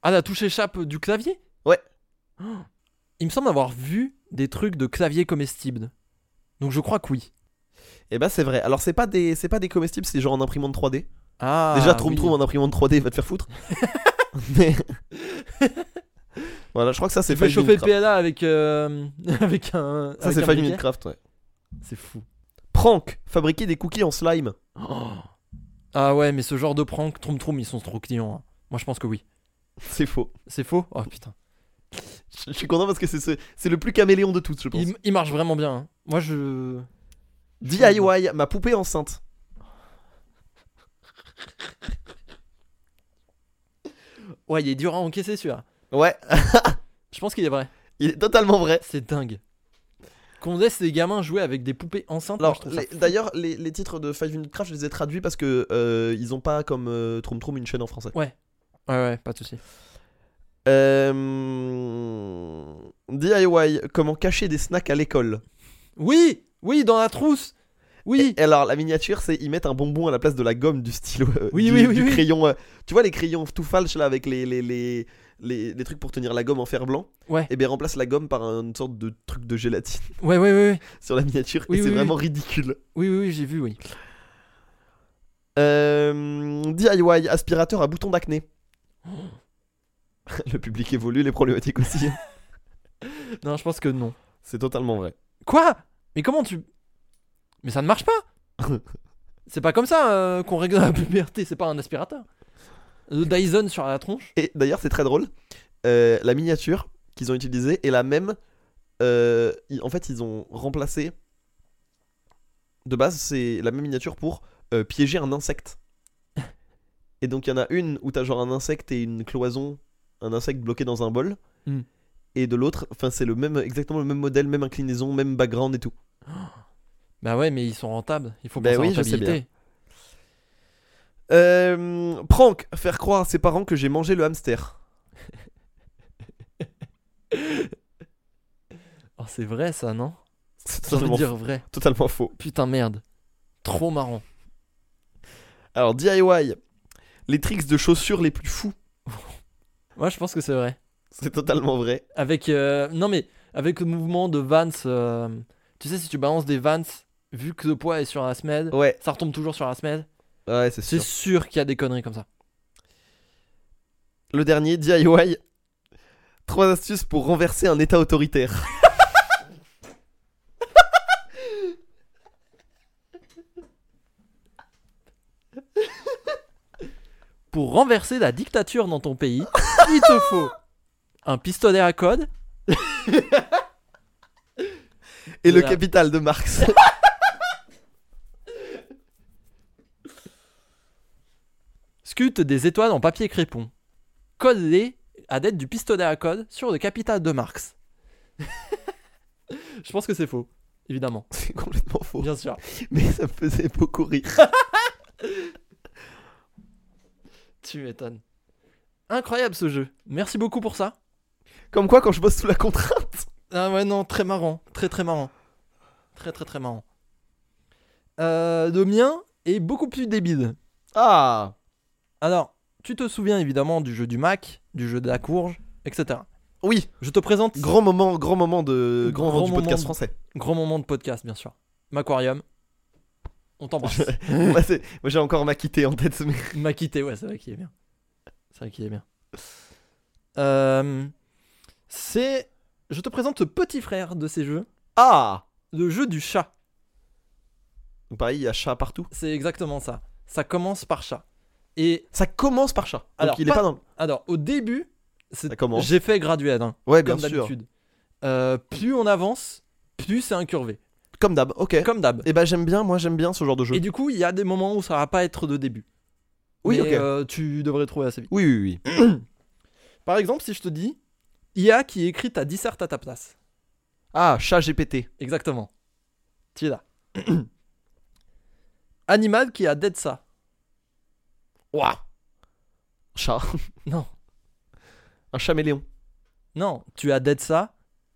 [SPEAKER 2] Ah, la touche échappe du clavier
[SPEAKER 1] Ouais.
[SPEAKER 2] Oh. Il me semble avoir vu des trucs de clavier comestible. Donc je crois que oui.
[SPEAKER 1] Et bah c'est vrai. Alors c'est pas des c'est pas des comestibles, c'est genre en imprimante 3D.
[SPEAKER 2] Ah,
[SPEAKER 1] Déjà hein. Troum
[SPEAKER 2] oui.
[SPEAKER 1] Troum en imprimante 3D, va te
[SPEAKER 2] <laughs>
[SPEAKER 1] faire foutre. mais voilà, je crois que ça c'est
[SPEAKER 2] Tu fais
[SPEAKER 1] Five
[SPEAKER 2] chauffer
[SPEAKER 1] Minute
[SPEAKER 2] le PLA avec, euh, <laughs> avec un.
[SPEAKER 1] Craft. Ça
[SPEAKER 2] avec un
[SPEAKER 1] c'est Five
[SPEAKER 2] briquet.
[SPEAKER 1] Minute Craft, ouais.
[SPEAKER 2] C'est fou.
[SPEAKER 1] Pouh, Prank, fabriquer des cookies en slime. <laughs>
[SPEAKER 2] Ah ouais, mais ce genre de prank, Troum Troum, ils sont trop clients. hein. Moi, je pense que oui.
[SPEAKER 1] C'est faux.
[SPEAKER 2] C'est faux Oh putain.
[SPEAKER 1] Je suis content parce que c'est ce- c'est le plus caméléon de toutes, je pense.
[SPEAKER 2] Il, il marche vraiment bien. hein. Moi, je.
[SPEAKER 1] DIY, ma poupée enceinte.
[SPEAKER 2] Ouais, il est dur à encaisser celui-là.
[SPEAKER 1] Ouais,
[SPEAKER 2] Je pense qu'il est vrai.
[SPEAKER 1] il est totalement vrai.
[SPEAKER 2] C'est dingue. Qu'on laisse les gamins jouer avec des poupées enceintes, moi,
[SPEAKER 1] Alors,
[SPEAKER 2] je trouve ça
[SPEAKER 1] les-
[SPEAKER 2] fou.
[SPEAKER 1] d'ailleurs, les, les titres de Five Minute Craft, je les ai traduits parce que euh, ils ont pas comme euh, Troum Troum une chaîne en français.
[SPEAKER 2] Ouais, ouais, pas de soucis.
[SPEAKER 1] Euh, DIY, comment cacher des snacks à l'école.
[SPEAKER 2] Oui Oui, dans la trousse Oui
[SPEAKER 1] Et alors, la miniature, c'est ils mettent un bonbon à la place de la gomme du stylo, euh,
[SPEAKER 2] Oui,
[SPEAKER 1] du,
[SPEAKER 2] oui, oui,
[SPEAKER 1] du
[SPEAKER 2] oui.
[SPEAKER 1] crayon. euh, tu vois les crayons tout falche là avec les les, les, les- les trucs pour tenir la gomme en fer blanc.
[SPEAKER 2] Ouais.
[SPEAKER 1] Et bien remplace la gomme par une sorte de truc de gélatine <laughs>
[SPEAKER 2] Ouais, ouais, ouais, ouais.
[SPEAKER 1] sur la miniature.
[SPEAKER 2] Oui,
[SPEAKER 1] et c'est
[SPEAKER 2] oui,
[SPEAKER 1] vraiment ridicule.
[SPEAKER 2] Oui, oui, oui, j'ai vu, oui.
[SPEAKER 1] Euh, DIY, aspirateur à bouton d'acné.
[SPEAKER 2] Oh.
[SPEAKER 1] <laughs> Le public évolue, les problématiques aussi. hein.
[SPEAKER 2] <laughs> Non, je pense que non.
[SPEAKER 1] c'est totalement vrai.
[SPEAKER 2] Quoi Mais comment tu. Mais ça ne marche <laughs> pas C'est pas comme ça euh, qu'on règle la puberté, c'est pas un aspirateur. Le Dyson sur la tronche
[SPEAKER 1] Et d'ailleurs, c'est très drôle. euh, la miniature qu'ils ont utilisée est la même. euh, ils- en fait, ils ont remplacé. De base, c'est la même miniature pour euh, piéger un
[SPEAKER 2] <laughs>
[SPEAKER 1] insecte. Et donc, il y en a une où t'as genre un insecte et une cloison, un insecte bloqué dans un bol.
[SPEAKER 2] Hmm.
[SPEAKER 1] Et de l'autre, enfin, c'est le même, exactement le même modèle, même inclinaison, même background et tout.
[SPEAKER 2] Bah ouais, mais ils sont rentables. Il faut
[SPEAKER 1] Bah
[SPEAKER 2] penser
[SPEAKER 1] oui,
[SPEAKER 2] à
[SPEAKER 1] je sais
[SPEAKER 2] rentabilité.
[SPEAKER 1] Euh, prank, faire croire à ses parents que j'ai mangé le hamster.
[SPEAKER 2] Oh, c'est vrai ça, non
[SPEAKER 1] C'est
[SPEAKER 2] Ça veut
[SPEAKER 1] totalement,
[SPEAKER 2] dire vrai.
[SPEAKER 1] totalement faux.
[SPEAKER 2] Putain, merde. Trop marrant.
[SPEAKER 1] Alors, DIY, les tricks de chaussures les plus fous. <laughs>
[SPEAKER 2] Moi, je pense que c'est vrai.
[SPEAKER 1] C'est totalement vrai.
[SPEAKER 2] Avec. euh, Non, mais avec le mouvement de Vans. euh, Tu sais, si tu balances des Vans, vu que le poids est sur la semelle,
[SPEAKER 1] Ouais,
[SPEAKER 2] ça retombe toujours sur la semelle.
[SPEAKER 1] ouais, c'est
[SPEAKER 2] C'est
[SPEAKER 1] sûr.
[SPEAKER 2] sûr qu'il y a des conneries comme ça.
[SPEAKER 1] Le dernier, DIY. Trois astuces pour renverser un état autoritaire.
[SPEAKER 2] Pour renverser la dictature dans ton pays, <laughs> il te faut un pistolet à code.
[SPEAKER 1] Et le
[SPEAKER 2] Voilà.
[SPEAKER 1] capital
[SPEAKER 2] <laughs>
[SPEAKER 1] de Marx.
[SPEAKER 2] Sculpte des étoiles en papier crépon. Code-les à l'aide du pistolet à code sur le capital de Marx. <laughs> Je pense que c'est faux, évidemment.
[SPEAKER 1] c'est complètement faux.
[SPEAKER 2] Bien sûr.
[SPEAKER 1] Mais ça me faisait beaucoup rire.
[SPEAKER 2] Tu m'étonnes. Incroyable ce jeu. Merci beaucoup pour ça.
[SPEAKER 1] Comme quoi, quand je bosse sous la contrainte.
[SPEAKER 2] Ah ouais, non, très marrant. Très, très marrant. Très, très, très marrant. Euh, le mien est beaucoup plus débile.
[SPEAKER 1] Ah
[SPEAKER 2] Alors, tu te souviens évidemment du jeu du Mac, du jeu de la courge, etc.
[SPEAKER 1] Oui,
[SPEAKER 2] Je te présente
[SPEAKER 1] grand moment, grand moment de grand,
[SPEAKER 2] Grand
[SPEAKER 1] moment du podcast
[SPEAKER 2] moment.
[SPEAKER 1] français.
[SPEAKER 2] grand moment de podcast, bien sûr. Macquarium. On t'embrasse.
[SPEAKER 1] Moi, c'est- moi, j'ai encore ma quittée en tête. mais-
[SPEAKER 2] M'a quitté, ouais, c'est vrai qu'il est bien. C'est vrai qu'il est bien. Euh, c'est. Je te présente le petit frère de ces jeux,
[SPEAKER 1] Ah
[SPEAKER 2] le jeu du chat.
[SPEAKER 1] Donc pareil, il y a chat partout.
[SPEAKER 2] C'est exactement ça. Ça commence par chat. Et
[SPEAKER 1] Ça commence par chat. Donc
[SPEAKER 2] Alors,
[SPEAKER 1] il est
[SPEAKER 2] pas-
[SPEAKER 1] pas dans. le-
[SPEAKER 2] alors, au début, c'est-
[SPEAKER 1] Ça commence.
[SPEAKER 2] j'ai fait graduel, hein,
[SPEAKER 1] Ouais, bien
[SPEAKER 2] comme
[SPEAKER 1] sûr.
[SPEAKER 2] d'habitude. Euh, plus on avance, plus c'est incurvé,
[SPEAKER 1] Comme d'hab. Ok.
[SPEAKER 2] comme d'hab.
[SPEAKER 1] Et bah j'aime bien, moi j'aime bien ce genre de jeu.
[SPEAKER 2] Et du coup, il y a des moments où ça va pas être de début.
[SPEAKER 1] Oui,
[SPEAKER 2] Mais,
[SPEAKER 1] ok.
[SPEAKER 2] euh, tu devrais trouver assez vite.
[SPEAKER 1] Oui, oui, oui.
[SPEAKER 2] Par exemple, si je te dis IA qui écrit ta disserte à ta place.
[SPEAKER 1] Ah, chat GPT.
[SPEAKER 2] Exactement. Tu es là. <coughs> Animal qui a dead ça.
[SPEAKER 1] Waouh. Chat. <laughs>
[SPEAKER 2] Non.
[SPEAKER 1] Un chaméléon.
[SPEAKER 2] Non, tu as dead ça.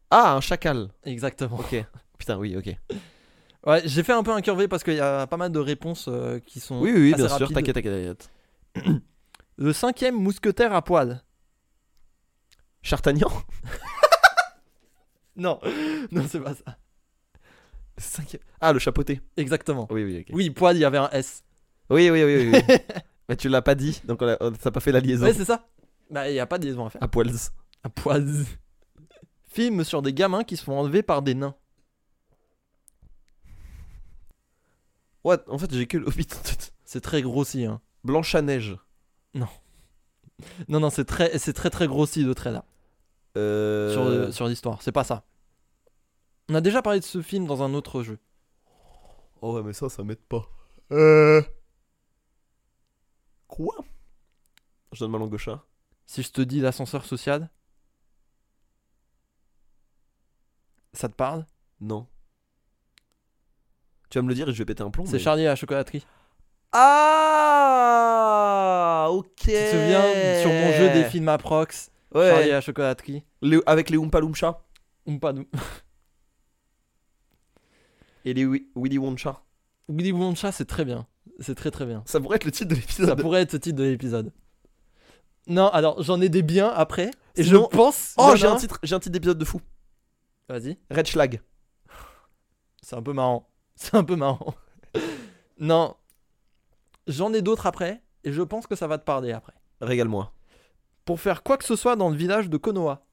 [SPEAKER 1] Ah, un chacal.
[SPEAKER 2] Exactement.
[SPEAKER 1] Ok. Putain, oui, ok.
[SPEAKER 2] Ouais, j'ai fait un peu incurvé parce qu'il y a pas mal de réponses euh, qui sont.
[SPEAKER 1] Oui, oui, oui,
[SPEAKER 2] assez
[SPEAKER 1] bien sûr.
[SPEAKER 2] rapides.
[SPEAKER 1] T'inquiète, t'inquiète, t'inquiète.
[SPEAKER 2] Le cinquième mousquetaire à poil.
[SPEAKER 1] Chartagnan <laughs>
[SPEAKER 2] Non, non, c'est pas ça.
[SPEAKER 1] Cinquième- Ah, le chapeauté.
[SPEAKER 2] Exactement.
[SPEAKER 1] Oui, oui, ok.
[SPEAKER 2] Oui, poil, il y avait un S.
[SPEAKER 1] Oui, oui, oui, oui.
[SPEAKER 2] <laughs>
[SPEAKER 1] oui. Mais tu l'as pas dit, donc on a- on- t'as pas fait la liaison.
[SPEAKER 2] Ouais, c'est ça. Bah, il n'y a pas de liaison à faire.
[SPEAKER 1] À poils.
[SPEAKER 2] À <laughs> poil. Film sur des gamins qui se font enlever par des nains.
[SPEAKER 1] Ouais, en fait, j'ai que le Hobbit <laughs> en tête.
[SPEAKER 2] C'est très grossi. Hein.
[SPEAKER 1] Blanche à neige.
[SPEAKER 2] Non, non, c'est très, c'est très très grossi de trait là
[SPEAKER 1] Euh...
[SPEAKER 2] sur, euh, sur l'histoire. C'est pas ça. On a déjà parlé de ce film dans un autre jeu.
[SPEAKER 1] Oh ouais, mais ça, ça m'aide pas. Euh... Quoi Je donne ma langue au chat.
[SPEAKER 2] Si je te dis l'ascenseur social, ça te parle
[SPEAKER 1] Non. Tu vas me le dire et je vais péter un plomb.
[SPEAKER 2] C'est
[SPEAKER 1] Oh, mais-
[SPEAKER 2] Charlie à la chocolaterie.
[SPEAKER 1] Ah Ok Tu
[SPEAKER 2] Tu te souviens sur mon jeu des films à prox, Charlie à
[SPEAKER 1] Ouais.
[SPEAKER 2] la chocolaterie
[SPEAKER 1] Les- avec les Oompa Loompa
[SPEAKER 2] Oompa Doo-
[SPEAKER 1] et les Wi- Willy Wonka.
[SPEAKER 2] Willy Wonka, c'est très bien. C'est très très bien.
[SPEAKER 1] Ça pourrait être le titre de
[SPEAKER 2] Ça
[SPEAKER 1] <laughs> l'épisode.
[SPEAKER 2] pourrait être le titre de l'épisode. Non, alors j'en ai des biens après. Et
[SPEAKER 1] Sinon-
[SPEAKER 2] je pense. il y en
[SPEAKER 1] Oh,
[SPEAKER 2] a
[SPEAKER 1] j'ai un
[SPEAKER 2] un-
[SPEAKER 1] titre, j'ai un titre d'épisode de fou.
[SPEAKER 2] Vas-y.
[SPEAKER 1] Red Schlag.
[SPEAKER 2] C'est un peu marrant. <laughs> C'est un peu marrant. <laughs> non. J'en ai d'autres après. Et je pense que ça va te parler après.
[SPEAKER 1] Régale-moi.
[SPEAKER 2] Pour faire quoi que ce soit dans le village de Konoha.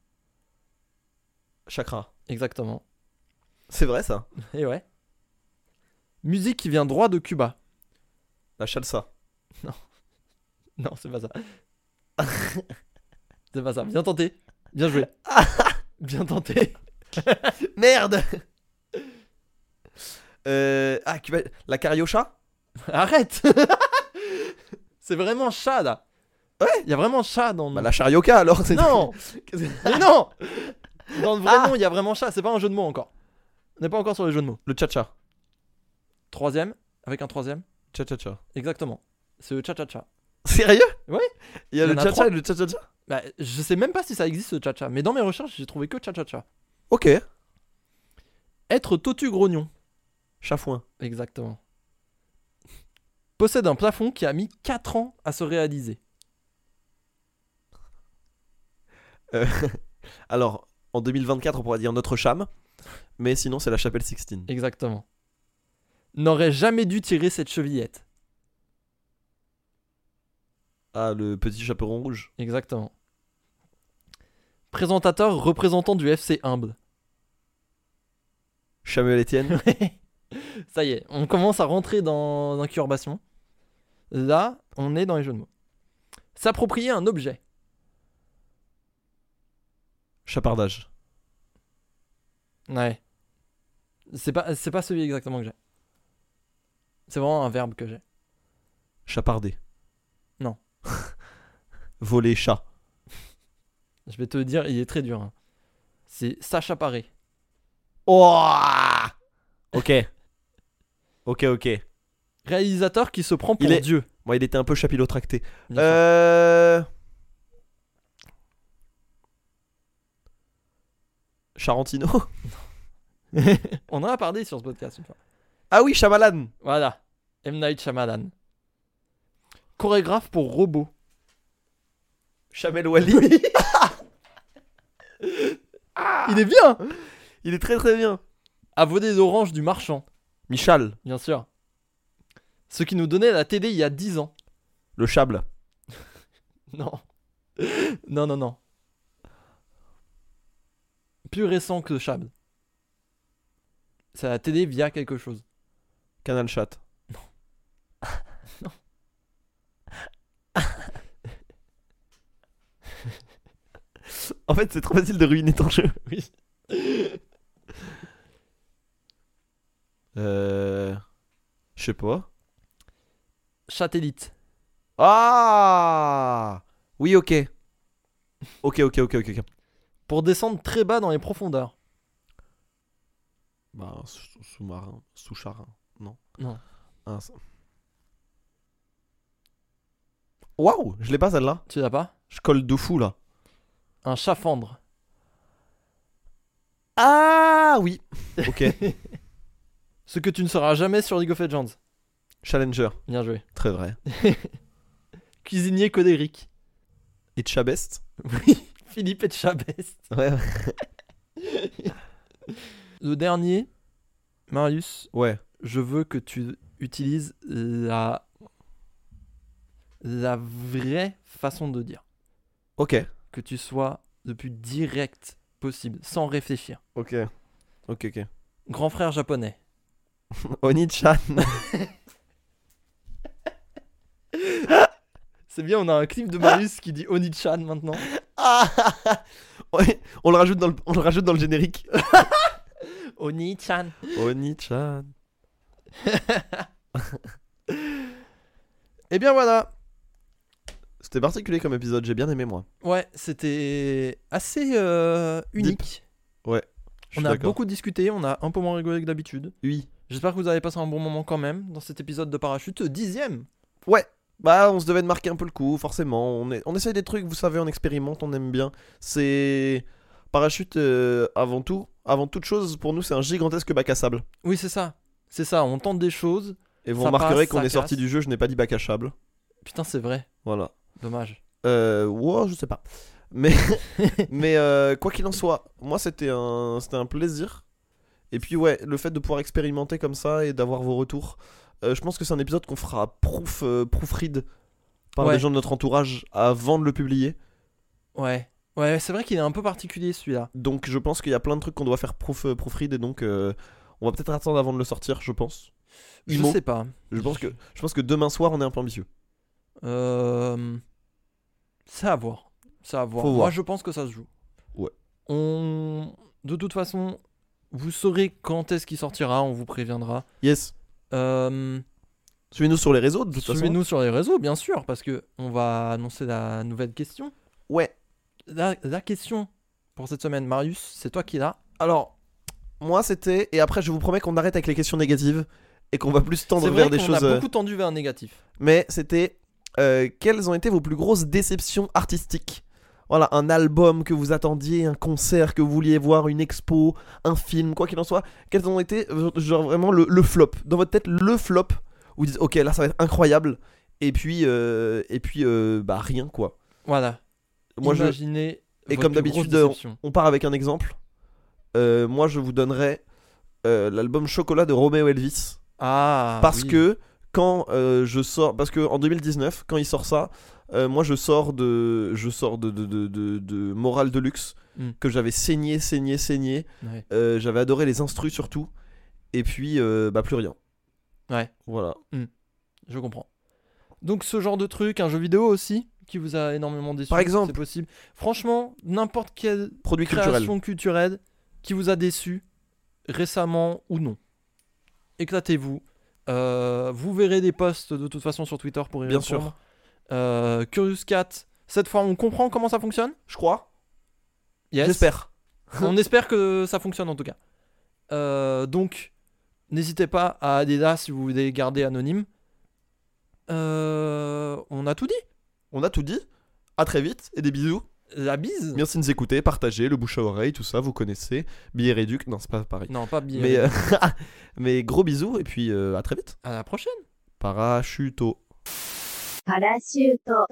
[SPEAKER 1] Chakra.
[SPEAKER 2] Exactement. <laughs>
[SPEAKER 1] C'est vrai ça
[SPEAKER 2] Et ouais. Musique qui vient droit de Cuba. <laughs>
[SPEAKER 1] La chalsa.
[SPEAKER 2] Non, c'est pas ça. <laughs> c'est pas ça. Bien tenté. Bien
[SPEAKER 1] <laughs>
[SPEAKER 2] joué. Bien tenté.
[SPEAKER 1] Merde <laughs> Euh, Ah, Cuba- la cariocha
[SPEAKER 2] Arrête <laughs> C'est vraiment chat là Ouais Il y a vraiment chat dans le
[SPEAKER 1] Bah,
[SPEAKER 2] nom.
[SPEAKER 1] la charioca alors <laughs> c'est-
[SPEAKER 2] Non
[SPEAKER 1] Le
[SPEAKER 2] Mais non Dans le vrai
[SPEAKER 1] Ah
[SPEAKER 2] nom, il y a vraiment chat, c'est pas un jeu de mots encore. On n'est pas encore sur les jeux de mots.
[SPEAKER 1] cha-cha.
[SPEAKER 2] Troisième, avec un troisième,
[SPEAKER 1] Cha-cha-cha.
[SPEAKER 2] exactement. C'est le cha-cha-cha.
[SPEAKER 1] Sérieux
[SPEAKER 2] Ouais.
[SPEAKER 1] Il y a
[SPEAKER 2] Il y
[SPEAKER 1] le
[SPEAKER 2] en a
[SPEAKER 1] cha-cha
[SPEAKER 2] trois.
[SPEAKER 1] et le cha-cha-cha
[SPEAKER 2] Bah, je sais même pas si ça existe ce cha-cha, mais dans mes recherches, j'ai trouvé que cha-cha-cha.
[SPEAKER 1] Ok.
[SPEAKER 2] Être totu grognon.
[SPEAKER 1] Chafouin.
[SPEAKER 2] Exactement. Possède un plafond qui a mis 4 ans à se réaliser.
[SPEAKER 1] Alors, en 2024, on pourrait dire notre cham. Mais sinon, c'est la chapelle Sixtine.
[SPEAKER 2] Exactement. N'aurait jamais dû tirer cette chevillette.
[SPEAKER 1] Ah, le petit chaperon rouge.
[SPEAKER 2] Exactement. Présentateur représentant du FC
[SPEAKER 1] <laughs>
[SPEAKER 2] Humble.
[SPEAKER 1] Samuel Etienne.
[SPEAKER 2] <laughs> Ça y est, on commence à rentrer dans l'incubation. Là, on est dans les jeux de mots. S'approprier un objet.
[SPEAKER 1] Chapardage.
[SPEAKER 2] Ouais. C'est pas, c'est pas celui exactement que j'ai. C'est vraiment un verbe que j'ai.
[SPEAKER 1] Chaparder. <laughs>
[SPEAKER 2] Non.
[SPEAKER 1] Voler chat.
[SPEAKER 2] Je vais te le dire, il est très dur. hein. C'est s'accaparer.
[SPEAKER 1] Oh ok. Ok, ok.
[SPEAKER 2] Réalisateur qui se prend pour
[SPEAKER 1] Il est-
[SPEAKER 2] Dieu.
[SPEAKER 1] Moi, il était un peu chapilotracté.
[SPEAKER 2] Bien sûr.
[SPEAKER 1] Euh. Charantino
[SPEAKER 2] on en a parlé sur ce podcast une fois.
[SPEAKER 1] Ah oui, Chamalan
[SPEAKER 2] Voilà. M. Night Shyamalan. Chorégraphe pour robot.
[SPEAKER 1] Chamel Wally
[SPEAKER 2] <laughs> Il est bien
[SPEAKER 1] Il est très très bien
[SPEAKER 2] À voler l'orange du marchand,
[SPEAKER 1] Michal,
[SPEAKER 2] bien sûr. Ce qui nous donnait la télé il y a 10 ans. <laughs>
[SPEAKER 1] le chable.
[SPEAKER 2] Non. non, non, non. Plus récent que le Chab. C'est la télé via quelque chose.
[SPEAKER 1] Canal Chat.
[SPEAKER 2] <laughs>
[SPEAKER 1] Non. <laughs> en fait, c'est trop facile de ruiner ton jeu.
[SPEAKER 2] Oui.
[SPEAKER 1] Euh. Je sais pas.
[SPEAKER 2] Satellite.
[SPEAKER 1] Ah Oui, ok. Ok, ok, ok, ok. ok.
[SPEAKER 2] Pour descendre très bas dans les profondeurs.
[SPEAKER 1] Bah, un sous- sous-marin, sous-charin, non
[SPEAKER 2] Non.
[SPEAKER 1] Un s- Waouh, je l'ai pas celle-là.
[SPEAKER 2] Tu l'as pas
[SPEAKER 1] Je colle de fou là.
[SPEAKER 2] Un chafandre.
[SPEAKER 1] Ah oui. Ok.
[SPEAKER 2] Ce que tu ne seras jamais sur League of Legends.
[SPEAKER 1] Challenger,
[SPEAKER 2] Bien joué.
[SPEAKER 1] très vrai.
[SPEAKER 2] Cuisinier codérique.
[SPEAKER 1] Et Chabest
[SPEAKER 2] <laughs> Oui. Philippe et Chabest.
[SPEAKER 1] Ouais, ouais.
[SPEAKER 2] Le dernier, Marius,
[SPEAKER 1] Ouais.
[SPEAKER 2] je veux que tu utilises la la vraie façon de dire,
[SPEAKER 1] Ok.
[SPEAKER 2] que tu sois le plus direct possible, sans réfléchir.
[SPEAKER 1] Ok. Ok, ok.
[SPEAKER 2] Grand frère japonais.
[SPEAKER 1] Oni-chan.
[SPEAKER 2] C'est bien, on a un clip de Marius qui dit Oni-chan maintenant.
[SPEAKER 1] <laughs> Ouais, on le rajoute dans le, on le rajoute dans le générique.
[SPEAKER 2] Oni-chan.
[SPEAKER 1] <laughs> <laughs> Oni-chan.
[SPEAKER 2] Et bien voilà.
[SPEAKER 1] Eh C'était particulier comme épisode, j'ai bien aimé moi.
[SPEAKER 2] Ouais, c'était assez euh, unique.
[SPEAKER 1] Je suis
[SPEAKER 2] on a
[SPEAKER 1] d'accord.
[SPEAKER 2] beaucoup discuté, on a un peu moins rigolé que d'habitude.
[SPEAKER 1] Oui.
[SPEAKER 2] J'espère que vous avez passé un bon moment quand même dans cet épisode de Parachute dixième.
[SPEAKER 1] Bah, on se devait de marquer un peu le coup, forcément. On, est, on essaye des trucs, vous savez, on expérimente, on aime bien. C'est. Parachute, euh, avant tout, avant toute chose, pour nous, c'est un gigantesque bac à sable.
[SPEAKER 2] Oui, c'est ça. C'est ça, on tente des choses.
[SPEAKER 1] Et vous
[SPEAKER 2] Ça
[SPEAKER 1] remarquerez
[SPEAKER 2] passe,
[SPEAKER 1] qu'on
[SPEAKER 2] ça
[SPEAKER 1] est sorti
[SPEAKER 2] casse.
[SPEAKER 1] du jeu, je n'ai pas dit bac à sable.
[SPEAKER 2] Putain, c'est vrai.
[SPEAKER 1] Voilà.
[SPEAKER 2] Dommage.
[SPEAKER 1] Euh, wow, je sais pas.
[SPEAKER 2] <laughs>
[SPEAKER 1] Mais, mais euh, quoi qu'il en soit, moi c'était un, c'était un plaisir. Et puis ouais, le fait de pouvoir expérimenter comme ça et d'avoir vos retours, euh, je pense que c'est un épisode qu'on fera proof, euh, proofread par
[SPEAKER 2] Ouais.
[SPEAKER 1] les gens de notre entourage avant de le publier.
[SPEAKER 2] Ouais. Ouais, c'est vrai qu'il est un peu particulier celui-là.
[SPEAKER 1] Donc je pense qu'il y a plein de trucs qu'on doit faire proof, euh, proofread et donc euh, on va peut-être attendre avant de le sortir, je pense.
[SPEAKER 2] Je
[SPEAKER 1] Imo.
[SPEAKER 2] sais pas.
[SPEAKER 1] Je pense que, je pense que demain soir on est un peu ambitieux.
[SPEAKER 2] Euh... C'est à voir. C'est à voir.
[SPEAKER 1] Faut
[SPEAKER 2] Moi,
[SPEAKER 1] voir.
[SPEAKER 2] je pense que ça se joue.
[SPEAKER 1] Ouais.
[SPEAKER 2] On... De toute façon, vous saurez quand est-ce qu'il sortira, on vous préviendra.
[SPEAKER 1] Yes.
[SPEAKER 2] Euh...
[SPEAKER 1] Suivez-nous sur les réseaux de toute façon.
[SPEAKER 2] Suivez-nous sur les réseaux, bien sûr, parce que on va annoncer la nouvelle question.
[SPEAKER 1] Ouais.
[SPEAKER 2] La, la question pour cette semaine, Marius, c'est toi qui l'as.
[SPEAKER 1] Alors, moi c'était. Et après, je vous promets qu'on arrête avec les questions négatives et qu'on va plus
[SPEAKER 2] C'est
[SPEAKER 1] tendre
[SPEAKER 2] vrai
[SPEAKER 1] vers des
[SPEAKER 2] qu'on a
[SPEAKER 1] choses. euh,
[SPEAKER 2] beaucoup tendu vers un négatif.
[SPEAKER 1] Mais c'était. euh, quelles ont été vos plus grosses déceptions artistiques Voilà, un album que vous attendiez, un concert que vous vouliez voir, une expo, un film, quoi qu'il en soit. Quels ont été, euh, genre vraiment, le, le flop Dans votre tête, le flop Vous dites, ok, là ça va être incroyable. Et puis, euh, et puis euh, bah rien quoi.
[SPEAKER 2] Voilà.
[SPEAKER 1] Moi, je,
[SPEAKER 2] Imaginez.
[SPEAKER 1] Et
[SPEAKER 2] votre
[SPEAKER 1] comme
[SPEAKER 2] plus grosse
[SPEAKER 1] d'habitude, on-
[SPEAKER 2] déception.
[SPEAKER 1] on part avec un exemple. Euh, moi, je vous donnerai euh, l'album Chocolat de Romeo Elvis.
[SPEAKER 2] Ah.
[SPEAKER 1] parce
[SPEAKER 2] oui.
[SPEAKER 1] que quand euh, je sors parce que en 2019 quand il sort ça euh, moi je sors de je sors de de, de, de, de Moral de luxe
[SPEAKER 2] Mm.
[SPEAKER 1] que j'avais saigné saigné saigné
[SPEAKER 2] Ouais.
[SPEAKER 1] Euh, j'avais adoré les instrus surtout et puis euh, bah plus rien
[SPEAKER 2] Ouais.
[SPEAKER 1] voilà
[SPEAKER 2] Je comprends. Donc ce genre de truc, un jeu vidéo aussi, qui vous a énormément déçu.
[SPEAKER 1] Par exemple.
[SPEAKER 2] C'est possible. Franchement, n'importe quelle
[SPEAKER 1] produit culturel
[SPEAKER 2] création culturelle qui vous a déçu, récemment ou non. Éclatez-vous. Euh, vous verrez des posts de toute façon sur Twitter pour y
[SPEAKER 1] bien
[SPEAKER 2] répondre.
[SPEAKER 1] sûr
[SPEAKER 2] Euh, Curious Cat, cette fois on comprend comment ça fonctionne
[SPEAKER 1] je crois
[SPEAKER 2] Yes.
[SPEAKER 1] j'espère
[SPEAKER 2] <laughs> on espère que ça fonctionne en tout cas. Euh, donc, n'hésitez pas à aller là si vous voulez garder anonyme. Euh, on a tout dit.
[SPEAKER 1] on a tout dit à très vite et des bisous
[SPEAKER 2] La bise
[SPEAKER 1] merci de nous écouter partagez le bouche à oreille tout ça vous connaissez billets réduc non c'est pas pareil
[SPEAKER 2] Non, pas bise.
[SPEAKER 1] mais euh, <laughs> mais gros bisous et puis euh, à très vite
[SPEAKER 2] À la prochaine.
[SPEAKER 1] parachuto
[SPEAKER 3] パラシュート。